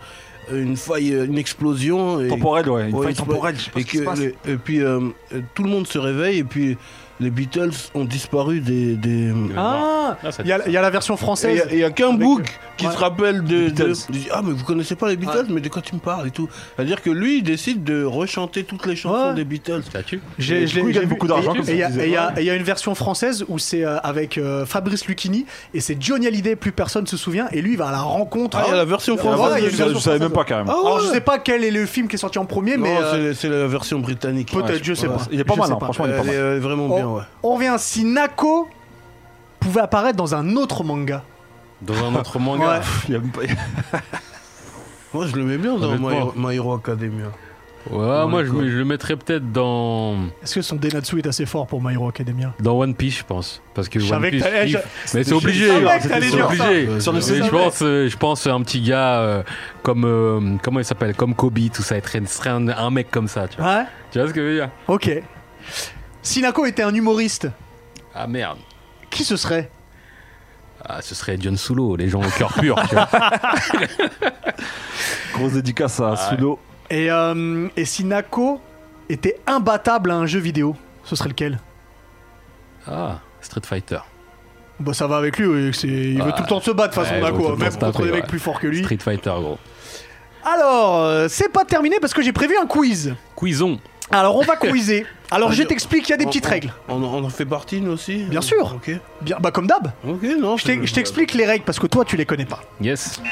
[SPEAKER 3] une faille, euh, une explosion. Et,
[SPEAKER 2] Temporel, ouais. Une
[SPEAKER 3] Ouais,
[SPEAKER 2] faille
[SPEAKER 3] il se-
[SPEAKER 2] temporelle. Je sais pas
[SPEAKER 3] et
[SPEAKER 2] ce qui
[SPEAKER 3] que
[SPEAKER 2] se passe.
[SPEAKER 3] les- et puis euh, euh, tout le monde se réveille, et puis les Beatles ont disparu des. des...
[SPEAKER 4] Il est mort.
[SPEAKER 1] Ah,
[SPEAKER 4] Ah, ça-
[SPEAKER 1] il y, a- il y a la version
[SPEAKER 3] Et
[SPEAKER 1] française.
[SPEAKER 3] Il n'y a, qu'un
[SPEAKER 1] Ah, Avec-
[SPEAKER 3] bouc qui
[SPEAKER 1] ouais.
[SPEAKER 3] se rappelle de,
[SPEAKER 2] Les Beatles.
[SPEAKER 3] de- de- Ah, mais vous connaissez pas les Beatles, mais de quoi tu me parles et tout. C'est-à-dire que lui, il décide de rechanter toutes les chansons
[SPEAKER 1] Ouais.
[SPEAKER 3] des Beatles.
[SPEAKER 4] Ça tue.
[SPEAKER 1] J'ai,
[SPEAKER 2] Et
[SPEAKER 1] je
[SPEAKER 2] du
[SPEAKER 1] l'ai-
[SPEAKER 2] coup, il
[SPEAKER 1] j'ai
[SPEAKER 2] gagne
[SPEAKER 1] vu.
[SPEAKER 2] beaucoup d'argent,
[SPEAKER 1] Et-
[SPEAKER 2] comme ça,
[SPEAKER 1] Et il y, a-
[SPEAKER 2] tu disais.
[SPEAKER 1] et il y a- et il y a une version française où c'est euh, avec euh, Fabrice Lucchini et c'est Johnny Hallyday, plus personne se souvient, et lui il va à la rencontre.
[SPEAKER 3] Ah, il y a la version
[SPEAKER 1] Ah,
[SPEAKER 3] française.
[SPEAKER 1] ouais, il y a
[SPEAKER 2] Je
[SPEAKER 1] une
[SPEAKER 2] savais-
[SPEAKER 1] version
[SPEAKER 2] je savais même
[SPEAKER 1] française.
[SPEAKER 2] pas carrément.
[SPEAKER 1] Alors je sais pas quel est le film qui est sorti en premier, mais
[SPEAKER 3] Non,
[SPEAKER 1] euh,
[SPEAKER 3] c'est- c'est la version britannique.
[SPEAKER 1] peut-être, je sais
[SPEAKER 3] Ouais,
[SPEAKER 1] pas.
[SPEAKER 2] Il est pas
[SPEAKER 1] Je
[SPEAKER 2] mal,
[SPEAKER 1] sais
[SPEAKER 2] hein, franchement, il est pas
[SPEAKER 3] Elle est
[SPEAKER 2] mal.
[SPEAKER 3] euh, vraiment bien,
[SPEAKER 1] Oh.
[SPEAKER 3] ouais.
[SPEAKER 1] On revient si Nako pouvait apparaître dans un autre manga.
[SPEAKER 4] Dans un autre manga.
[SPEAKER 1] Ouais.
[SPEAKER 2] Pff, il y a même pas-
[SPEAKER 3] Moi, je le mets bien dans My
[SPEAKER 4] Honnêtement.
[SPEAKER 3] Hero, My Hero Academia.
[SPEAKER 4] Ouais, moi, je, me- je le mettrais peut-être dans,
[SPEAKER 1] Est-ce que son Denatsu est assez fort pour My Hero Academia
[SPEAKER 4] dans One Piece, je pense. Parce que
[SPEAKER 1] Je
[SPEAKER 4] One
[SPEAKER 1] savais que
[SPEAKER 4] Piece.
[SPEAKER 1] t'allais-
[SPEAKER 4] kiff.
[SPEAKER 1] je-
[SPEAKER 4] Mais c'est obligé. hein.
[SPEAKER 1] savais que
[SPEAKER 4] c'est
[SPEAKER 1] t'allais
[SPEAKER 4] obligé.
[SPEAKER 1] dire ça.
[SPEAKER 4] obligé.
[SPEAKER 6] Sur le
[SPEAKER 4] Mais
[SPEAKER 6] site.
[SPEAKER 4] je pense, euh, je pense un petit gars euh, comme euh, comment il s'appelle, comme Kobe, tout ça, être un, un mec comme ça. Tu vois,
[SPEAKER 1] Ouais.
[SPEAKER 4] Tu vois ce que je veux dire
[SPEAKER 1] Hein Ok. Si Nako était un humoriste,
[SPEAKER 4] Ah merde.
[SPEAKER 1] qui ce serait
[SPEAKER 4] Ah, ce serait John Sulo, les gens au cœur pur. tu
[SPEAKER 1] [laughs]
[SPEAKER 4] vois.
[SPEAKER 2] Grosse dédicace à Sudo.
[SPEAKER 1] et, euh, et si Nako était imbattable à un jeu vidéo, ce serait lequel
[SPEAKER 4] Ah, Street Fighter.
[SPEAKER 1] Bah ça va avec lui, oui, c'est- il veut
[SPEAKER 4] Ouais.
[SPEAKER 1] tout le temps se battre de toute façon
[SPEAKER 4] Bah, Ouais, il veut
[SPEAKER 1] Nako,
[SPEAKER 4] tout
[SPEAKER 1] hein,
[SPEAKER 4] le temps
[SPEAKER 1] même
[SPEAKER 4] se
[SPEAKER 1] contre
[SPEAKER 4] taper,
[SPEAKER 1] des mecs
[SPEAKER 4] ouais.
[SPEAKER 1] plus forts que lui.
[SPEAKER 4] Street Fighter, gros.
[SPEAKER 1] Alors, euh, c'est pas terminé parce que j'ai prévu un quiz.
[SPEAKER 4] Quizon.
[SPEAKER 1] Alors on
[SPEAKER 4] [laughs]
[SPEAKER 1] va quizer. Alors je t'explique, il y a des
[SPEAKER 3] On-
[SPEAKER 1] petites
[SPEAKER 3] on-
[SPEAKER 1] règles.
[SPEAKER 3] On, on en fait partie, nous aussi
[SPEAKER 1] Bien sûr.
[SPEAKER 3] Ok.
[SPEAKER 1] Bien, bah comme d'hab,
[SPEAKER 3] Ok, non.
[SPEAKER 1] je t'ex- je t'explique les règles parce que toi tu les connais pas.
[SPEAKER 4] Yes.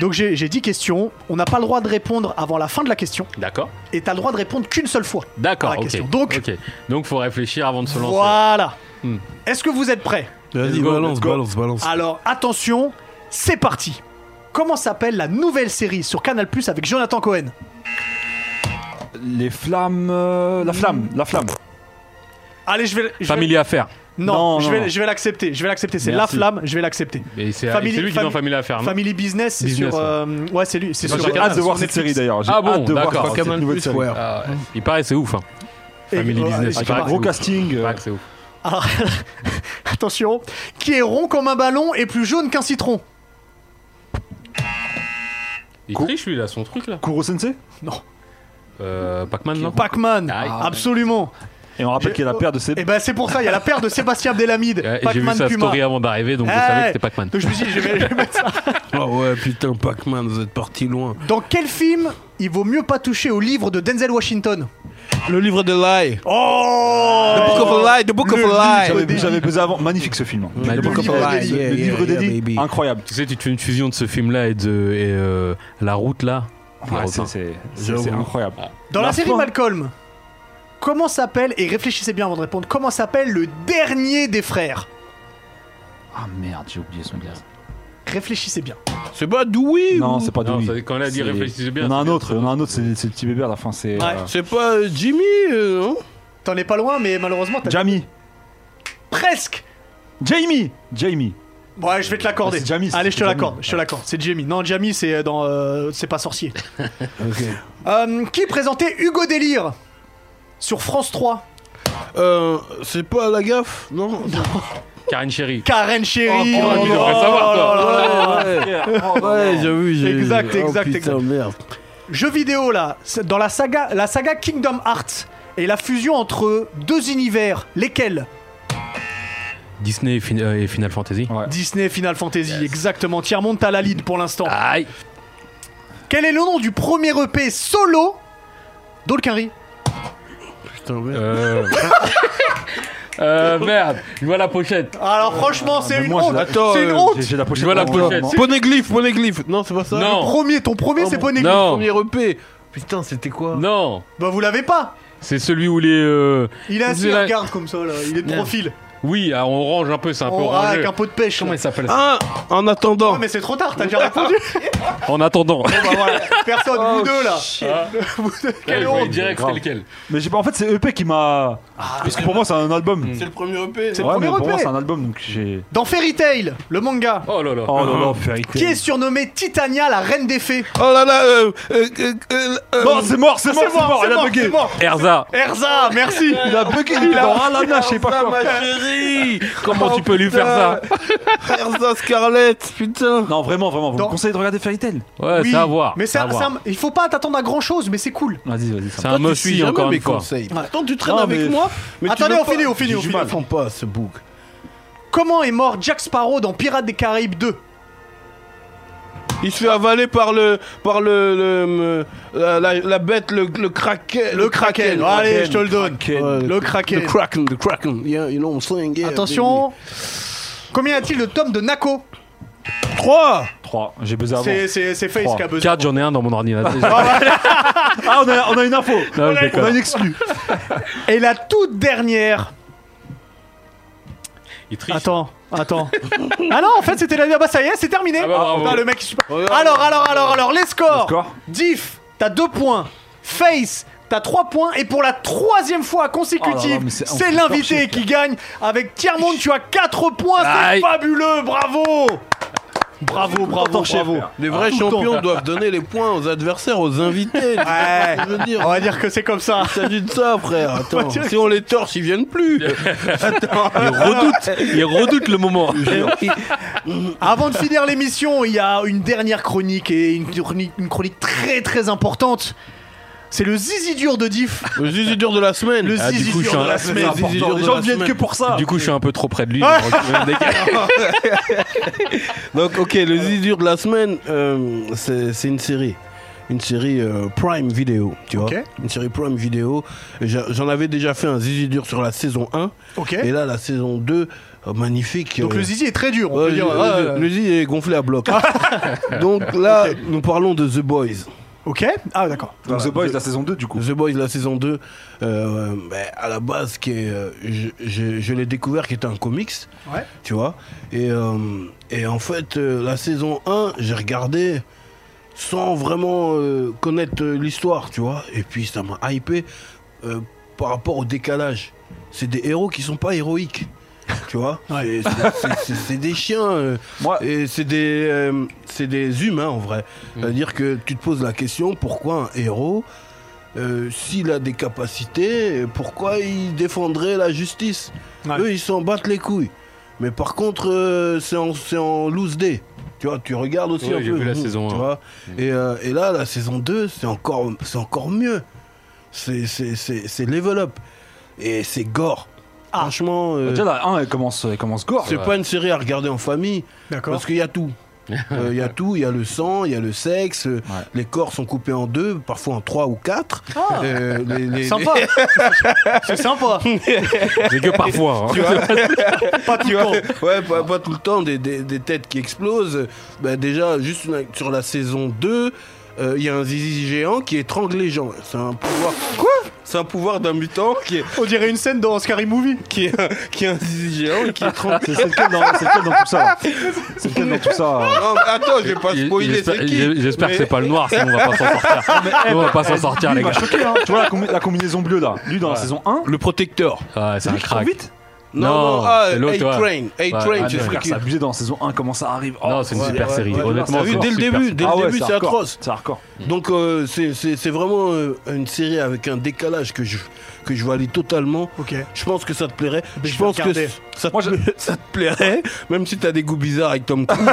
[SPEAKER 1] Donc j'ai j'ai 10 questions, on n'a pas le droit de répondre avant la fin de la question
[SPEAKER 4] D'accord.
[SPEAKER 1] et t'as le droit de répondre qu'une seule fois.
[SPEAKER 4] D'accord.
[SPEAKER 1] Ah, la
[SPEAKER 4] ok.
[SPEAKER 1] question. Donc-
[SPEAKER 4] Ok. Donc, faut réfléchir avant de se lancer.
[SPEAKER 1] Voilà.
[SPEAKER 4] Hmm.
[SPEAKER 1] Est-ce que vous êtes prêts
[SPEAKER 3] Vas-y,
[SPEAKER 4] Let's go,
[SPEAKER 3] balance,
[SPEAKER 4] let's go.
[SPEAKER 3] balance, balance.
[SPEAKER 1] Alors attention, c'est parti. Comment s'appelle la nouvelle série sur Canal Plus avec Jonathan Cohen
[SPEAKER 2] Les flammes. euh, la flamme, la flamme.
[SPEAKER 1] Allez, je vais. je vais-
[SPEAKER 4] Famille à faire.
[SPEAKER 1] Non,
[SPEAKER 2] Non,
[SPEAKER 1] je
[SPEAKER 2] non,
[SPEAKER 1] vais,
[SPEAKER 2] non.
[SPEAKER 1] je vais l'accepter. Je vais l'accepter. C'est La
[SPEAKER 2] Merci.
[SPEAKER 1] Flamme. Je vais l'accepter.
[SPEAKER 4] Et c'est
[SPEAKER 1] Family-
[SPEAKER 4] et c'est lui qui est dans
[SPEAKER 1] family-
[SPEAKER 4] Family Affaire. non
[SPEAKER 1] Family Business, c'est
[SPEAKER 4] Business,
[SPEAKER 1] sur.
[SPEAKER 4] ouais.
[SPEAKER 1] euh, ouais, c'est lui. C'est
[SPEAKER 4] Moi,
[SPEAKER 1] sur.
[SPEAKER 4] j'ai
[SPEAKER 2] J'ai
[SPEAKER 1] euh,
[SPEAKER 2] hâte de
[SPEAKER 1] sur
[SPEAKER 2] voir cette
[SPEAKER 1] Netflix.
[SPEAKER 2] série d'ailleurs. J'ai
[SPEAKER 4] Ah bon,
[SPEAKER 2] hâte de voir
[SPEAKER 4] d'accord.
[SPEAKER 2] cette
[SPEAKER 4] Kamen
[SPEAKER 2] nouvelle
[SPEAKER 4] Plus,
[SPEAKER 2] série.
[SPEAKER 3] ouais.
[SPEAKER 4] Ah, ouais. Il paraît, c'est ouf. hein.
[SPEAKER 1] Et-
[SPEAKER 4] Family
[SPEAKER 1] ouais,
[SPEAKER 4] Business.
[SPEAKER 1] j'ai
[SPEAKER 4] Il paraît
[SPEAKER 2] Un
[SPEAKER 1] pas-
[SPEAKER 4] que
[SPEAKER 2] gros
[SPEAKER 4] c'est ouf.
[SPEAKER 2] casting.
[SPEAKER 4] Il
[SPEAKER 2] euh,
[SPEAKER 4] paraît que c'est ouf.
[SPEAKER 1] Alors, [laughs] attention. Qui est rond comme un ballon et plus jaune qu'un citron
[SPEAKER 4] Il
[SPEAKER 2] Cool.
[SPEAKER 4] triche, lui, il a son truc là.
[SPEAKER 2] Kuro Sensei
[SPEAKER 1] Non.
[SPEAKER 4] Euh, Pac-Man, non
[SPEAKER 1] Pac-Man.
[SPEAKER 4] Ah,
[SPEAKER 1] Absolument.
[SPEAKER 2] Et on rappelle
[SPEAKER 1] J'ai-
[SPEAKER 2] qu'il y a la paire de ses.
[SPEAKER 1] Et ben c'est pour ça. Il y a la paire de Sébastien Abdelhamid.
[SPEAKER 4] Ouais, Eh, J'ai vu
[SPEAKER 1] Pac-Man
[SPEAKER 4] sa
[SPEAKER 1] Puma.
[SPEAKER 4] story avant d'arriver, donc je
[SPEAKER 1] Eh.
[SPEAKER 4] savais que c'était Pac-Man.
[SPEAKER 1] Donc je me suis dit, je vais- je vais mettre ça.
[SPEAKER 3] Ah ouais, putain, Pac-Man, vous êtes parti loin.
[SPEAKER 1] Dans quel film il vaut mieux pas toucher au livre de Denzel Washington
[SPEAKER 3] Le livre de Lie.
[SPEAKER 1] Oh
[SPEAKER 3] The Book of Lie, The Book of Lie.
[SPEAKER 2] J'avais j'avais buzzé avant. Magnifique ce film.
[SPEAKER 3] The Book of
[SPEAKER 1] livre
[SPEAKER 3] Lie,
[SPEAKER 1] d'Eli.
[SPEAKER 3] yeah,
[SPEAKER 2] Le
[SPEAKER 3] yeah,
[SPEAKER 2] livre
[SPEAKER 3] yeah,
[SPEAKER 2] d'Eli,
[SPEAKER 3] baby.
[SPEAKER 2] incroyable.
[SPEAKER 4] Tu sais, tu te fais une fusion de ce film-là et de et, euh, La Route là. La
[SPEAKER 2] Ouais,
[SPEAKER 4] Route,
[SPEAKER 2] c'est-
[SPEAKER 4] hein.
[SPEAKER 2] C'est c'est-
[SPEAKER 3] J'avoue.
[SPEAKER 2] c'est incroyable.
[SPEAKER 1] Dans la,
[SPEAKER 2] La
[SPEAKER 1] série
[SPEAKER 2] fin.
[SPEAKER 1] Malcolm, comment s'appelle, et réfléchissez bien avant de répondre, comment s'appelle le dernier des frères
[SPEAKER 2] Ah merde, j'ai oublié son gars.
[SPEAKER 1] Réfléchissez bien.
[SPEAKER 3] C'est pas Dewey
[SPEAKER 2] Non,
[SPEAKER 3] ou-
[SPEAKER 2] c'est pas
[SPEAKER 4] Non,
[SPEAKER 2] Dewey.
[SPEAKER 4] ça- quand elle a dit
[SPEAKER 2] Ah, C'est-
[SPEAKER 4] réfléchissez bien,
[SPEAKER 2] Il y en a
[SPEAKER 4] c'est
[SPEAKER 2] un
[SPEAKER 4] bien.
[SPEAKER 2] autre, il y en a un autre, c'est c'est le petit bébé à la fin, c'est.
[SPEAKER 4] Ah.
[SPEAKER 1] Ouais.
[SPEAKER 2] euh,
[SPEAKER 3] C'est pas euh, Jimmy, euh, non
[SPEAKER 1] T'en es pas loin, mais malheureusement, t'as
[SPEAKER 2] Jamie.
[SPEAKER 1] presque
[SPEAKER 2] Jamie Jamie.
[SPEAKER 1] Ouais, je vais te l'accorder.
[SPEAKER 2] Ah, c'est Jamie, c'est-
[SPEAKER 1] Allez, je te
[SPEAKER 2] c'est
[SPEAKER 1] l'accorde,
[SPEAKER 2] Jamie.
[SPEAKER 1] je te l'accorde. C'est Jamie. Non, Jamie, c'est dans... euh, c'est pas
[SPEAKER 2] [laughs]
[SPEAKER 1] sorcier. Euh, qui présentait Hugo Délire sur France 3
[SPEAKER 3] Euh, c'est pas la gaffe, non
[SPEAKER 4] Karen Sherry.
[SPEAKER 1] Karen Chéry
[SPEAKER 4] Oh, putain, tu devrais savoir, toi.
[SPEAKER 3] [laughs] Ouais, j'ai vu, j'ai
[SPEAKER 1] Exact,
[SPEAKER 3] oh,
[SPEAKER 1] exact,
[SPEAKER 3] putain,
[SPEAKER 1] exact.
[SPEAKER 3] mmerde.
[SPEAKER 1] Jeux vidéo là, c'est dans la saga, la saga Kingdom Hearts et la fusion entre deux univers, lesquels
[SPEAKER 4] Disney et, Fin- euh, et Final Fantasy.
[SPEAKER 2] Ouais.
[SPEAKER 1] Disney Final Fantasy, exactement. Tiens, monte à la lead pour l'instant.
[SPEAKER 4] Aïe
[SPEAKER 1] Quel est le nom du premier EP solo d'Olkinry
[SPEAKER 3] Putain, merde.
[SPEAKER 4] euh... [laughs] euh, Merde, je vois la pochette.
[SPEAKER 1] Alors franchement, c'est
[SPEAKER 2] Ah, Mais
[SPEAKER 1] une
[SPEAKER 2] moi, je
[SPEAKER 1] honte.
[SPEAKER 2] la-
[SPEAKER 3] Attends,
[SPEAKER 1] c'est une
[SPEAKER 3] euh,
[SPEAKER 1] honte.
[SPEAKER 2] J'ai- J'ai la pochette.
[SPEAKER 4] vois la
[SPEAKER 2] devant moi.
[SPEAKER 4] pochette.
[SPEAKER 2] Non.
[SPEAKER 3] Poneglyph, Poneglyph. Non, c'est pas ça.
[SPEAKER 4] Non.
[SPEAKER 1] Premier, ton premier,
[SPEAKER 3] Oh,
[SPEAKER 1] c'est
[SPEAKER 3] mon-
[SPEAKER 1] Bonnet.
[SPEAKER 3] Le
[SPEAKER 4] Non,
[SPEAKER 3] premier EP. Putain, c'était quoi
[SPEAKER 4] non,
[SPEAKER 1] Bah vous l'avez pas.
[SPEAKER 4] c'est celui où les. euh,
[SPEAKER 1] Il a
[SPEAKER 4] C'est
[SPEAKER 1] assis,
[SPEAKER 4] la-
[SPEAKER 1] regarde comme ça là, il est de
[SPEAKER 3] Merde.
[SPEAKER 1] profil.
[SPEAKER 4] Oui, ah, on range un peu, c'est un peu
[SPEAKER 1] On- ah,
[SPEAKER 4] rangé.
[SPEAKER 1] avec un pot de pêche.
[SPEAKER 4] Comment il s'appelle ça
[SPEAKER 3] Ah, en attendant.
[SPEAKER 1] Ah, mais c'est trop tard, t'as déjà répondu.
[SPEAKER 4] En attendant.
[SPEAKER 1] Bon, bah, voilà. Personne, vous deux là. Ah. [laughs] Vous deux,
[SPEAKER 4] Ouais,
[SPEAKER 1] quelle
[SPEAKER 4] je voyais
[SPEAKER 1] honte.
[SPEAKER 4] direct
[SPEAKER 2] grave.
[SPEAKER 4] c'était lequel.
[SPEAKER 2] Mais j'ai pas. En fait, c'est EP qui m'a. Parce que pour moi, c'est un album.
[SPEAKER 3] C'est le premier E EP.
[SPEAKER 1] C'est le
[SPEAKER 2] Ouais, mais
[SPEAKER 1] premier
[SPEAKER 2] pour moi,
[SPEAKER 1] EP.
[SPEAKER 2] c'est un album, donc j'ai.
[SPEAKER 1] Dans Fairy Tail, le manga,
[SPEAKER 4] Oh là là.
[SPEAKER 2] Oh là là, fairy
[SPEAKER 1] qui est surnommée Titania, la reine des fées.
[SPEAKER 3] Oh là là, euh, euh, euh, euh, euh,
[SPEAKER 2] Non, c'est mort, Ah, c'est mort, c'est mort, il a bugué.
[SPEAKER 1] c'est mort.
[SPEAKER 4] Erza,
[SPEAKER 1] Erza, merci.
[SPEAKER 2] Il a bugué, il était dans Alana, je sais pas quoi.
[SPEAKER 3] euh, chérie
[SPEAKER 4] comment tu peux lui faire ça
[SPEAKER 3] Erza Scarlett, putain
[SPEAKER 2] Non, vraiment, vraiment, vous
[SPEAKER 1] Dans-
[SPEAKER 2] me conseillez de regarder Fairy Tail
[SPEAKER 4] Ouais,
[SPEAKER 1] Oui,
[SPEAKER 4] c'est à voir.
[SPEAKER 1] Mais c'est
[SPEAKER 4] à
[SPEAKER 1] un- c'est
[SPEAKER 4] voir.
[SPEAKER 1] un- il faut pas t'attendre à grand chose, mais c'est cool.
[SPEAKER 2] Vas-y, vas-y, ça
[SPEAKER 4] C'est un must see, encore une fois.
[SPEAKER 3] conseils.
[SPEAKER 1] Ouais.
[SPEAKER 3] Attends, tu traînes
[SPEAKER 2] Non,
[SPEAKER 3] avec
[SPEAKER 2] mais-
[SPEAKER 3] moi mais tu
[SPEAKER 1] Attendez,
[SPEAKER 3] veux
[SPEAKER 1] on
[SPEAKER 3] pas-
[SPEAKER 1] finit, on finit, on
[SPEAKER 3] Je
[SPEAKER 1] finit.
[SPEAKER 3] m'attends pas à ce bouc.
[SPEAKER 1] Comment est mort Jack Sparrow dans Pirates des Caraïbes 2
[SPEAKER 3] Il se fait avaler par le... par le... le- la, la- la bête, le, le kraken.
[SPEAKER 1] Le Kraken. Allez, je te le donne.
[SPEAKER 3] Ouais,
[SPEAKER 1] Le Kraken.
[SPEAKER 3] Le kraken, le kraken. Yeah, you know what I'm saying, yeah,
[SPEAKER 1] Attention. Combien y a-t-il de tomes de Nako
[SPEAKER 3] 3
[SPEAKER 2] 3, j'ai buzzé avant.
[SPEAKER 1] C'est- C'est c'est Face
[SPEAKER 2] Ah Trois.
[SPEAKER 1] qui a besoin.
[SPEAKER 4] 4, j'en ai un dans mon ordinateur.
[SPEAKER 2] Ah, on a, on a une info
[SPEAKER 4] Non, je
[SPEAKER 2] On a
[SPEAKER 4] déconne.
[SPEAKER 2] une exclue
[SPEAKER 1] Et la toute dernière.
[SPEAKER 4] Il triche.
[SPEAKER 1] Attends, attends. ah non, en fait, c'était la. Ah Bah ça y est, c'est terminé.
[SPEAKER 4] Ah bah, bravo.
[SPEAKER 1] Putain, le mec, il suit pas. Alors, alors, alors, alors, les scores.
[SPEAKER 2] Score
[SPEAKER 1] Diff, t'as 2 points. Face, t'as 3 points. Et pour la troisième fois
[SPEAKER 2] Oh là là,
[SPEAKER 1] consécutive,
[SPEAKER 2] mais c'est- on
[SPEAKER 1] c'est
[SPEAKER 2] fait
[SPEAKER 1] l'invité qui gagne. Avec Tiermonde, tu as 4 points. C'est
[SPEAKER 4] Aïe.
[SPEAKER 1] fabuleux. Bravo. Bravo, bravo, bravo.
[SPEAKER 3] Les vrais champions doivent donner les points aux adversaires, aux [laughs] invités.
[SPEAKER 1] Ouais,
[SPEAKER 3] Je veux dire,
[SPEAKER 1] on va dire que c'est comme ça.
[SPEAKER 3] il s'agit de ça, frère. Attends,
[SPEAKER 1] dire-
[SPEAKER 3] si on les torche, ils viennent plus. [laughs] Attends.
[SPEAKER 4] Il redoute, il redoute le moment.
[SPEAKER 1] Avant de finir l'émission, il y a une dernière chronique et une chronique, une chronique très très importante. C'est le zizi dur de Diff.
[SPEAKER 3] Le zizi dur de la semaine.
[SPEAKER 1] Le
[SPEAKER 4] Ah, du
[SPEAKER 1] zizi
[SPEAKER 4] coup, je
[SPEAKER 1] dur
[SPEAKER 4] suis
[SPEAKER 1] de
[SPEAKER 4] un-
[SPEAKER 1] la
[SPEAKER 4] c'est
[SPEAKER 1] semaine.
[SPEAKER 3] important.
[SPEAKER 1] Zizi dur
[SPEAKER 3] Les
[SPEAKER 1] de
[SPEAKER 3] gens
[SPEAKER 1] la
[SPEAKER 3] viennent
[SPEAKER 1] semaine.
[SPEAKER 2] que pour ça.
[SPEAKER 4] Du coup, je suis un peu trop près de lui. donc je vais me décaler.
[SPEAKER 3] Donc, ok, le zizi dur de la semaine, euh, c'est c'est une série. Une série euh, Prime Video, tu vois.
[SPEAKER 1] Ok.
[SPEAKER 3] Une série Prime Video. J'a- J'en avais déjà fait un zizi dur sur la saison 1.
[SPEAKER 1] Ok.
[SPEAKER 3] Et là, la saison 2, euh, magnifique.
[SPEAKER 1] Donc
[SPEAKER 3] euh,
[SPEAKER 1] le zizi est très dur. On
[SPEAKER 3] Ouais,
[SPEAKER 1] peut dire. ah, Euh,
[SPEAKER 3] le-
[SPEAKER 1] Ouais,
[SPEAKER 3] le-
[SPEAKER 1] ouais.
[SPEAKER 3] le zizi est gonflé
[SPEAKER 1] [laughs]
[SPEAKER 3] à bloc. Donc là, nous parlons de The Boys.
[SPEAKER 1] Ok. Ah d'accord.
[SPEAKER 2] Donc The Boys, la saison 2, du coup.
[SPEAKER 3] The Boys, la saison 2, euh, ben, à la base, qui est, euh, je, je- je l'ai découvert qui était un comics,
[SPEAKER 1] Ouais.
[SPEAKER 3] tu vois. Et, euh, et en fait, euh, la saison 1, j'ai regardé sans vraiment euh, connaître euh, l'histoire, tu vois. Et puis, ça m'a hypé euh, par rapport au décalage. C'est des héros qui sont pas héroïques. Tu vois, C'est- c'est- c'est- c'est c'est des chiens, euh,
[SPEAKER 2] Moi-
[SPEAKER 3] et c'est des, euh, c'est des humains en vrai.
[SPEAKER 4] Mm.
[SPEAKER 3] C'est-à-dire que tu te poses la question pourquoi un héros euh, s'il a des capacités, pourquoi il défendrait la justice
[SPEAKER 1] Ouais.
[SPEAKER 3] Eux, ils s'en battent les couilles. Mais par contre, euh, c'est en, c'est en loose day. Tu vois, tu regardes aussi
[SPEAKER 4] Ouais,
[SPEAKER 3] un
[SPEAKER 4] j'ai
[SPEAKER 3] peu.
[SPEAKER 4] vu la
[SPEAKER 3] mmh,
[SPEAKER 4] saison
[SPEAKER 3] tu
[SPEAKER 4] un. Mm.
[SPEAKER 3] vois. et, euh, et là, la saison 2, c'est encore, c'est encore mieux. C'est- C'est c'est- c'est level up. Et c'est gore.
[SPEAKER 4] Ah.
[SPEAKER 3] Franchement,
[SPEAKER 4] Bah,
[SPEAKER 3] euh,
[SPEAKER 2] Déjà, la 1, elle commence, elle commence gore.
[SPEAKER 3] c'est pas une série à regarder en famille.
[SPEAKER 1] D'accord.
[SPEAKER 3] Parce qu'il y
[SPEAKER 4] [laughs]
[SPEAKER 3] a tout. Euh, Il y a tout, il y a le sang, il y a le sexe, euh, les corps sont coupés en deux, parfois en trois ou quatre.
[SPEAKER 1] Ah.
[SPEAKER 3] Euh, les- les-
[SPEAKER 1] Sympa. c'est sympa.
[SPEAKER 4] C'est que parfois. hein.
[SPEAKER 1] Pas tout
[SPEAKER 3] Tu
[SPEAKER 1] le
[SPEAKER 3] vois,
[SPEAKER 1] temps.
[SPEAKER 3] ouais, pas, pas tout le temps, des, des- des têtes qui explosent. Euh, bah, déjà, juste une- sur la saison 2, euh, il y a un zizi géant qui étrangle les gens. C'est
[SPEAKER 1] [laughs]
[SPEAKER 3] un pouvoir. Quoi C'est un pouvoir d'un mutant qui est,
[SPEAKER 1] On dirait une scène dans Scary Movie.
[SPEAKER 3] qui est, un- qui est un zizi géant et
[SPEAKER 4] [laughs]
[SPEAKER 3] qui étrangle.
[SPEAKER 2] C'est c'est lequel, dans- c'est lequel dans tout ça C'est lequel dans tout ça euh
[SPEAKER 3] Non, mais attends, je vais pas
[SPEAKER 4] Ah, Il-
[SPEAKER 3] spoiler,
[SPEAKER 4] j'espère-
[SPEAKER 3] c'est qui
[SPEAKER 4] j'ai- J'espère que
[SPEAKER 3] Mais-
[SPEAKER 4] c'est pas le noir, sinon on va pas s'en [laughs] sortir. on va pas s'en sortir,
[SPEAKER 2] Lui,
[SPEAKER 4] les
[SPEAKER 2] il m'a
[SPEAKER 4] gars.
[SPEAKER 2] choqué, hein. Tu vois la, combi- la combinaison bleue là Lui, dans la saison 1,
[SPEAKER 3] Le protecteur.
[SPEAKER 4] Ouais, c'est un
[SPEAKER 2] lui qui court
[SPEAKER 4] crack.
[SPEAKER 2] vite.
[SPEAKER 3] Non,
[SPEAKER 4] Non,
[SPEAKER 3] non, ah,
[SPEAKER 4] c'est l'autre,
[SPEAKER 3] A-Train. A-Train,
[SPEAKER 4] Ouais,
[SPEAKER 3] tu
[SPEAKER 2] Les
[SPEAKER 4] Ah,
[SPEAKER 2] frères,
[SPEAKER 3] sais
[SPEAKER 2] c'est abusé dans la saison 1, comment ça arrive Oh,
[SPEAKER 4] Non, c'est une
[SPEAKER 3] Ouais,
[SPEAKER 4] super
[SPEAKER 3] ouais,
[SPEAKER 4] série.
[SPEAKER 3] ouais,
[SPEAKER 4] Honnêtement,
[SPEAKER 3] t'as vu,
[SPEAKER 4] c'est
[SPEAKER 3] dès le
[SPEAKER 4] super
[SPEAKER 3] début,
[SPEAKER 4] série.
[SPEAKER 3] dès le
[SPEAKER 2] Ah ouais,
[SPEAKER 3] début, c'est
[SPEAKER 2] hardcore.
[SPEAKER 3] atroce.
[SPEAKER 2] C'est hardcore.
[SPEAKER 3] Donc euh, c'est- c'est c'est vraiment euh, une série avec un décalage que je, que je valide totalement.
[SPEAKER 1] Ok.
[SPEAKER 3] Je pense que ça te plairait.
[SPEAKER 1] Mais
[SPEAKER 3] je
[SPEAKER 1] je vais
[SPEAKER 3] pense que
[SPEAKER 1] regarder.
[SPEAKER 3] c- ça te,
[SPEAKER 2] Moi, je-
[SPEAKER 3] pla- [laughs] ça te plairait, même si t'as des goûts bizarres avec
[SPEAKER 1] [laughs]
[SPEAKER 3] Tom Cruise.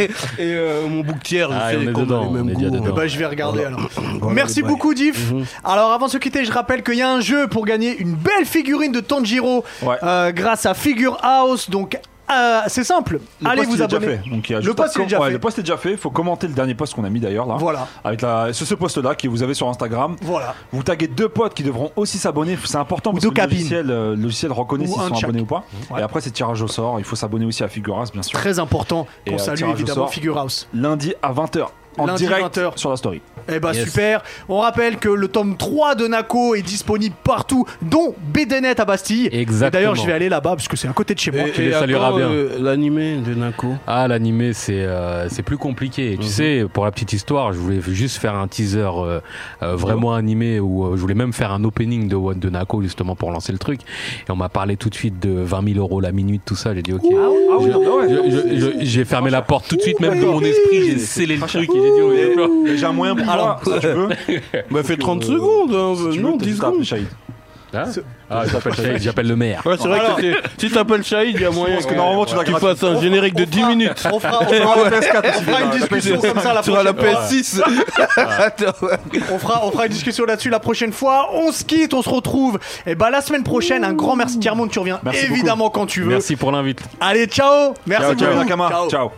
[SPEAKER 3] Et euh, mon bouquetière, je
[SPEAKER 4] Ah, on
[SPEAKER 3] sais
[SPEAKER 4] est
[SPEAKER 3] qu'on a
[SPEAKER 4] dedans,
[SPEAKER 3] les mêmes
[SPEAKER 4] on est déjà
[SPEAKER 3] goûts. hein.
[SPEAKER 4] dedans.
[SPEAKER 1] Bah je vais regarder alors.
[SPEAKER 3] Voilà,
[SPEAKER 1] Merci
[SPEAKER 3] bye.
[SPEAKER 1] beaucoup Diff.
[SPEAKER 3] Mhm.
[SPEAKER 1] Alors avant de se quitter, je rappelle qu'il y a un jeu pour gagner une belle figurine de Tanjiro
[SPEAKER 2] Ouais.
[SPEAKER 1] euh, grâce à Figure House. Donc euh, c'est simple.
[SPEAKER 2] Le
[SPEAKER 1] Allez
[SPEAKER 2] post
[SPEAKER 1] vous
[SPEAKER 2] est déjà
[SPEAKER 1] abonner.
[SPEAKER 2] fait. Donc, il y a
[SPEAKER 1] Le
[SPEAKER 2] juste
[SPEAKER 1] post
[SPEAKER 2] à
[SPEAKER 1] est
[SPEAKER 2] com-
[SPEAKER 1] déjà
[SPEAKER 2] ouais,
[SPEAKER 1] fait.
[SPEAKER 2] Le post est déjà fait. Il faut commenter le dernier post qu'on a mis d'ailleurs là.
[SPEAKER 1] Voilà.
[SPEAKER 2] Avec la... ce, ce post là qui vous avez sur Instagram.
[SPEAKER 1] Voilà.
[SPEAKER 2] Vous taguez deux potes qui devront aussi s'abonner. C'est important parce
[SPEAKER 1] deux
[SPEAKER 2] que le
[SPEAKER 1] cabines.
[SPEAKER 2] logiciel, euh, le logiciel reconnaît
[SPEAKER 1] Ou
[SPEAKER 2] s'ils
[SPEAKER 1] un
[SPEAKER 2] sont
[SPEAKER 1] de chaque.
[SPEAKER 2] abonnés ou pas.
[SPEAKER 1] Ouais.
[SPEAKER 2] Et après, c'est tirage au sort. Il faut s'abonner aussi à Figuras, bien sûr.
[SPEAKER 1] Très important
[SPEAKER 2] Et,
[SPEAKER 1] qu'on
[SPEAKER 2] euh,
[SPEAKER 1] salue
[SPEAKER 2] tirage au
[SPEAKER 1] évidemment
[SPEAKER 2] sort.
[SPEAKER 1] Figure House.
[SPEAKER 2] Lundi à 20h. En
[SPEAKER 1] Lundi,
[SPEAKER 2] direct
[SPEAKER 1] 20h.
[SPEAKER 2] sur la story.
[SPEAKER 1] Eh bah
[SPEAKER 4] Yes.
[SPEAKER 1] super. On rappelle que le tome 3 de Nako est disponible partout, dont BDNet à Bastille. Et
[SPEAKER 4] Exactement.
[SPEAKER 1] D'ailleurs, je vais aller là-bas parce que c'est à côté de chez moi.
[SPEAKER 3] Et,
[SPEAKER 4] Tu les
[SPEAKER 3] et à
[SPEAKER 4] salueras
[SPEAKER 3] quand,
[SPEAKER 4] bien.
[SPEAKER 3] euh, L'animé de Nako.
[SPEAKER 4] Ah, l'animé, c'est euh, c'est plus compliqué. Tu sais, pour la petite histoire, je voulais juste faire un teaser euh, euh, vraiment animé où euh, je voulais même faire un opening de, One- de Nako justement pour lancer le truc. Et on m'a parlé tout de suite de 20 000 euros la minute, tout ça. J'ai dit, ok.
[SPEAKER 2] Ah
[SPEAKER 4] Je-
[SPEAKER 2] oui, ah ouais.
[SPEAKER 4] je- je- je- J'ai fermé la porte tout de suite, même de
[SPEAKER 2] d'accord.
[SPEAKER 4] mon esprit, j'ai
[SPEAKER 2] C'est
[SPEAKER 4] scellé le
[SPEAKER 2] très
[SPEAKER 4] truc et j'ai dit, ouais, d'accord.
[SPEAKER 2] Mais [laughs] J'ai un moyen pour toi, si tu veux. euh,
[SPEAKER 3] Bah fait
[SPEAKER 1] euh,
[SPEAKER 3] 30 secondes, hein,
[SPEAKER 2] Si tu veux,
[SPEAKER 3] non,
[SPEAKER 2] t'as
[SPEAKER 3] 10
[SPEAKER 2] juste à appeler
[SPEAKER 3] secondes.
[SPEAKER 2] Shahid.
[SPEAKER 4] Hein Ah, j'appelle Shahid, j'appelle le maire.
[SPEAKER 3] Ouais, c'est vrai que c'est- si t'appelles Shahid, il y a moyen
[SPEAKER 2] pense que normalement, tu l'as
[SPEAKER 3] tu
[SPEAKER 2] gratuit.
[SPEAKER 3] fasses un générique de 10 minutes.
[SPEAKER 1] On fera, on fera-
[SPEAKER 2] Ouais, PS4
[SPEAKER 1] [laughs]
[SPEAKER 2] aussi,
[SPEAKER 1] on fera une
[SPEAKER 2] voilà.
[SPEAKER 1] discussion comme ça la
[SPEAKER 3] Sur
[SPEAKER 1] prochaine
[SPEAKER 3] la
[SPEAKER 1] fois.
[SPEAKER 3] PS6. Attends, ouais.
[SPEAKER 1] On fera, on fera une discussion là-dessus la prochaine fois. On se quitte, on se retrouve. Et bah la semaine prochaine, un grand merci Thiermont, tu reviens
[SPEAKER 2] Merci
[SPEAKER 1] évidemment quand tu veux.
[SPEAKER 4] Merci pour l'invite.
[SPEAKER 1] Allez, ciao. Merci
[SPEAKER 2] Ciao, ciao,
[SPEAKER 1] beaucoup.
[SPEAKER 2] Nakama. Ciao.